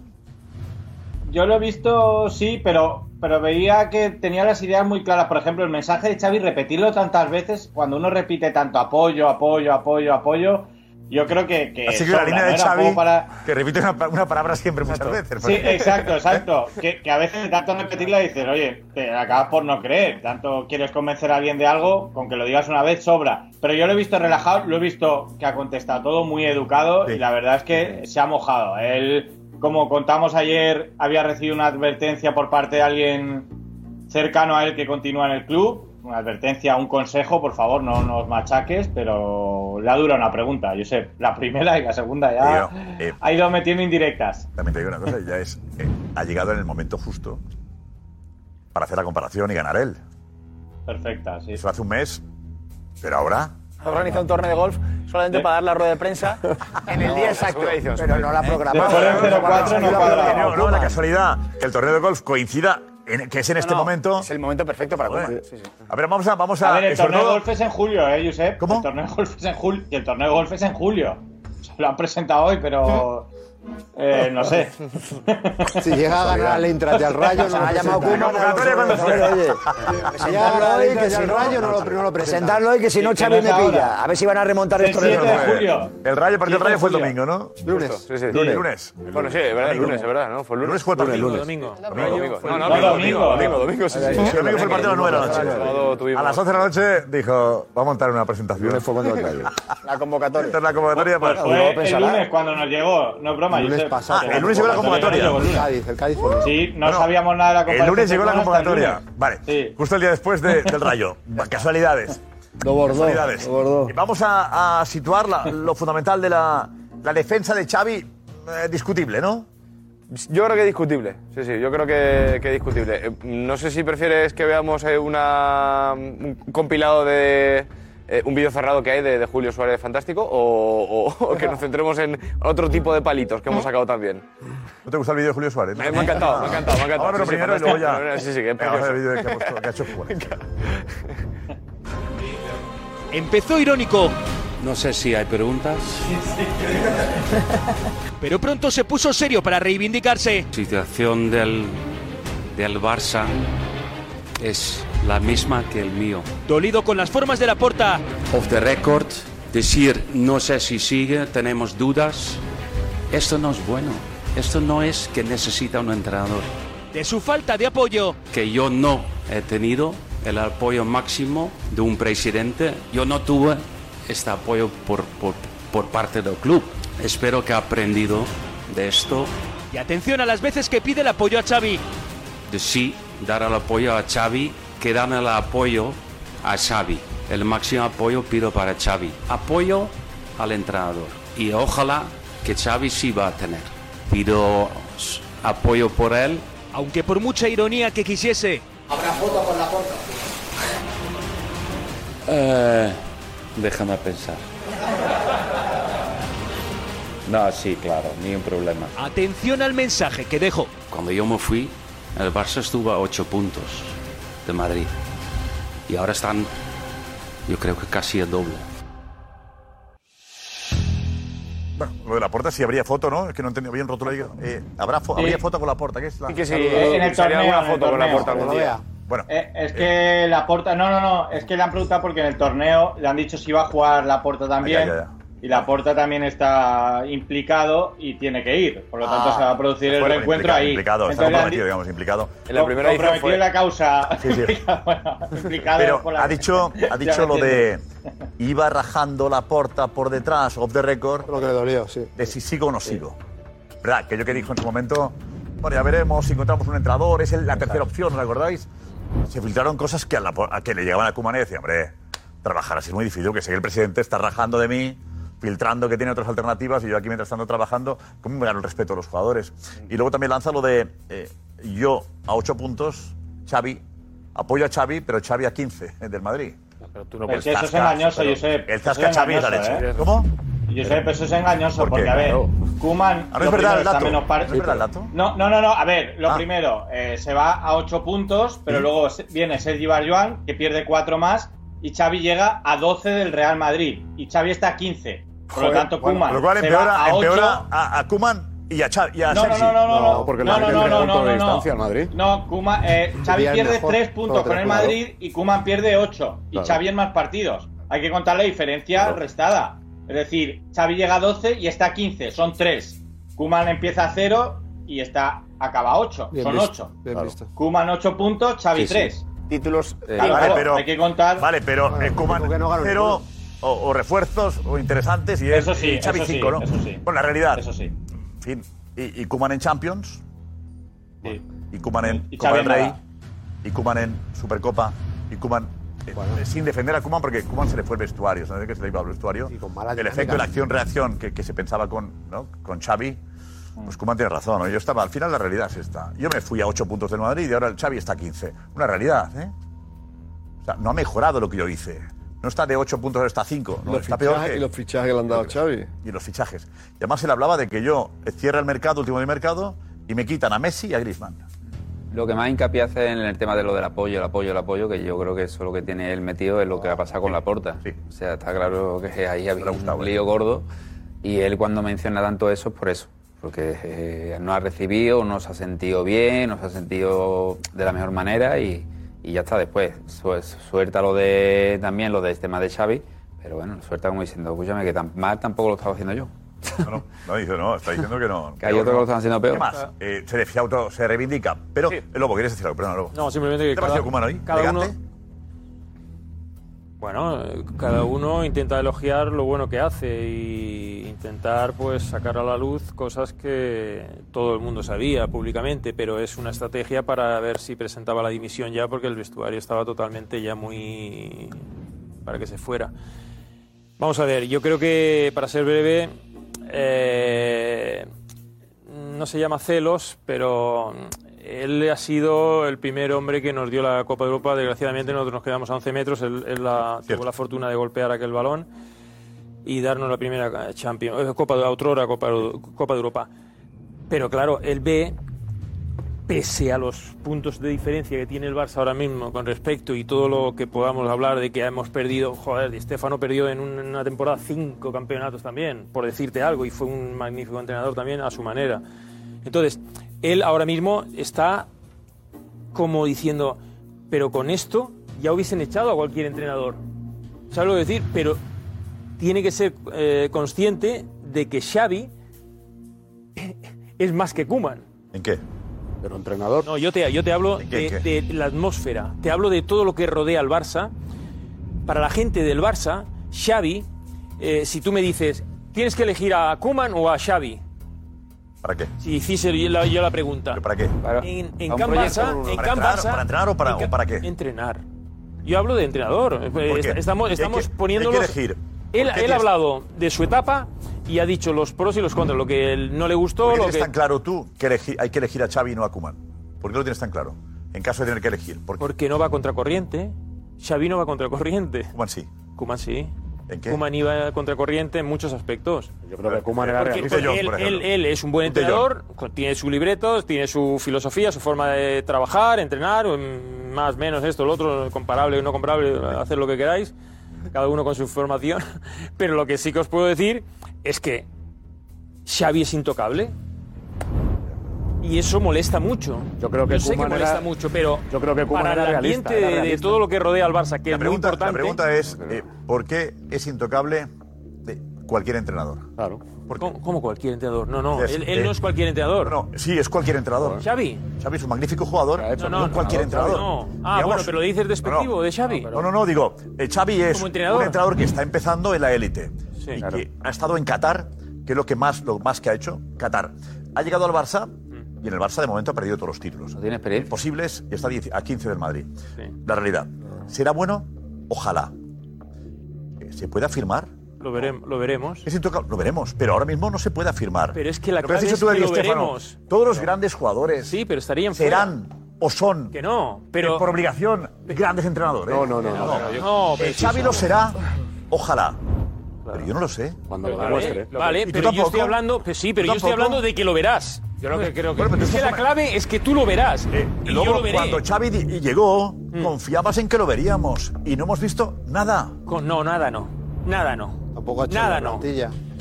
H: Yo lo he visto, sí, pero, pero veía que tenía las ideas muy claras. Por ejemplo, el mensaje de Xavi, repetirlo tantas veces, cuando uno repite tanto apoyo, apoyo, apoyo, apoyo, yo creo que... que
I: Así que la
H: sobra,
I: línea
H: ¿no?
I: de
H: Era un
I: Xavi,
H: poco para-
I: que repite una, pa- una palabra siempre muchas veces.
H: Sí,
I: pero-
H: exacto, exacto. Que, que a veces de tanto repetirla dices, oye, te acabas por no creer. Tanto quieres convencer a alguien de algo, con que lo digas una vez sobra. Pero yo lo he visto relajado, lo he visto que ha contestado todo muy educado y la verdad es que se ha mojado. Él, como contamos ayer, había recibido una advertencia por parte de alguien cercano a él que continúa en el club. Una advertencia, un consejo, por favor, no nos machaques, pero la dura una pregunta, Josep. La primera y la segunda ya
I: Tío, eh,
H: ha ido metiendo indirectas.
I: También te digo una cosa, ya es. eh, ha llegado en el momento justo para hacer la comparación y ganar él.
H: Perfecta, sí.
I: Eso hace un mes, pero ahora.
H: Ha organizado
B: un torneo de golf solamente para dar la rueda de prensa
H: en
B: el día exacto.
H: Pero no la
I: programado.
H: ¿Eh? Después del 04 no cuadra.
I: No, no, la casualidad que el torneo de golf coincida, en- que es en este momento. Es
B: el momento perfecto para
I: Kuman.
H: Sí,
I: A ver, vamos a. Vamos
H: A
I: a,
H: ver, el
I: eh, sobre
H: torneo de
I: todo-
H: golf es en julio, ¿eh, Josep? ¿Cómo? El torneo de golf es en julio. El torneo de golf es en julio. Se lo han presentado hoy, pero. Eh, no sé.
S: Si llega a ganar al Intrat y al Rayo,
G: Ah,
S: no lo
H: llamado
S: presenta. Oye,
G: Presentarlo
S: ya,
G: hoy, que
S: ya,
G: si
S: ya,
G: no-
S: Rayo no lo- no lo presenta.
G: Presentarlo hoy, que si no,
S: Que
G: Xavi
S: no es
G: me
S: ahora.
G: pilla. A ver si van a remontar
S: Es
G: esto
S: el 7 de
G: nuevo.
S: julio.
I: El Rayo, partido del Rayo fue el domingo, ¿no?
B: Lunes.
I: Justo,
B: sí, sí.
I: Lunes.
B: Lunes.
I: lunes.
B: Bueno, sí, es verdad, el lunes, es verdad, ¿no? Fue el lunes.
I: Lunes fue el partido.
B: Domingo,
I: Domingo.
B: domingo. Domingo. No, no,
I: Domingo,
B: domingo,
I: domingo,
B: domingo, domingo, sí, sí.
I: El domingo fue el partido a las 9 de la noche.
B: Sábado tuvimos-
I: A las 11 de la noche dijo, va a montar una presentación. Lunes fue cuando cayó.
B: La convocatoria.
I: Esta es la convocatoria para...
H: Pues Fue el lunes cuando nos llegó. No es broma,
I: El lunes
H: Josep.
I: pasado.
H: Que
I: Ah, el lunes llegó la
H: no
I: convocatoria. Ah,
H: llegó el lunes. Sí, no sabíamos nada de la
I: El
H: convocatoria.
I: lunes llegó la
H: hasta el
I: convocatoria.
H: lunes.
I: Vale. Justo el día después de- del rayo. Casualidades. Casualidades. Y Vamos a, a situar la- lo fundamental de la, la defensa de Xavi, eh, discutible, ¿no?
B: Yo creo que discutible. Sí, sí, yo creo que, que discutible. Eh, No sé si prefieres que veamos eh, una, un compilado de. eh, un vídeo cerrado que hay de, de Julio Suárez Fantástico o, o- o que nos centremos en otro tipo de palitos que
I: ¿Eh?
B: hemos sacado también. Eh,
I: ¿No te gusta el vídeo de Julio Suárez?
B: Me, me ha encantado, me ha encantado, me ha encantado.
I: Ahora, pero
B: Sí, sí,
I: primero y luego ya.
B: fantástico. Sí, sí, que es
I: Venga, vamos a ver el
B: precioso.
I: vídeo que ha puesto- que ha hecho Juan.
A: Empezó irónico No sé si hay preguntas.
D: Pero pronto se puso serio para reivindicarse.
A: Situación del, del Barça es la misma que el mío.
D: Dolido con las formas de la porta.
A: Off the record, decir no sé si sigue, tenemos dudas. Esto no es bueno. Esto no es que necesita un entrenador.
D: De su falta de apoyo.
A: Que yo no he tenido el apoyo máximo de un presidente. Yo no tuve este apoyo por, por, por parte del club. Espero que ha aprendido de esto,
D: Y atención a las veces que pide el apoyo a Xavi.
A: de sí dar el apoyo a Xavi, que dan el apoyo a Xavi. El máximo apoyo pido para Xavi. Apoyo al entrenador. Y ojalá que Xavi sí va a tener. Pido s- apoyo por él.
D: Aunque por mucha ironía que quisiese. Habrá foto por la porta.
A: Eh, déjame pensar. No, sí, claro, ni un problema.
D: Atención al mensaje que dejo.
A: Cuando yo me fui, el Barça estuvo a 8 puntos de Madrid. Y ahora están, yo creo que casi el doble.
I: Bueno, lo de la puerta sí habría foto, ¿no? Es que no he entendido bien rotuladillo. Eh, ¿habrá fo-
H: Sí.
I: ¿Habría foto Ah. con la puerta? ¿Qué es la...
H: Sí que sí, eh, en el
I: sería
H: torneo,
I: alguna
H: en el
I: foto con la
H: torneo.
I: puerta algún día. Bueno,
H: Eh, es que la porta. No, no, no. Es que le han preguntado porque en el torneo le han dicho si va a jugar la porta también.
I: Ah, ya, ya.
H: Y la porta también está implicado y tiene que ir. Por lo tanto,
I: Ah.
H: se va a producir el
I: Bueno,
H: reencuentro
I: implicado,
H: ahí.
I: Implicado, está
H: Entonces, le han
I: comprometido, digamos, implicado.
H: En la primera edición fue- Comprometido la causa.
I: Sí, sí.
H: implicado
I: Pero
H: por la-
I: ha dicho, ha
H: Ya
I: dicho
H: lo
I: lo de iba rajando la puerta por detrás, off the record. Lo que le dolió, sí. De si sigo o no sigo. ¿Verdad? Que yo que dijo en su momento, bueno, ya veremos si encontramos un entrador, es el- la tercera opción, ¿os acordáis? Se filtraron cosas que, a la po- a que le llegaban a Cumané y decían, hombre, trabajar así es muy difícil, que sé que el presidente está rajando de mí, filtrando que tiene otras alternativas y yo aquí mientras tanto trabajando, ¿cómo me gano el respeto de los jugadores? Y luego también lanza lo de eh, yo a ocho puntos, Xavi, apoyo a Xavi, pero Xavi a 15 del Madrid. Pero tú
H: no Pero puedes- que Pues eso es engañoso, Josep. Eso
I: El
H: es
I: tasca Xavi es la
H: engañoso,
I: leche.
H: ¿eh?
I: ¿Cómo?
H: Yo sé, pero eso es engañoso, porque a ver, Kuman.
I: Ahora es verdad el dato.
H: Menos par-
I: ¿Es verdad el dato?
H: No, no, no, no, a ver, lo
I: Ah.
H: primero, eh, se va a 8 puntos, pero luego se- viene Sergi Barjuan, que pierde 4 más, y Xavi llega a 12 del Real Madrid, y Xavi está a 15. Por
I: Joder,
H: lo tanto,
I: bueno,
H: Kuman.
I: Lo cual
H: se
I: empeora
H: va
I: a,
H: a 8.
I: empeora a, a Koeman y a, Xavi, y a
H: No, no,
I: Sergi.
H: no, no, no, no. No, porque el No, Madrid no, tiene no, un no, punto de no, no. distancia
C: al Madrid.
H: No, Koeman, eh, Xavi
C: Sería el
H: pierde
C: mejor
H: 3 puntos
C: todo
H: con el
C: calculado.
H: Madrid y Kuman pierde 8. Y
C: Claro.
H: Xavi en más partidos. Hay que contar la diferencia restada. Es decir, Xavi llega a 12 y está a 15, son 3. Kuman empieza a 0 y está acaba a 8,
I: Bien
H: son
I: visto,
H: 8.
I: bien visto.
H: Kuman 8 puntos, Xavi
I: Sí, sí.
H: 3. Títulos
I: eh, vale, pero,
H: hay que contar.
I: Vale, pero eh, Koeman
H: gana el
I: cero
H: fútbol.
I: o, o refuerzos o interesantes y,
H: Eso
I: es-
H: sí,
I: y Xavi
H: eso sí,
I: 5, ¿no?
H: eso sí.
I: Bueno, la realidad.
H: Eso sí.
I: En fin. Y, y Koeman en Champions. Y Koeman en
H: Y- y
I: Copa
H: Xavi
I: del Rey.
H: nada.
I: Y Koeman en Supercopa. Y Koeman eh, eh, sin defender a Koeman porque Koeman se le fue el vestuario, ¿sabes que se le iba al vestuario? el efecto de la acción-reacción que, que se pensaba con, ¿no? con Xavi, pues Koeman tiene razón, ¿no? yo estaba, al final la realidad es esta. Yo me fui a 8 puntos del Madrid y ahora el Xavi está a 15. Una realidad, ¿eh? O sea, no ha mejorado lo que yo hice. No está de 8 puntos, ahora está a 5. No,
V: Los
I: está
V: fichajes-
I: peor que-
V: y los fichajes que le han dado a Xavi.
I: Y los fichajes. Y además él hablaba de que yo cierra el mercado, último de mercado, y me quitan a Messi y a Griezmann.
O: Lo que más hincapié hace en el tema de lo del apoyo, el apoyo, el apoyo, que yo creo que eso lo que tiene él metido es lo que va a pasar con la porta. O sea, está claro que ahí había un lío gordo y él cuando menciona tanto eso es por eso, porque eh, no ha recibido, no se ha sentido bien, no se ha sentido de la mejor manera y, y ya está después. Su- suelta lo de también lo del tema de Xavi, pero bueno, suelta como diciendo, escúchame, que tan mal tampoco lo estaba haciendo yo.
I: No, dice, no, está diciendo que no.
O: Que hay otro que lo están haciendo peor.
I: ¿Qué más? Eh, se, defiende auto- se reivindica. Pero, el Lobo, ¿quieres decir algo? Perdón, Lobo.
B: No, simplemente que
I: ¿Te ha parecido Koeman
B: cada,
I: hoy?
B: cada uno,
I: ¿Elegante?
B: bueno, eh, cada uno intenta elogiar lo bueno que hace y intentar pues sacar a la luz cosas que todo el mundo sabía públicamente, pero es una estrategia para ver si presentaba la dimisión ya porque el vestuario estaba totalmente ya muy para que se fuera. Vamos a ver, yo creo que para ser breve eh, no se llama celos, pero él ha sido el primer hombre que nos dio la Copa de Europa. Desgraciadamente nosotros nos quedamos a 11 metros. Él, él la- tuvo la fortuna de golpear aquel balón y darnos la primera eh, Champions, eh, Copa de Autrora, Copa, Copa de Europa. Pero claro, él ve
W: pese a los puntos de diferencia que tiene el Barça ahora mismo con respecto y todo lo que podamos hablar de que hemos perdido, joder, Di Stefano perdió en un- en una temporada cinco campeonatos también, por decirte algo, y fue un magnífico entrenador también a su manera. Entonces, él ahora mismo está como diciendo, pero con esto ya hubiesen echado a cualquier entrenador. ¿Sabes lo que decir? Pero tiene que ser eh, consciente de que Xavi es más que Kuman.
I: ¿En qué?
W: Pero entrenador. No, yo te, yo te hablo
I: qué,
W: de,
I: en qué?
W: de la atmósfera, te hablo de todo lo que rodea al Barça. Para la gente del Barça, Xavi, eh, si tú me dices, ¿tienes que elegir a Kuman o a Xavi?
I: ¿Para qué?
W: Si hiciese yo la, yo la pregunta.
I: ¿Para qué?
W: En, en
I: ¿A un
W: Can
I: proyecto?
W: Barça- en
I: ¿Para
W: Can
I: entrenar-
W: Barça-
I: para entrenar o para-
W: en Can-
I: o para qué?
W: Entrenar. Yo hablo de entrenador. Eh,
I: ¿Por qué?
W: est- Estamos,
I: ¿Y hay
W: estamos
I: que- y hay
W: poniéndolos-
I: que elegir?
W: Él,
I: ¿Por qué
W: él ha
I: tienes-
W: hablado de su etapa y ha dicho los pros y los contras, lo que él no le gustó,
I: ¿Por qué
W: lo
I: tienes
W: que.
I: tan claro tú que elegi- hay que elegir a Xavi y no a Kuman? ¿Por qué lo tienes tan claro? En caso de tener que elegir. ¿Por qué?
W: Porque no va contra corriente. Xavi no va contra corriente.
I: Kuman sí.
W: Kuman sí.
I: ¿En qué?
W: Kuman iba contra corriente en muchos aspectos. Yo creo que
I: Koeman era realista. De Jong,
W: él,
I: por ejemplo.
W: él- él es un buen
I: De Jong.
W: entrenador, con- tiene su libreto, tiene su filosofía, su forma de trabajar, entrenar, mm, más, menos esto, lo otro, comparable, no comparable, hacer lo que queráis, cada uno con su formación. Pero lo que sí que os puedo decir es que Xavi es intocable. Y eso molesta mucho. Yo creo
Z: que
W: sé que
Z: Koeman
W: molesta
Z: era-
W: mucho, pero
Z: yo creo que Koeman
W: para
Z: era
W: el
Z: realista,
W: ambiente
Z: era
W: de- de
Z: realista.
W: todo lo que rodea al Barça, que
I: La
W: es muy
I: pregunta, la
W: importante.
I: pregunta es, eh, ¿por qué es intocable de cualquier entrenador? Claro.
W: ¿Cómo, cómo cualquier entrenador? No, no,
I: Es-
W: él, él
I: eh,
W: no es cualquier entrenador.
I: No, sí, es cualquier entrenador.
W: Xavi.
I: Xavi es un magnífico jugador,
W: No,
I: no,
W: no,
I: es cualquier
W: no,
I: entrenador.
W: no. Ah,
I: Digamos-
W: bueno, pero lo dices despectivo de Xavi.
I: No, no, no, digo, eh, Xavi es
W: Como entrenador.
I: un entrenador que está empezando en la élite. y
W: claro.
I: que ha estado en Qatar, que es lo que más, lo más que ha hecho, Qatar. Ha llegado al Barça
W: Mm.
I: y en el Barça de momento ha perdido todos los títulos. No tiene experiencia. Posibles y está a 10 a 15 del Madrid. La realidad. ¿Será bueno? Ojalá. Eh, ¿Se puede afirmar?
W: Lo, veremos lo veremos.
I: Es intocable, lo veremos, pero ahora mismo no se puede afirmar.
W: Pero es que la
I: Lo que has
W: clave
I: dicho
W: es
I: tú de
W: que
I: Di
W: lo
I: Stéfano,
W: veremos.
I: Todos los grandes jugadores
W: Sí, pero estarían fuera.
I: serán o son
W: Que no, pero...
I: eh, por obligación grandes entrenadores.
W: No, no, no, no, no, no,
I: Eh,
W: pero
I: Xavi
W: sí,
I: lo
W: sí.
I: será, ojalá. Pero yo no lo sé. Cuando
W: Vale, Vale, pero yo estoy hablando... pues sí, pero
I: ¿Tú
W: yo estoy
I: tampoco?
W: hablando de que lo verás. Yo lo que creo
I: que- Bueno, pero
W: Es
I: tú
W: que la
I: forma- Eh,
W: clave es que tú lo verás. y
I: Luego,
W: yo lo veré. Mm.
I: cuando Xavi di- llegó, confiabas en que lo veríamos y no hemos visto nada.
W: Con- no, nada no. Nada no. nada no.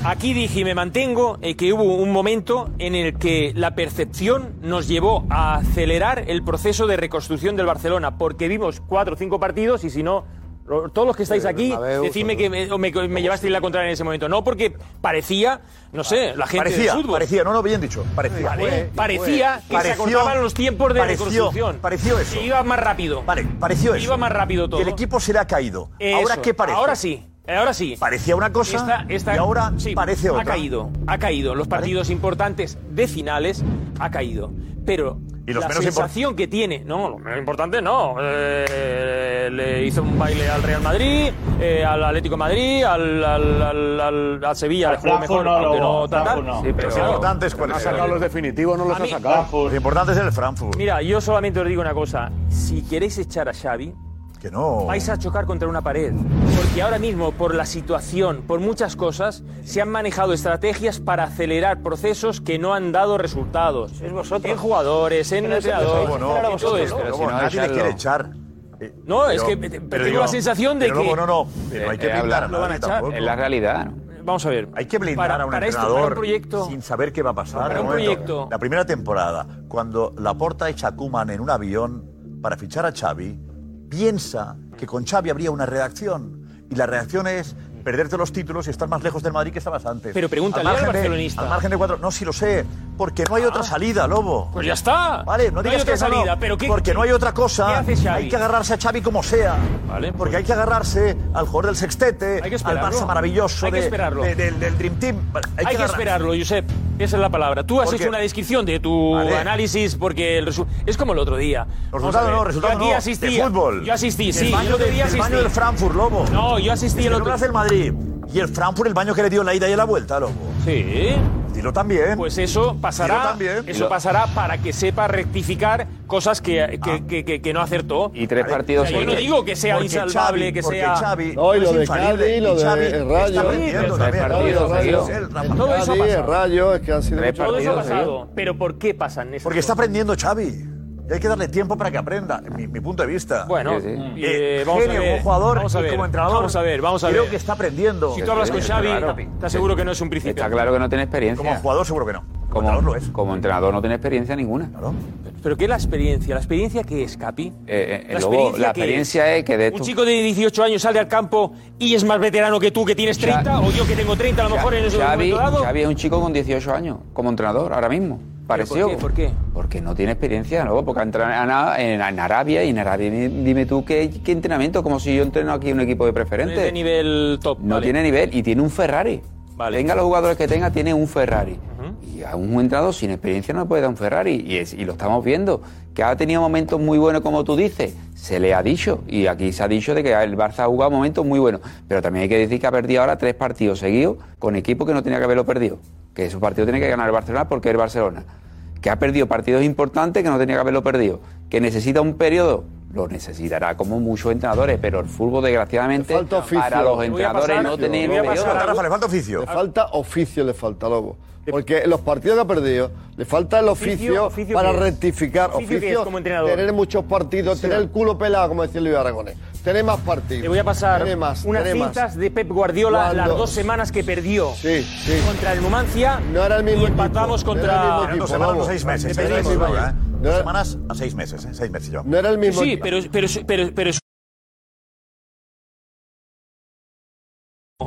W: Aquí dije y me mantengo eh, que hubo un momento en el que la percepción nos llevó a acelerar el proceso de reconstrucción del Barcelona, porque vimos cuatro o cinco partidos y si no, lo- todos los que estáis
F: Sí, el
W: aquí,
F: Bernabéu,
W: decidme que me, o me- me llevasteis la contraria en ese momento. No, porque parecía, no sé, la gente
I: parecía,
W: del fútbol.
I: parecía, no, no, bien dicho, parecía.
W: Vale,
I: Fue-
W: parecía
I: fue.
W: que
I: Pareció-
W: se acortaban los tiempos de
I: pareció-
W: reconstrucción.
I: Pareció eso.
W: Que iba más rápido.
I: Vale, pareció eso.
W: Iba más rápido todo.
I: Y el equipo se le ha caído.
W: Eso,
I: ¿Ahora qué parece?
W: Ahora sí. Ahora sí.
I: Parecía una cosa
W: Esta- esta-
I: y ahora
W: sí,
I: parece otra.
W: Ha caído, ha caído. Los partidos importantes de finales ha caído. Pero
I: Y los
W: la
I: menos impor-
W: sensación que tiene, no, lo menos importante no. Eh, le hizo un baile al Real Madrid, eh, al Atlético de Madrid, al, al, al, al- al Sevilla,
C: Al
W: le jugó
C: Frankfurt
W: mejor,
C: no lo-
W: aunque no tan
C: Frankfurt
W: tal.
C: no.
W: Sí, pero
I: Los
W: claro.
I: importantes,
W: Pero
I: ¿cuáles
W: no ha sacado
I: eran?
W: los
I: definitivos, no
W: los A ha mí- sacado. Frankfurt.
I: Lo importante es el Frankfurt.
W: Mira, yo solamente os digo una cosa. Si queréis echar a Xavi,
I: que no.
W: vais a chocar contra una pared. Porque ahora mismo, por la situación, por muchas cosas, se han manejado estrategias para acelerar procesos que no han dado resultados. Es vosotros. En jugadores, en
I: Pero eso-
W: entrenadores,
I: Lobo, no,
W: en todo
I: Lobo,
W: esto.
I: Lobo, nadie le quiere echar. Eh,
W: No, es que, eh, tengo la sensación de
I: pero
W: que-
I: Lobo, no, no, pero hay que
W: Eh, eh,
I: blindar a
W: lo van a
I: nadie
W: echar.
I: tampoco.
W: Es la realidad, Vamos a ver.
I: Hay que blindar
W: Para-
I: a un
W: para esto, para
I: entrenador
W: un proyecto-
I: sin saber qué va a pasar.
W: para un
I: De momento,
W: proyecto-
I: La primera temporada, cuando Laporta echa a Koeman en un avión para fichar a Xavi, piensa que con Xavi habría una redacción. Y la redacción es perderte los títulos y estar más lejos del Madrid que estabas antes.
W: Pero pregúntale
I: margen
W: al
I: de-
W: barcelonista. Ah.
I: al margen de cuatro... No, sí lo sé. Porque no hay otra salida, Lobo.
W: Pues ya está.
I: Vale, no,
W: No hay
I: digas
W: otra
I: que no, no,
W: salida, pero ¿qué-
I: Porque no hay otra cosa.
W: ¿Qué hace Xavi?
I: Hay que agarrarse a Xavi como sea.
W: Vale, pues-
I: porque hay que agarrarse al jugador del sextete,
W: Hay que
I: al
W: esperarlo.
I: Barça maravilloso
W: Hay que
I: de-
W: esperarlo.
I: de- del, del Dream Team. Vale,
W: Hay, que,
I: agarrar-
W: esperarlo, Josep. Esa es la palabra. Tú has
I: ¿Por
W: hecho
I: qué?
W: una descripción de tu
I: Vale.
W: análisis porque el resu- es como el otro día. Vamos a
I: resultado
W: ver.
I: no, resultado
W: yo aquí
I: no,
W: asistí,
I: de fútbol.
W: Yo asistí,
I: Del
W: sí.
I: baño
W: yo
I: de-
W: debía
I: del baño
W: asistir.
I: del Frankfurt, Lobo.
W: No, yo asistí
I: Es que
W: el
I: no
W: otro
I: lo hace el Madrid. Y el Frankfurt, el baño que le dio la ida y la vuelta, Lobo.
W: Sí.
I: Y Pirlo también.
W: Pues eso pasará,
I: Pirlo también.
W: eso
I: Pirlo.
W: pasará para que sepa rectificar cosas que, que, que- que- que no acertó.
O: Y tres
W: Vale.
O: partidos
W: O sea, yo no
O: seguidos.
W: digo que sea
O: Porque
W: insalvable,
O: Xavi-
W: que
O: porque
W: sea.
O: Xavi No, y lo es de infalible, Cádiz, y lo y de Xavi el Rayo. está perdiendo Tres también. partidos Todo eso ha seguidos. pasado. Todo eso ha
V: Cádiz,
W: pasado.
V: Rayo, es que han sido
W: Tres
V: muchos
W: Todo eso ha
V: partidos,
W: pasado. Pero ¿por qué pasan esas
I: Porque está aprendiendo Xavi. Y hay que darle tiempo para que aprenda, mi, mi punto de vista.
W: Bueno,
I: Sí, sí.
W: y, eh, vamos
I: genio
W: a ver,
I: como jugador
W: vamos a
I: y
W: ver,
I: como entrenador.
W: vamos a ver, vamos a
I: Creo
W: ver.
I: que está aprendiendo.
W: Si tú hablas con Xavi, te aseguro que no es un principio.
O: Está claro que no tiene experiencia.
W: Como
I: jugador seguro que no.
O: Como, entrenador Como entrenador no tiene experiencia ninguna.
W: ¿Pero qué es la experiencia? ¿La experiencia qué es, Capi?
O: Eh, eh,
W: ¿La
O: luego,
W: experiencia
O: la
W: qué
O: experiencia es que de
W: ¿Un
O: estos-
W: chico de 18 años sale al campo y es más veterano que tú, que tienes 30, o yo que tengo 30 a lo mejor en ese
O: Xavi,
W: momento dado?
O: Xavi es un chico con 18 años, como entrenador, ahora mismo. Parecido.
W: qué? ¿Por qué?
O: Porque no tiene experiencia, ¿no? Porque ha entrenado en, en Arabia y en Arabia, dime- dime tú, ¿qué, qué entrenamiento? Como si yo entreno aquí un equipo de
W: No es de
O: preferente.
W: nivel top.
O: No
W: vale.
O: tiene nivel y tiene un Ferrari.
W: Vale.
O: Tenga los jugadores que tenga, tiene un Ferrari. Y a un entrenador sin experiencia no le puede dar un Ferrari. Y, es- y lo estamos viendo. Que ha tenido momentos muy buenos, como tú dices. Se le ha dicho. Y aquí se ha dicho de que el Barça ha jugado momentos muy buenos. Pero también hay que decir que ha perdido ahora tres partidos seguidos con equipos que no tenía que haberlo perdido. Que esos partidos tiene que ganar el Barcelona porque es el Barcelona. Que ha perdido partidos importantes que no tenía que haberlo perdido. Que necesita un periodo. Lo necesitará como muchos entrenadores, pero el fútbol, desgraciadamente, para los entrenadores no tener periodo.
I: le falta oficio.
V: Le falta oficio, le falta, Lobo. Porque los partidos que ha perdido, le falta el oficio,
W: ¿Oficio? ¿Oficio
V: para
W: qué es?
V: rectificar.
W: ¿Oficio qué es como entrenador?
V: tener muchos partidos, tener el culo pelado, como decía Luis Aragonés. Tener más partidos.
W: Te voy a pasar
V: tener más,
W: unas
V: tener más.
W: cintas de Pep Guardiola
V: Cuando-
W: las dos semanas que perdió contra el Numancia
V: No era el mismo
W: y empatamos
V: equipo, no
W: contra...
V: era el mismo
I: Eran dos semanas o seis meses. Seis meses,
W: Perdimos,
I: ahora, ¿eh?
W: vaya.
I: Dos semanas a seis meses, ¿eh? Seis meses yo.
V: No era el mismo
W: Sí,
V: equipo.
W: pero, pero, pero, pero es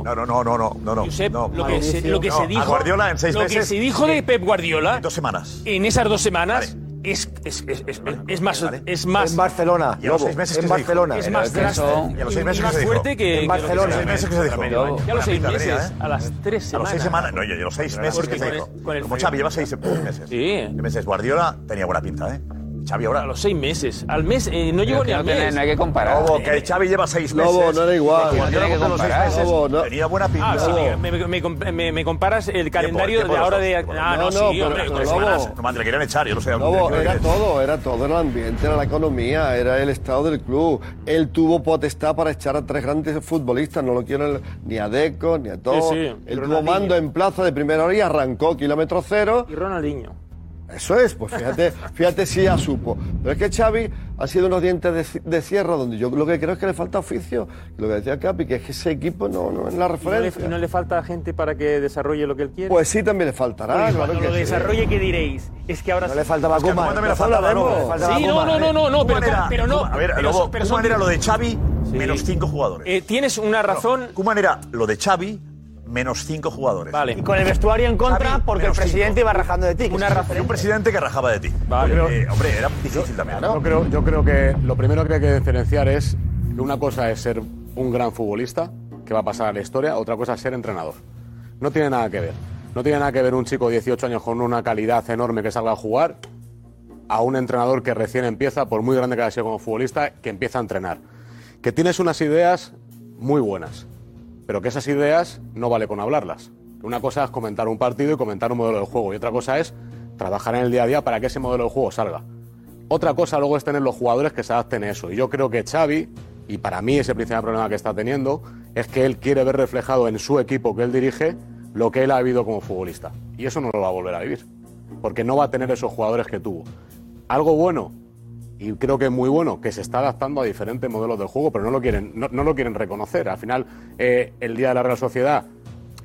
I: No, no, no, no, no, no, no.
W: Josep,
I: no,
W: lo que se-
I: Mauricio.
W: lo que se
I: No,
W: dijo-
I: A Guardiola en seis
W: lo que
I: meses.
W: se dijo de Pep Guardiola.
I: Dos semanas.
W: en esas dos semanas es, es, es, es, es más, es más...
V: En Barcelona,
W: Y a los
V: Lobo,
W: seis meses que
V: en
W: se dijo.
V: Barcelona.
W: Es más Pero es que drástico. son- y a los seis meses Eh,
V: Y
W: que
V: más
W: se dijo.
V: fuerte que-
W: En
V: que-
W: Barcelona.
I: Seis meses que se
W: Ya
I: dijo.
W: los seis
I: La
W: meses,
I: pinta venía, ¿eh?
W: a las tres
I: A los
W: semanas.
I: seis semanas. No, yo, yo los seis meses
W: Porque
I: que se
W: con
I: dijo.
W: el- con el
I: Como
W: frío.
I: Xavi lleva seis meses. Sí. meses. Guardiola tenía buena pinta, ¿eh? Xavi ahora.
W: A los seis meses. Al mes, eh, no llegó ni al mes.
I: Lobo, que Xavi lleva seis meses.
W: Lobo, no era igual.
I: Que Guardiola
W: Tiene que
I: con los seis
W: comparar.
I: meses
W: Lobo, no.
I: Tenía buena pinta.
W: Ah, sí, me, me- me comp- me- me comparas el calendario
I: tiempo
W: de
I: de
W: ahora de...
I: los dos,
W: Ah, no,
V: No,
W: sí,
V: no,
W: hombre,
V: pero-
W: con
V: pero
W: tres semanas.
I: No, man, le querían echar, yo lo sé.
V: Lobo,
I: le
V: era
I: querían
V: todo, era todo, era el ambiente, era la economía, era el estado del club. Él tuvo potestad para echar a tres grandes futbolistas, no lo quiero el- ni a Deco, ni a todos.
W: sí,
V: Él
W: pero
V: tuvo
W: Ronaldinho.
V: mando en plaza de primera hora y arrancó kilómetro cero.
W: Y Ronaldinho.
V: Eso es, pues fíjate, fíjate si ya supo. Pero es que Xavi ha sido unos dientes de, ci- de sierra donde yo lo que creo es que le falta oficio. Lo que decía Capi, que es que ese equipo no, no es la
W: ¿Y no, le,
V: referencia.
W: y no le falta gente para que desarrolle lo que él quiere?
V: Pues sí, también le faltará.
W: Porque
V: claro
W: cuando
V: que
W: lo
V: sí.
W: desarrolle, ¿qué diréis? Es que ahora
V: No le faltaba Koeman.
I: Koeman también le faltaba,
V: Hablaremos.
I: Lobo. Le faltaba
W: Sí, no, no,
I: Koeman.
W: no, no, no, pero,
I: Koeman era-
W: pero no.
I: A ver,
W: pero
I: Lobo,
W: son- pero
I: Koeman
W: son-
I: era lo de Xavi, menos cinco jugadores.
W: Eh, tienes una razón.
I: Kuman era lo de Xavi, menos cinco jugadores. Vale.
R: Y con el vestuario en contra porque el presidente iba rajando de ti.
I: Una razón. Un presidente que rajaba de ti. Eh, hombre, era difícil también. ¿eh?
C: Yo creo, yo creo que lo primero que hay que diferenciar es que una cosa es ser un gran futbolista, que va a pasar a la historia, otra cosa es ser entrenador. No tiene nada que ver. No tiene nada que ver un chico de 18 años con una calidad enorme que salga a jugar a un entrenador que recién empieza, por muy grande que haya sido como futbolista, que empieza a entrenar. Que tienes unas ideas muy buenas, pero que esas ideas no vale con hablarlas. Una cosa es comentar un partido y comentar un modelo de juego, y otra cosa es trabajar en el día a día para que ese modelo de juego salga. Otra cosa luego es tener los jugadores que se adapten a eso. Y yo creo que Xavi, y para mí ese principal problema que está teniendo, es que él quiere ver reflejado en su equipo que él dirige lo que él ha vivido como futbolista. Y eso no lo va a volver a vivir, porque no va a tener esos jugadores que tuvo. Algo bueno, y creo que es muy bueno, que se está adaptando a diferentes modelos de juego, pero no lo quieren, no, no lo quieren reconocer. Al final, eh, el día de la Real Sociedad,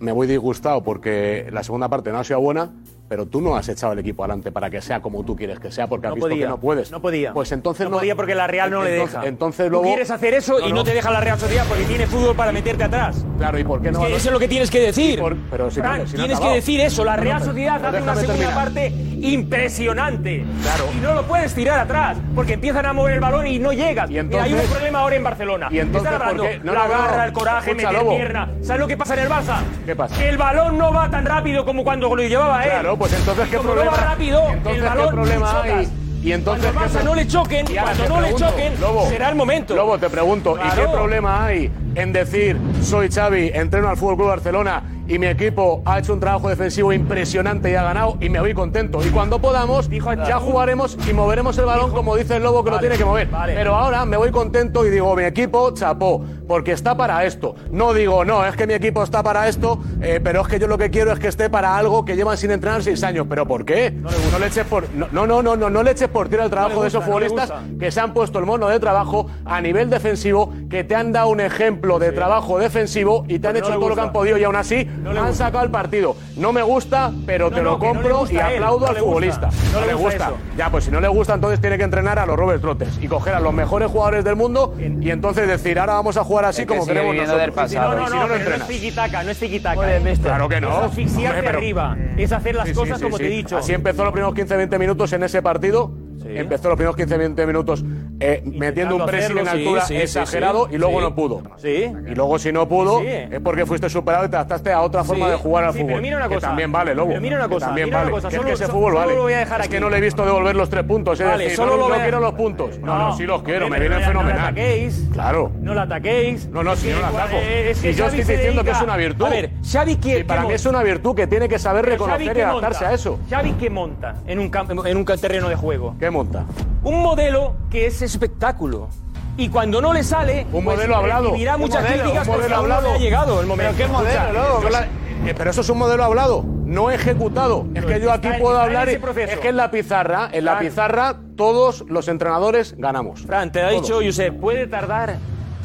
C: me voy disgustado porque la segunda parte no ha sido buena, pero tú no has echado el equipo adelante para que sea como tú quieres que sea, porque has
W: No
C: visto
W: podía,
C: que no puedes.
W: no podía.
C: Pues entonces
W: No
C: no,
W: podía porque la Real no le
C: entonces-
W: deja.
C: Entonces
W: Tú
C: luego.
W: quieres hacer eso y no, te deja la Real Sociedad porque tiene fútbol para meterte atrás.
C: Claro, ¿y por qué no?
W: Es que eso es lo que tienes que decir.
C: pero si no-
W: Fran,
C: si no ha
W: tienes que
C: acabado.
W: decir eso. La
C: No, no,
W: Real
C: pero-
W: Sociedad
C: pero
W: hace una
C: déjame terminar.
W: segunda parte impresionante. Claro. Y no lo puedes tirar atrás porque empiezan a mover el balón y no llegas. Mira, hay
C: entonces-
W: un problema ahora en Barcelona.
C: ¿Y entonces
W: Están
C: por
W: hablando
C: qué? No,
W: la
C: no, no.
W: garra, el coraje,
C: Escucha,
W: meter
C: Lobo.
W: pierna. ¿Sabes lo que pasa en el Barça?
C: ¿Qué pasa?
W: Que el balón no va tan rápido como cuando lo llevaba él.
C: Claro, pues entonces,
W: Y
C: ¿qué
W: como No
C: problema-
W: va rápido,
C: entonces,
W: el
C: ¿qué
W: balón
C: problema
W: lo chocas.
C: hay? Y entonces,
W: cuando al
C: ¿qué
W: Barça
C: pro-
W: no le choquen,
C: Y ahora
W: cuando
C: te
W: no le
C: pregunto,
W: choquen,
C: Lobo,
W: será el momento.
C: Lobo, te pregunto, ¿y
W: Claro.
C: qué problema hay en decir soy Xavi, entreno al Fútbol Club Barcelona y mi equipo ha hecho un trabajo defensivo impresionante y ha ganado y me voy contento. Y cuando podamos, ya jugaremos y moveremos el balón como dice el Lobo que lo tiene que mover. Pero ahora me voy contento y digo, mi equipo chapó, porque está para esto. No digo, no, es que mi equipo está para esto, eh, pero es que yo lo que quiero es que esté para algo que llevan sin entrenar seis años. ¿Pero por qué? No le, eches por, no, no, no, no, no, no le eches por tierra el trabajo
L: gusta,
C: de esos
L: no le
C: futbolistas que se han puesto el mono de trabajo a nivel defensivo, que te han dado un ejemplo de trabajo defensivo y te
L: Pues
C: han
L: no
C: hecho
L: le
C: todo lo que
L: gusta.
C: han podido y aún así
L: le
C: han
L: gusta.
C: sacado el partido. No me gusta, pero
L: que
C: te lo
L: no le
C: compro
L: gusta
C: y
L: a él,
C: aplaudo
L: no
C: al
L: le
C: futbolista.
L: gusta. No
C: No
L: le
C: le
L: gusta
C: gusta. Ya, pues si no le gusta, entonces tiene que entrenar a los Robert Trotes y coger a los mejores jugadores del mundo y entonces decir, ahora vamos a jugar así
W: Es que
C: como
W: sigue
C: queremos
W: viviendo
C: nosotros.
W: del pasado.
C: Y
W: No,
C: si
W: no, no,
C: no, no
W: pero no
C: entrenas.
W: es tiquitaca, no es ¿eh? tiquitaca.
C: Joder, mister. Claro que no.
W: Es asfixiarte
C: Hombre, pero-
W: arriba, es hacer las
C: Sí, sí,
W: cosas
C: sí,
W: como
C: sí.
W: te he dicho.
C: Así empezó los primeros 15-20 minutos en ese partido. Empezó los primeros 15-20 minutos eh, metiendo un pressing
W: hacerlo,
C: en
W: sí,
C: altura
W: sí, sí,
C: exagerado
W: sí.
C: y luego
W: Sí.
C: no pudo.
W: Sí.
C: Y luego si no pudo
W: Sí.
C: es porque fuiste superado y te adaptaste a otra forma
W: Sí.
C: de jugar al
W: Sí,
C: fútbol.
W: pero mira una
C: Que
W: cosa.
C: también vale, Lobo.
W: Pero mira una
C: Que
W: cosa,
C: también
W: mira una
C: vale.
W: cosa.
C: Que es
W: Solo-
C: que ese
W: so-
C: fútbol
W: solo
C: vale.
W: lo voy a dejar
C: es que
W: aquí.
C: no le he visto devolver los tres puntos. Es
W: Vale,
C: decir,
W: solo
C: no,
W: lo
C: no
W: voy a-
C: quiero los puntos. No, no, sí los quiero.
W: Hombre,
C: me vienen
W: pero ya no la
C: fenomenal.
W: ataquéis.
C: Claro.
W: No la ataquéis.
C: No, no, si
W: Es
C: yo
W: que
C: la ataco.
W: eh, es que
C: y yo
W: Xavi
C: estoy
W: se
C: diciendo que
W: dedica-
C: es una virtud.
W: A ver, Xavi quiere.
C: Y para mí es una virtud que tiene que saber reconocer y adaptarse a eso.
W: Xavi que monta en un, campo- en un terreno de juego.
C: ¿Qué monta?
W: Un modelo que es espectáculo. Y cuando no le sale,
C: Un
W: pues,
C: modelo hablado.
W: recibirá
C: Un
W: muchas
C: modelo,
W: críticas
C: un
W: porque
C: modelo
W: aún no
C: hablado.
W: le ha llegado el momento. Escucha, yo-
C: Claro, eh, Pero eso es un modelo hablado, no ejecutado. Es que yo aquí
W: está en-
C: puedo
W: está en
C: hablar. y-
W: ese proceso.
C: Es que en la pizarra, en la
W: Fran.
C: pizarra, todos los entrenadores ganamos.
W: Fran, te ha dicho, Josep, puede tardar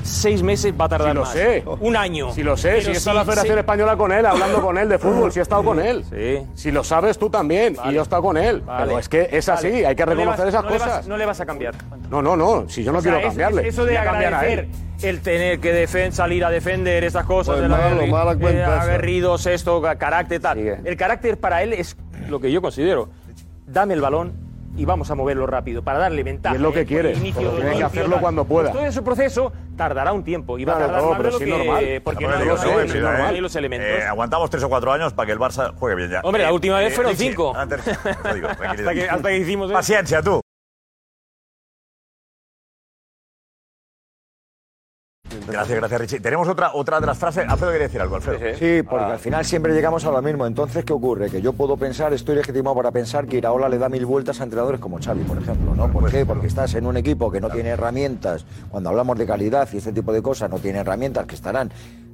W: seis meses, va a tardar
C: Si lo
W: más.
C: sé.
W: Un año.
C: Si lo sé,
W: Pero
C: si está la Federación
W: sí.
C: Española con él, hablando con él de fútbol, si he estado con él. Si lo sabes tú también, y yo he estado con él.
W: Vale.
C: Pero es que es así,
W: Vale.
C: Ah, hay que
W: No le
C: reconocer
W: vas-
C: esas
W: no le vas-
C: cosas.
W: no le vas a cambiar.
C: No, no, no, si yo no
W: O sea,
C: quiero
W: es-
C: cambiarle.
W: es- eso de
C: voy a cambiar a él.
W: agradecer el tener que defen- salir a defender esas cosas,
C: Pues
W: el
C: malo,
W: aguerri-
C: mala cuenta
W: eh,
C: esa.
W: aguerridos, esto, ca- carácter, tal. El carácter para él es lo que yo considero. Dame el balón y vamos a moverlo rápido para darle
C: Y
W: ventaja.
C: es lo que
W: eh, por
C: quiere,
W: el inicio,
C: pero tiene que
W: limpio,
C: hacerlo
W: tal.
C: cuando pueda.
W: Pues todo ese proceso tardará un tiempo y va a
C: Claro,
W: tardar
C: no,
W: más de
C: pero
W: lo
C: sí,
W: que eh,
C: normal.
W: porque
I: Tampoco
W: no,
I: le digo
W: no
I: que no,
W: hay-
I: pero,
W: no
I: eh,
W: hay los elementos.
I: eh, aguantamos tres o cuatro años para que el Barça juegue bien ya.
W: Hombre, la
I: Eh,
W: última vez
I: eh,
W: fueron
I: Richie,
W: cinco.
I: antes- te digo, tranquilidad.
W: Hasta que- hasta que hicimos, eh.
I: Paciencia, tú. Gracias, gracias, Richie. Tenemos otra, otra de las frases. Alfredo quiere decir algo, Alfredo.
G: Sí, porque al final siempre llegamos a lo mismo. Entonces, ¿qué ocurre? Que yo puedo pensar, estoy legitimado para pensar que Iraola le da mil vueltas a entrenadores como Xavi, por ejemplo, ¿no? ¿Por qué? Porque estás en un equipo que no tiene herramientas, cuando hablamos de calidad y este tipo de cosas, no tiene herramientas que estarán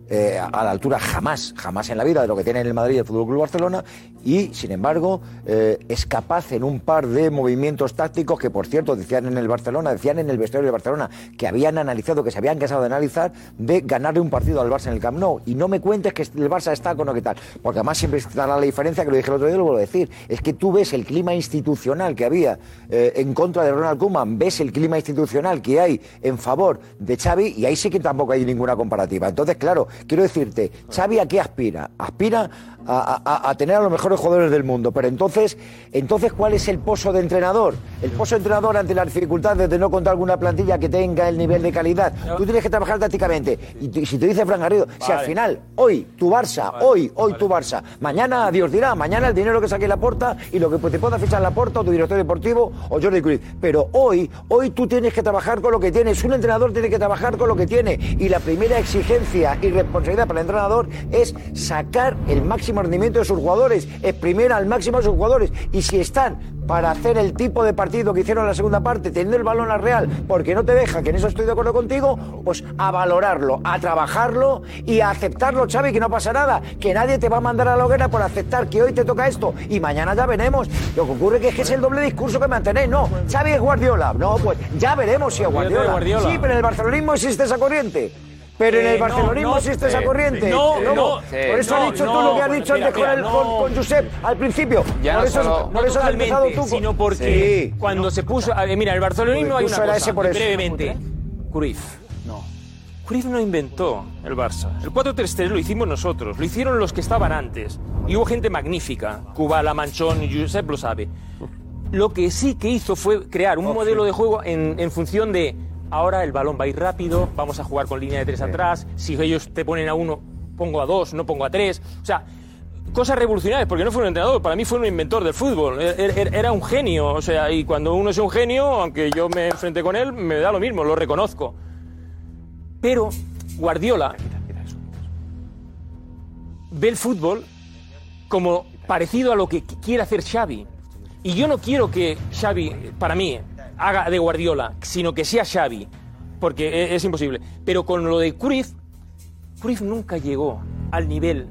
G: eh, a la altura jamás, jamás en la vida de lo que tiene en el Madrid y el Fútbol Club Barcelona y, sin embargo, eh, es capaz en un par de movimientos tácticos que, por cierto, decían en el Barcelona, decían en el vestuario del Barcelona, que habían analizado, que se habían cansado de analizar, de ganarle un partido al Barça en el Camp Nou. Y no me cuentes que el Barça está con lo que tal, porque además siempre estará la diferencia, que lo dije el otro día y lo vuelvo a decir, es que tú ves el clima institucional que había eh, en contra de Ronald Koeman, ves el clima institucional que hay en favor de Xavi y ahí sí que tampoco hay ninguna comparativa. Entonces, claro, quiero decirte, Xavi a qué aspira? Aspira a, a- a tener a los mejores jugadores del mundo, pero entonces, entonces ¿cuál es el pozo de entrenador? El pozo de entrenador ante las dificultades de no contar con una plantilla que tenga el nivel de calidad. Tú tienes que trabajar tácticamente. Y, tú- y si te dice Fran Garrido, si al
U: Vale.
G: final, hoy tu Barça, hoy, hoy tu Barça, mañana Dios dirá, mañana el dinero que saque la porta y lo que pues, te pueda fichar la porta o tu director deportivo o Jordi Cruz. Pero hoy, hoy tú tienes que trabajar con lo que tienes. Un entrenador tiene que trabajar con lo que tiene. Y la primera exigencia y responsabilidad para el entrenador es sacar el máximo rendimiento de sus jugadores, exprimir al máximo a sus jugadores. Y si están para hacer el tipo de partido que hicieron en la segunda parte, teniendo el balón al Real, porque no te deja, que en eso estoy de acuerdo contigo, pues a valorarlo, a trabajarlo y a aceptarlo, Xavi, que no pasa nada, que nadie te va a mandar a la hoguera por aceptar que hoy te toca esto y mañana ya veremos. Lo que ocurre que es que es el doble discurso que mantenéis, no, Xavi es Guardiola, no, pues ya veremos si es Guardiola.
W: Guardiola.
G: Sí, pero en el barcelonismo existe esa corriente. Pero en
W: Eh,
G: el
W: no,
G: barcelonismo
W: no,
G: existe esa
W: sí,
G: corriente.
W: sí, no,
G: Lobo.
W: no, sí,
G: Por eso
W: no,
G: has dicho tú
W: no,
G: lo que has dicho
W: mira,
G: antes con,
W: mira,
G: el-
W: no.
G: con- con Josep al principio.
W: Ya
G: por
W: no
G: eso,
W: solo-
G: por
W: no
G: eso has empezado
W: totalmente,
G: tú. con-
W: sino porque cuando se puso. a ver, mira, el barcelonismo
G: Porque
W: hay
G: puso
W: una
G: era
W: cosa.
G: ese por
W: y
G: eso.
W: brevemente. Cruyff. No. Cruyff no inventó el Barça. El 4-3-3 lo hicimos nosotros, lo hicieron los que estaban antes. Y hubo gente magnífica. Kubala, Manchón, Josep lo sabe. Lo que sí que hizo fue crear un modelo de juego en, en función de ahora el balón va a ir rápido, vamos a jugar con línea de tres atrás, si ellos te ponen a uno, pongo a dos, no pongo a tres. O sea, cosas revolucionarias, porque no fue un entrenador, para mí fue un inventor del fútbol. Er- er- Era un genio, o sea, y cuando uno es un genio, aunque yo me enfrente con él, me da lo mismo, lo reconozco. Pero Guardiola ve el fútbol como parecido a lo que qu- quiere hacer Xavi. Y yo no quiero que Xavi, para mí, haga de Guardiola, sino que sea Xavi, porque e- es imposible. Pero con lo de Cruyff, Cruyff nunca llegó al nivel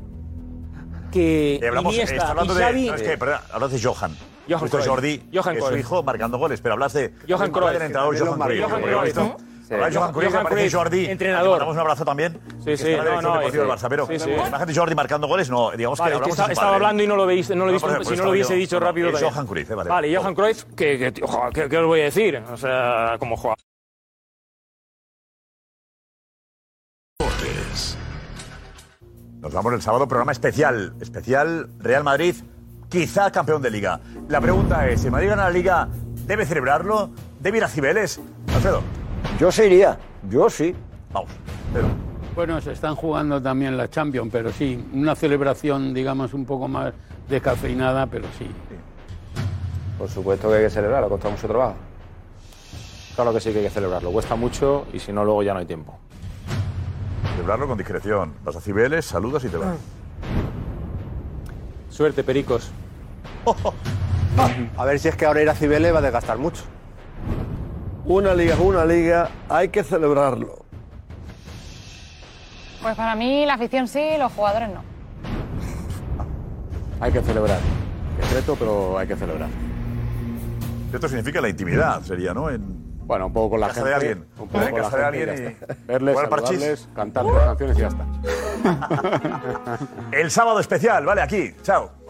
W: que
I: Eh, hablamos, eh,
W: Iniesta
I: está hablando
W: y Xavi...
I: de. no, es que, perdón, hablas de Johan.
W: Johan
I: Justo
W: Cruyff.
I: Jordi,
W: Johan
I: que es su
W: Cruyff.
I: hijo marcando goles, pero hablas de.
W: Johan
I: hablas
W: Cruyff.
I: del entrenador
W: También
I: Johan
W: lo marcó.
I: Cruyff. por
W: Johan
I: lo visto.
W: Cruyff, ¿no? Sí.
I: Hablas de Johan Cruyff,
W: Johan
I: aparece
W: Cruyff,
I: Jordi.
W: entrenador.
I: Le mandamos un abrazo también.
W: Sí,
I: que
W: sí,
I: está en la
W: no,
I: dirección
W: no,
I: deportiva
W: eh,
I: del Barça, pero
W: sí, sí.
I: la imagen de Jordi marcando goles, no, digamos
W: Vale, es que
I: que hablamos
W: esta-
I: de su
W: estaba
I: padre.
W: hablando y no lo veis, no lo he
I: No,
W: visto,
I: por ejemplo,
W: si no
I: estaba
W: lo hubiese
I: yo.
W: dicho rápido.
I: pues, Es
W: también.
I: Johan Cruyff, eh, vale.
W: Johan Cruyff, que, que, tío, ojo, ¿qué- qué os voy a decir? O sea, como jugador.
I: Nos vamos el sábado, programa especial. Especial Real Madrid, quizá campeón de liga. La pregunta es, si Madrid gana la liga, ¿debe celebrarlo? ¿Debe ir a Cibeles? Alfredo.
M: Yo sí iría, yo sí.
I: Vamos.
N: Bueno, se están jugando también las Champions, pero sí, una celebración, digamos, un poco más descafeinada, pero sí.
M: Por supuesto que hay que celebrarlo, ha costado mucho trabajo.
Q: Claro que sí que hay que celebrarlo. Cuesta mucho y si no, luego ya no hay tiempo.
I: Celebrarlo con discreción. Vas a Cibeles, saludas y te
C: Ah.
I: vas.
W: Suerte, pericos.
S: A ver si es que ahora ir a Cibeles va a desgastar mucho.
V: Una liga es una liga, hay que celebrarlo.
E: Pues para mí la afición sí, los jugadores no.
C: Hay que celebrar. Secreto, pero hay que celebrar.
I: Esto significa la intimidad, sería, ¿no? En
C: Bueno, un poco con la
I: casa
C: gente.
I: de alguien.
C: Un
I: Poner
C: poco
I: en
C: con la
I: casa de
C: gente y
I: alguien
C: ya
I: y-
C: está. Verles,
I: jugar al parchís.
C: saludarles, cantarles canciones y ya está.
I: El sábado especial, vale, aquí. Chao.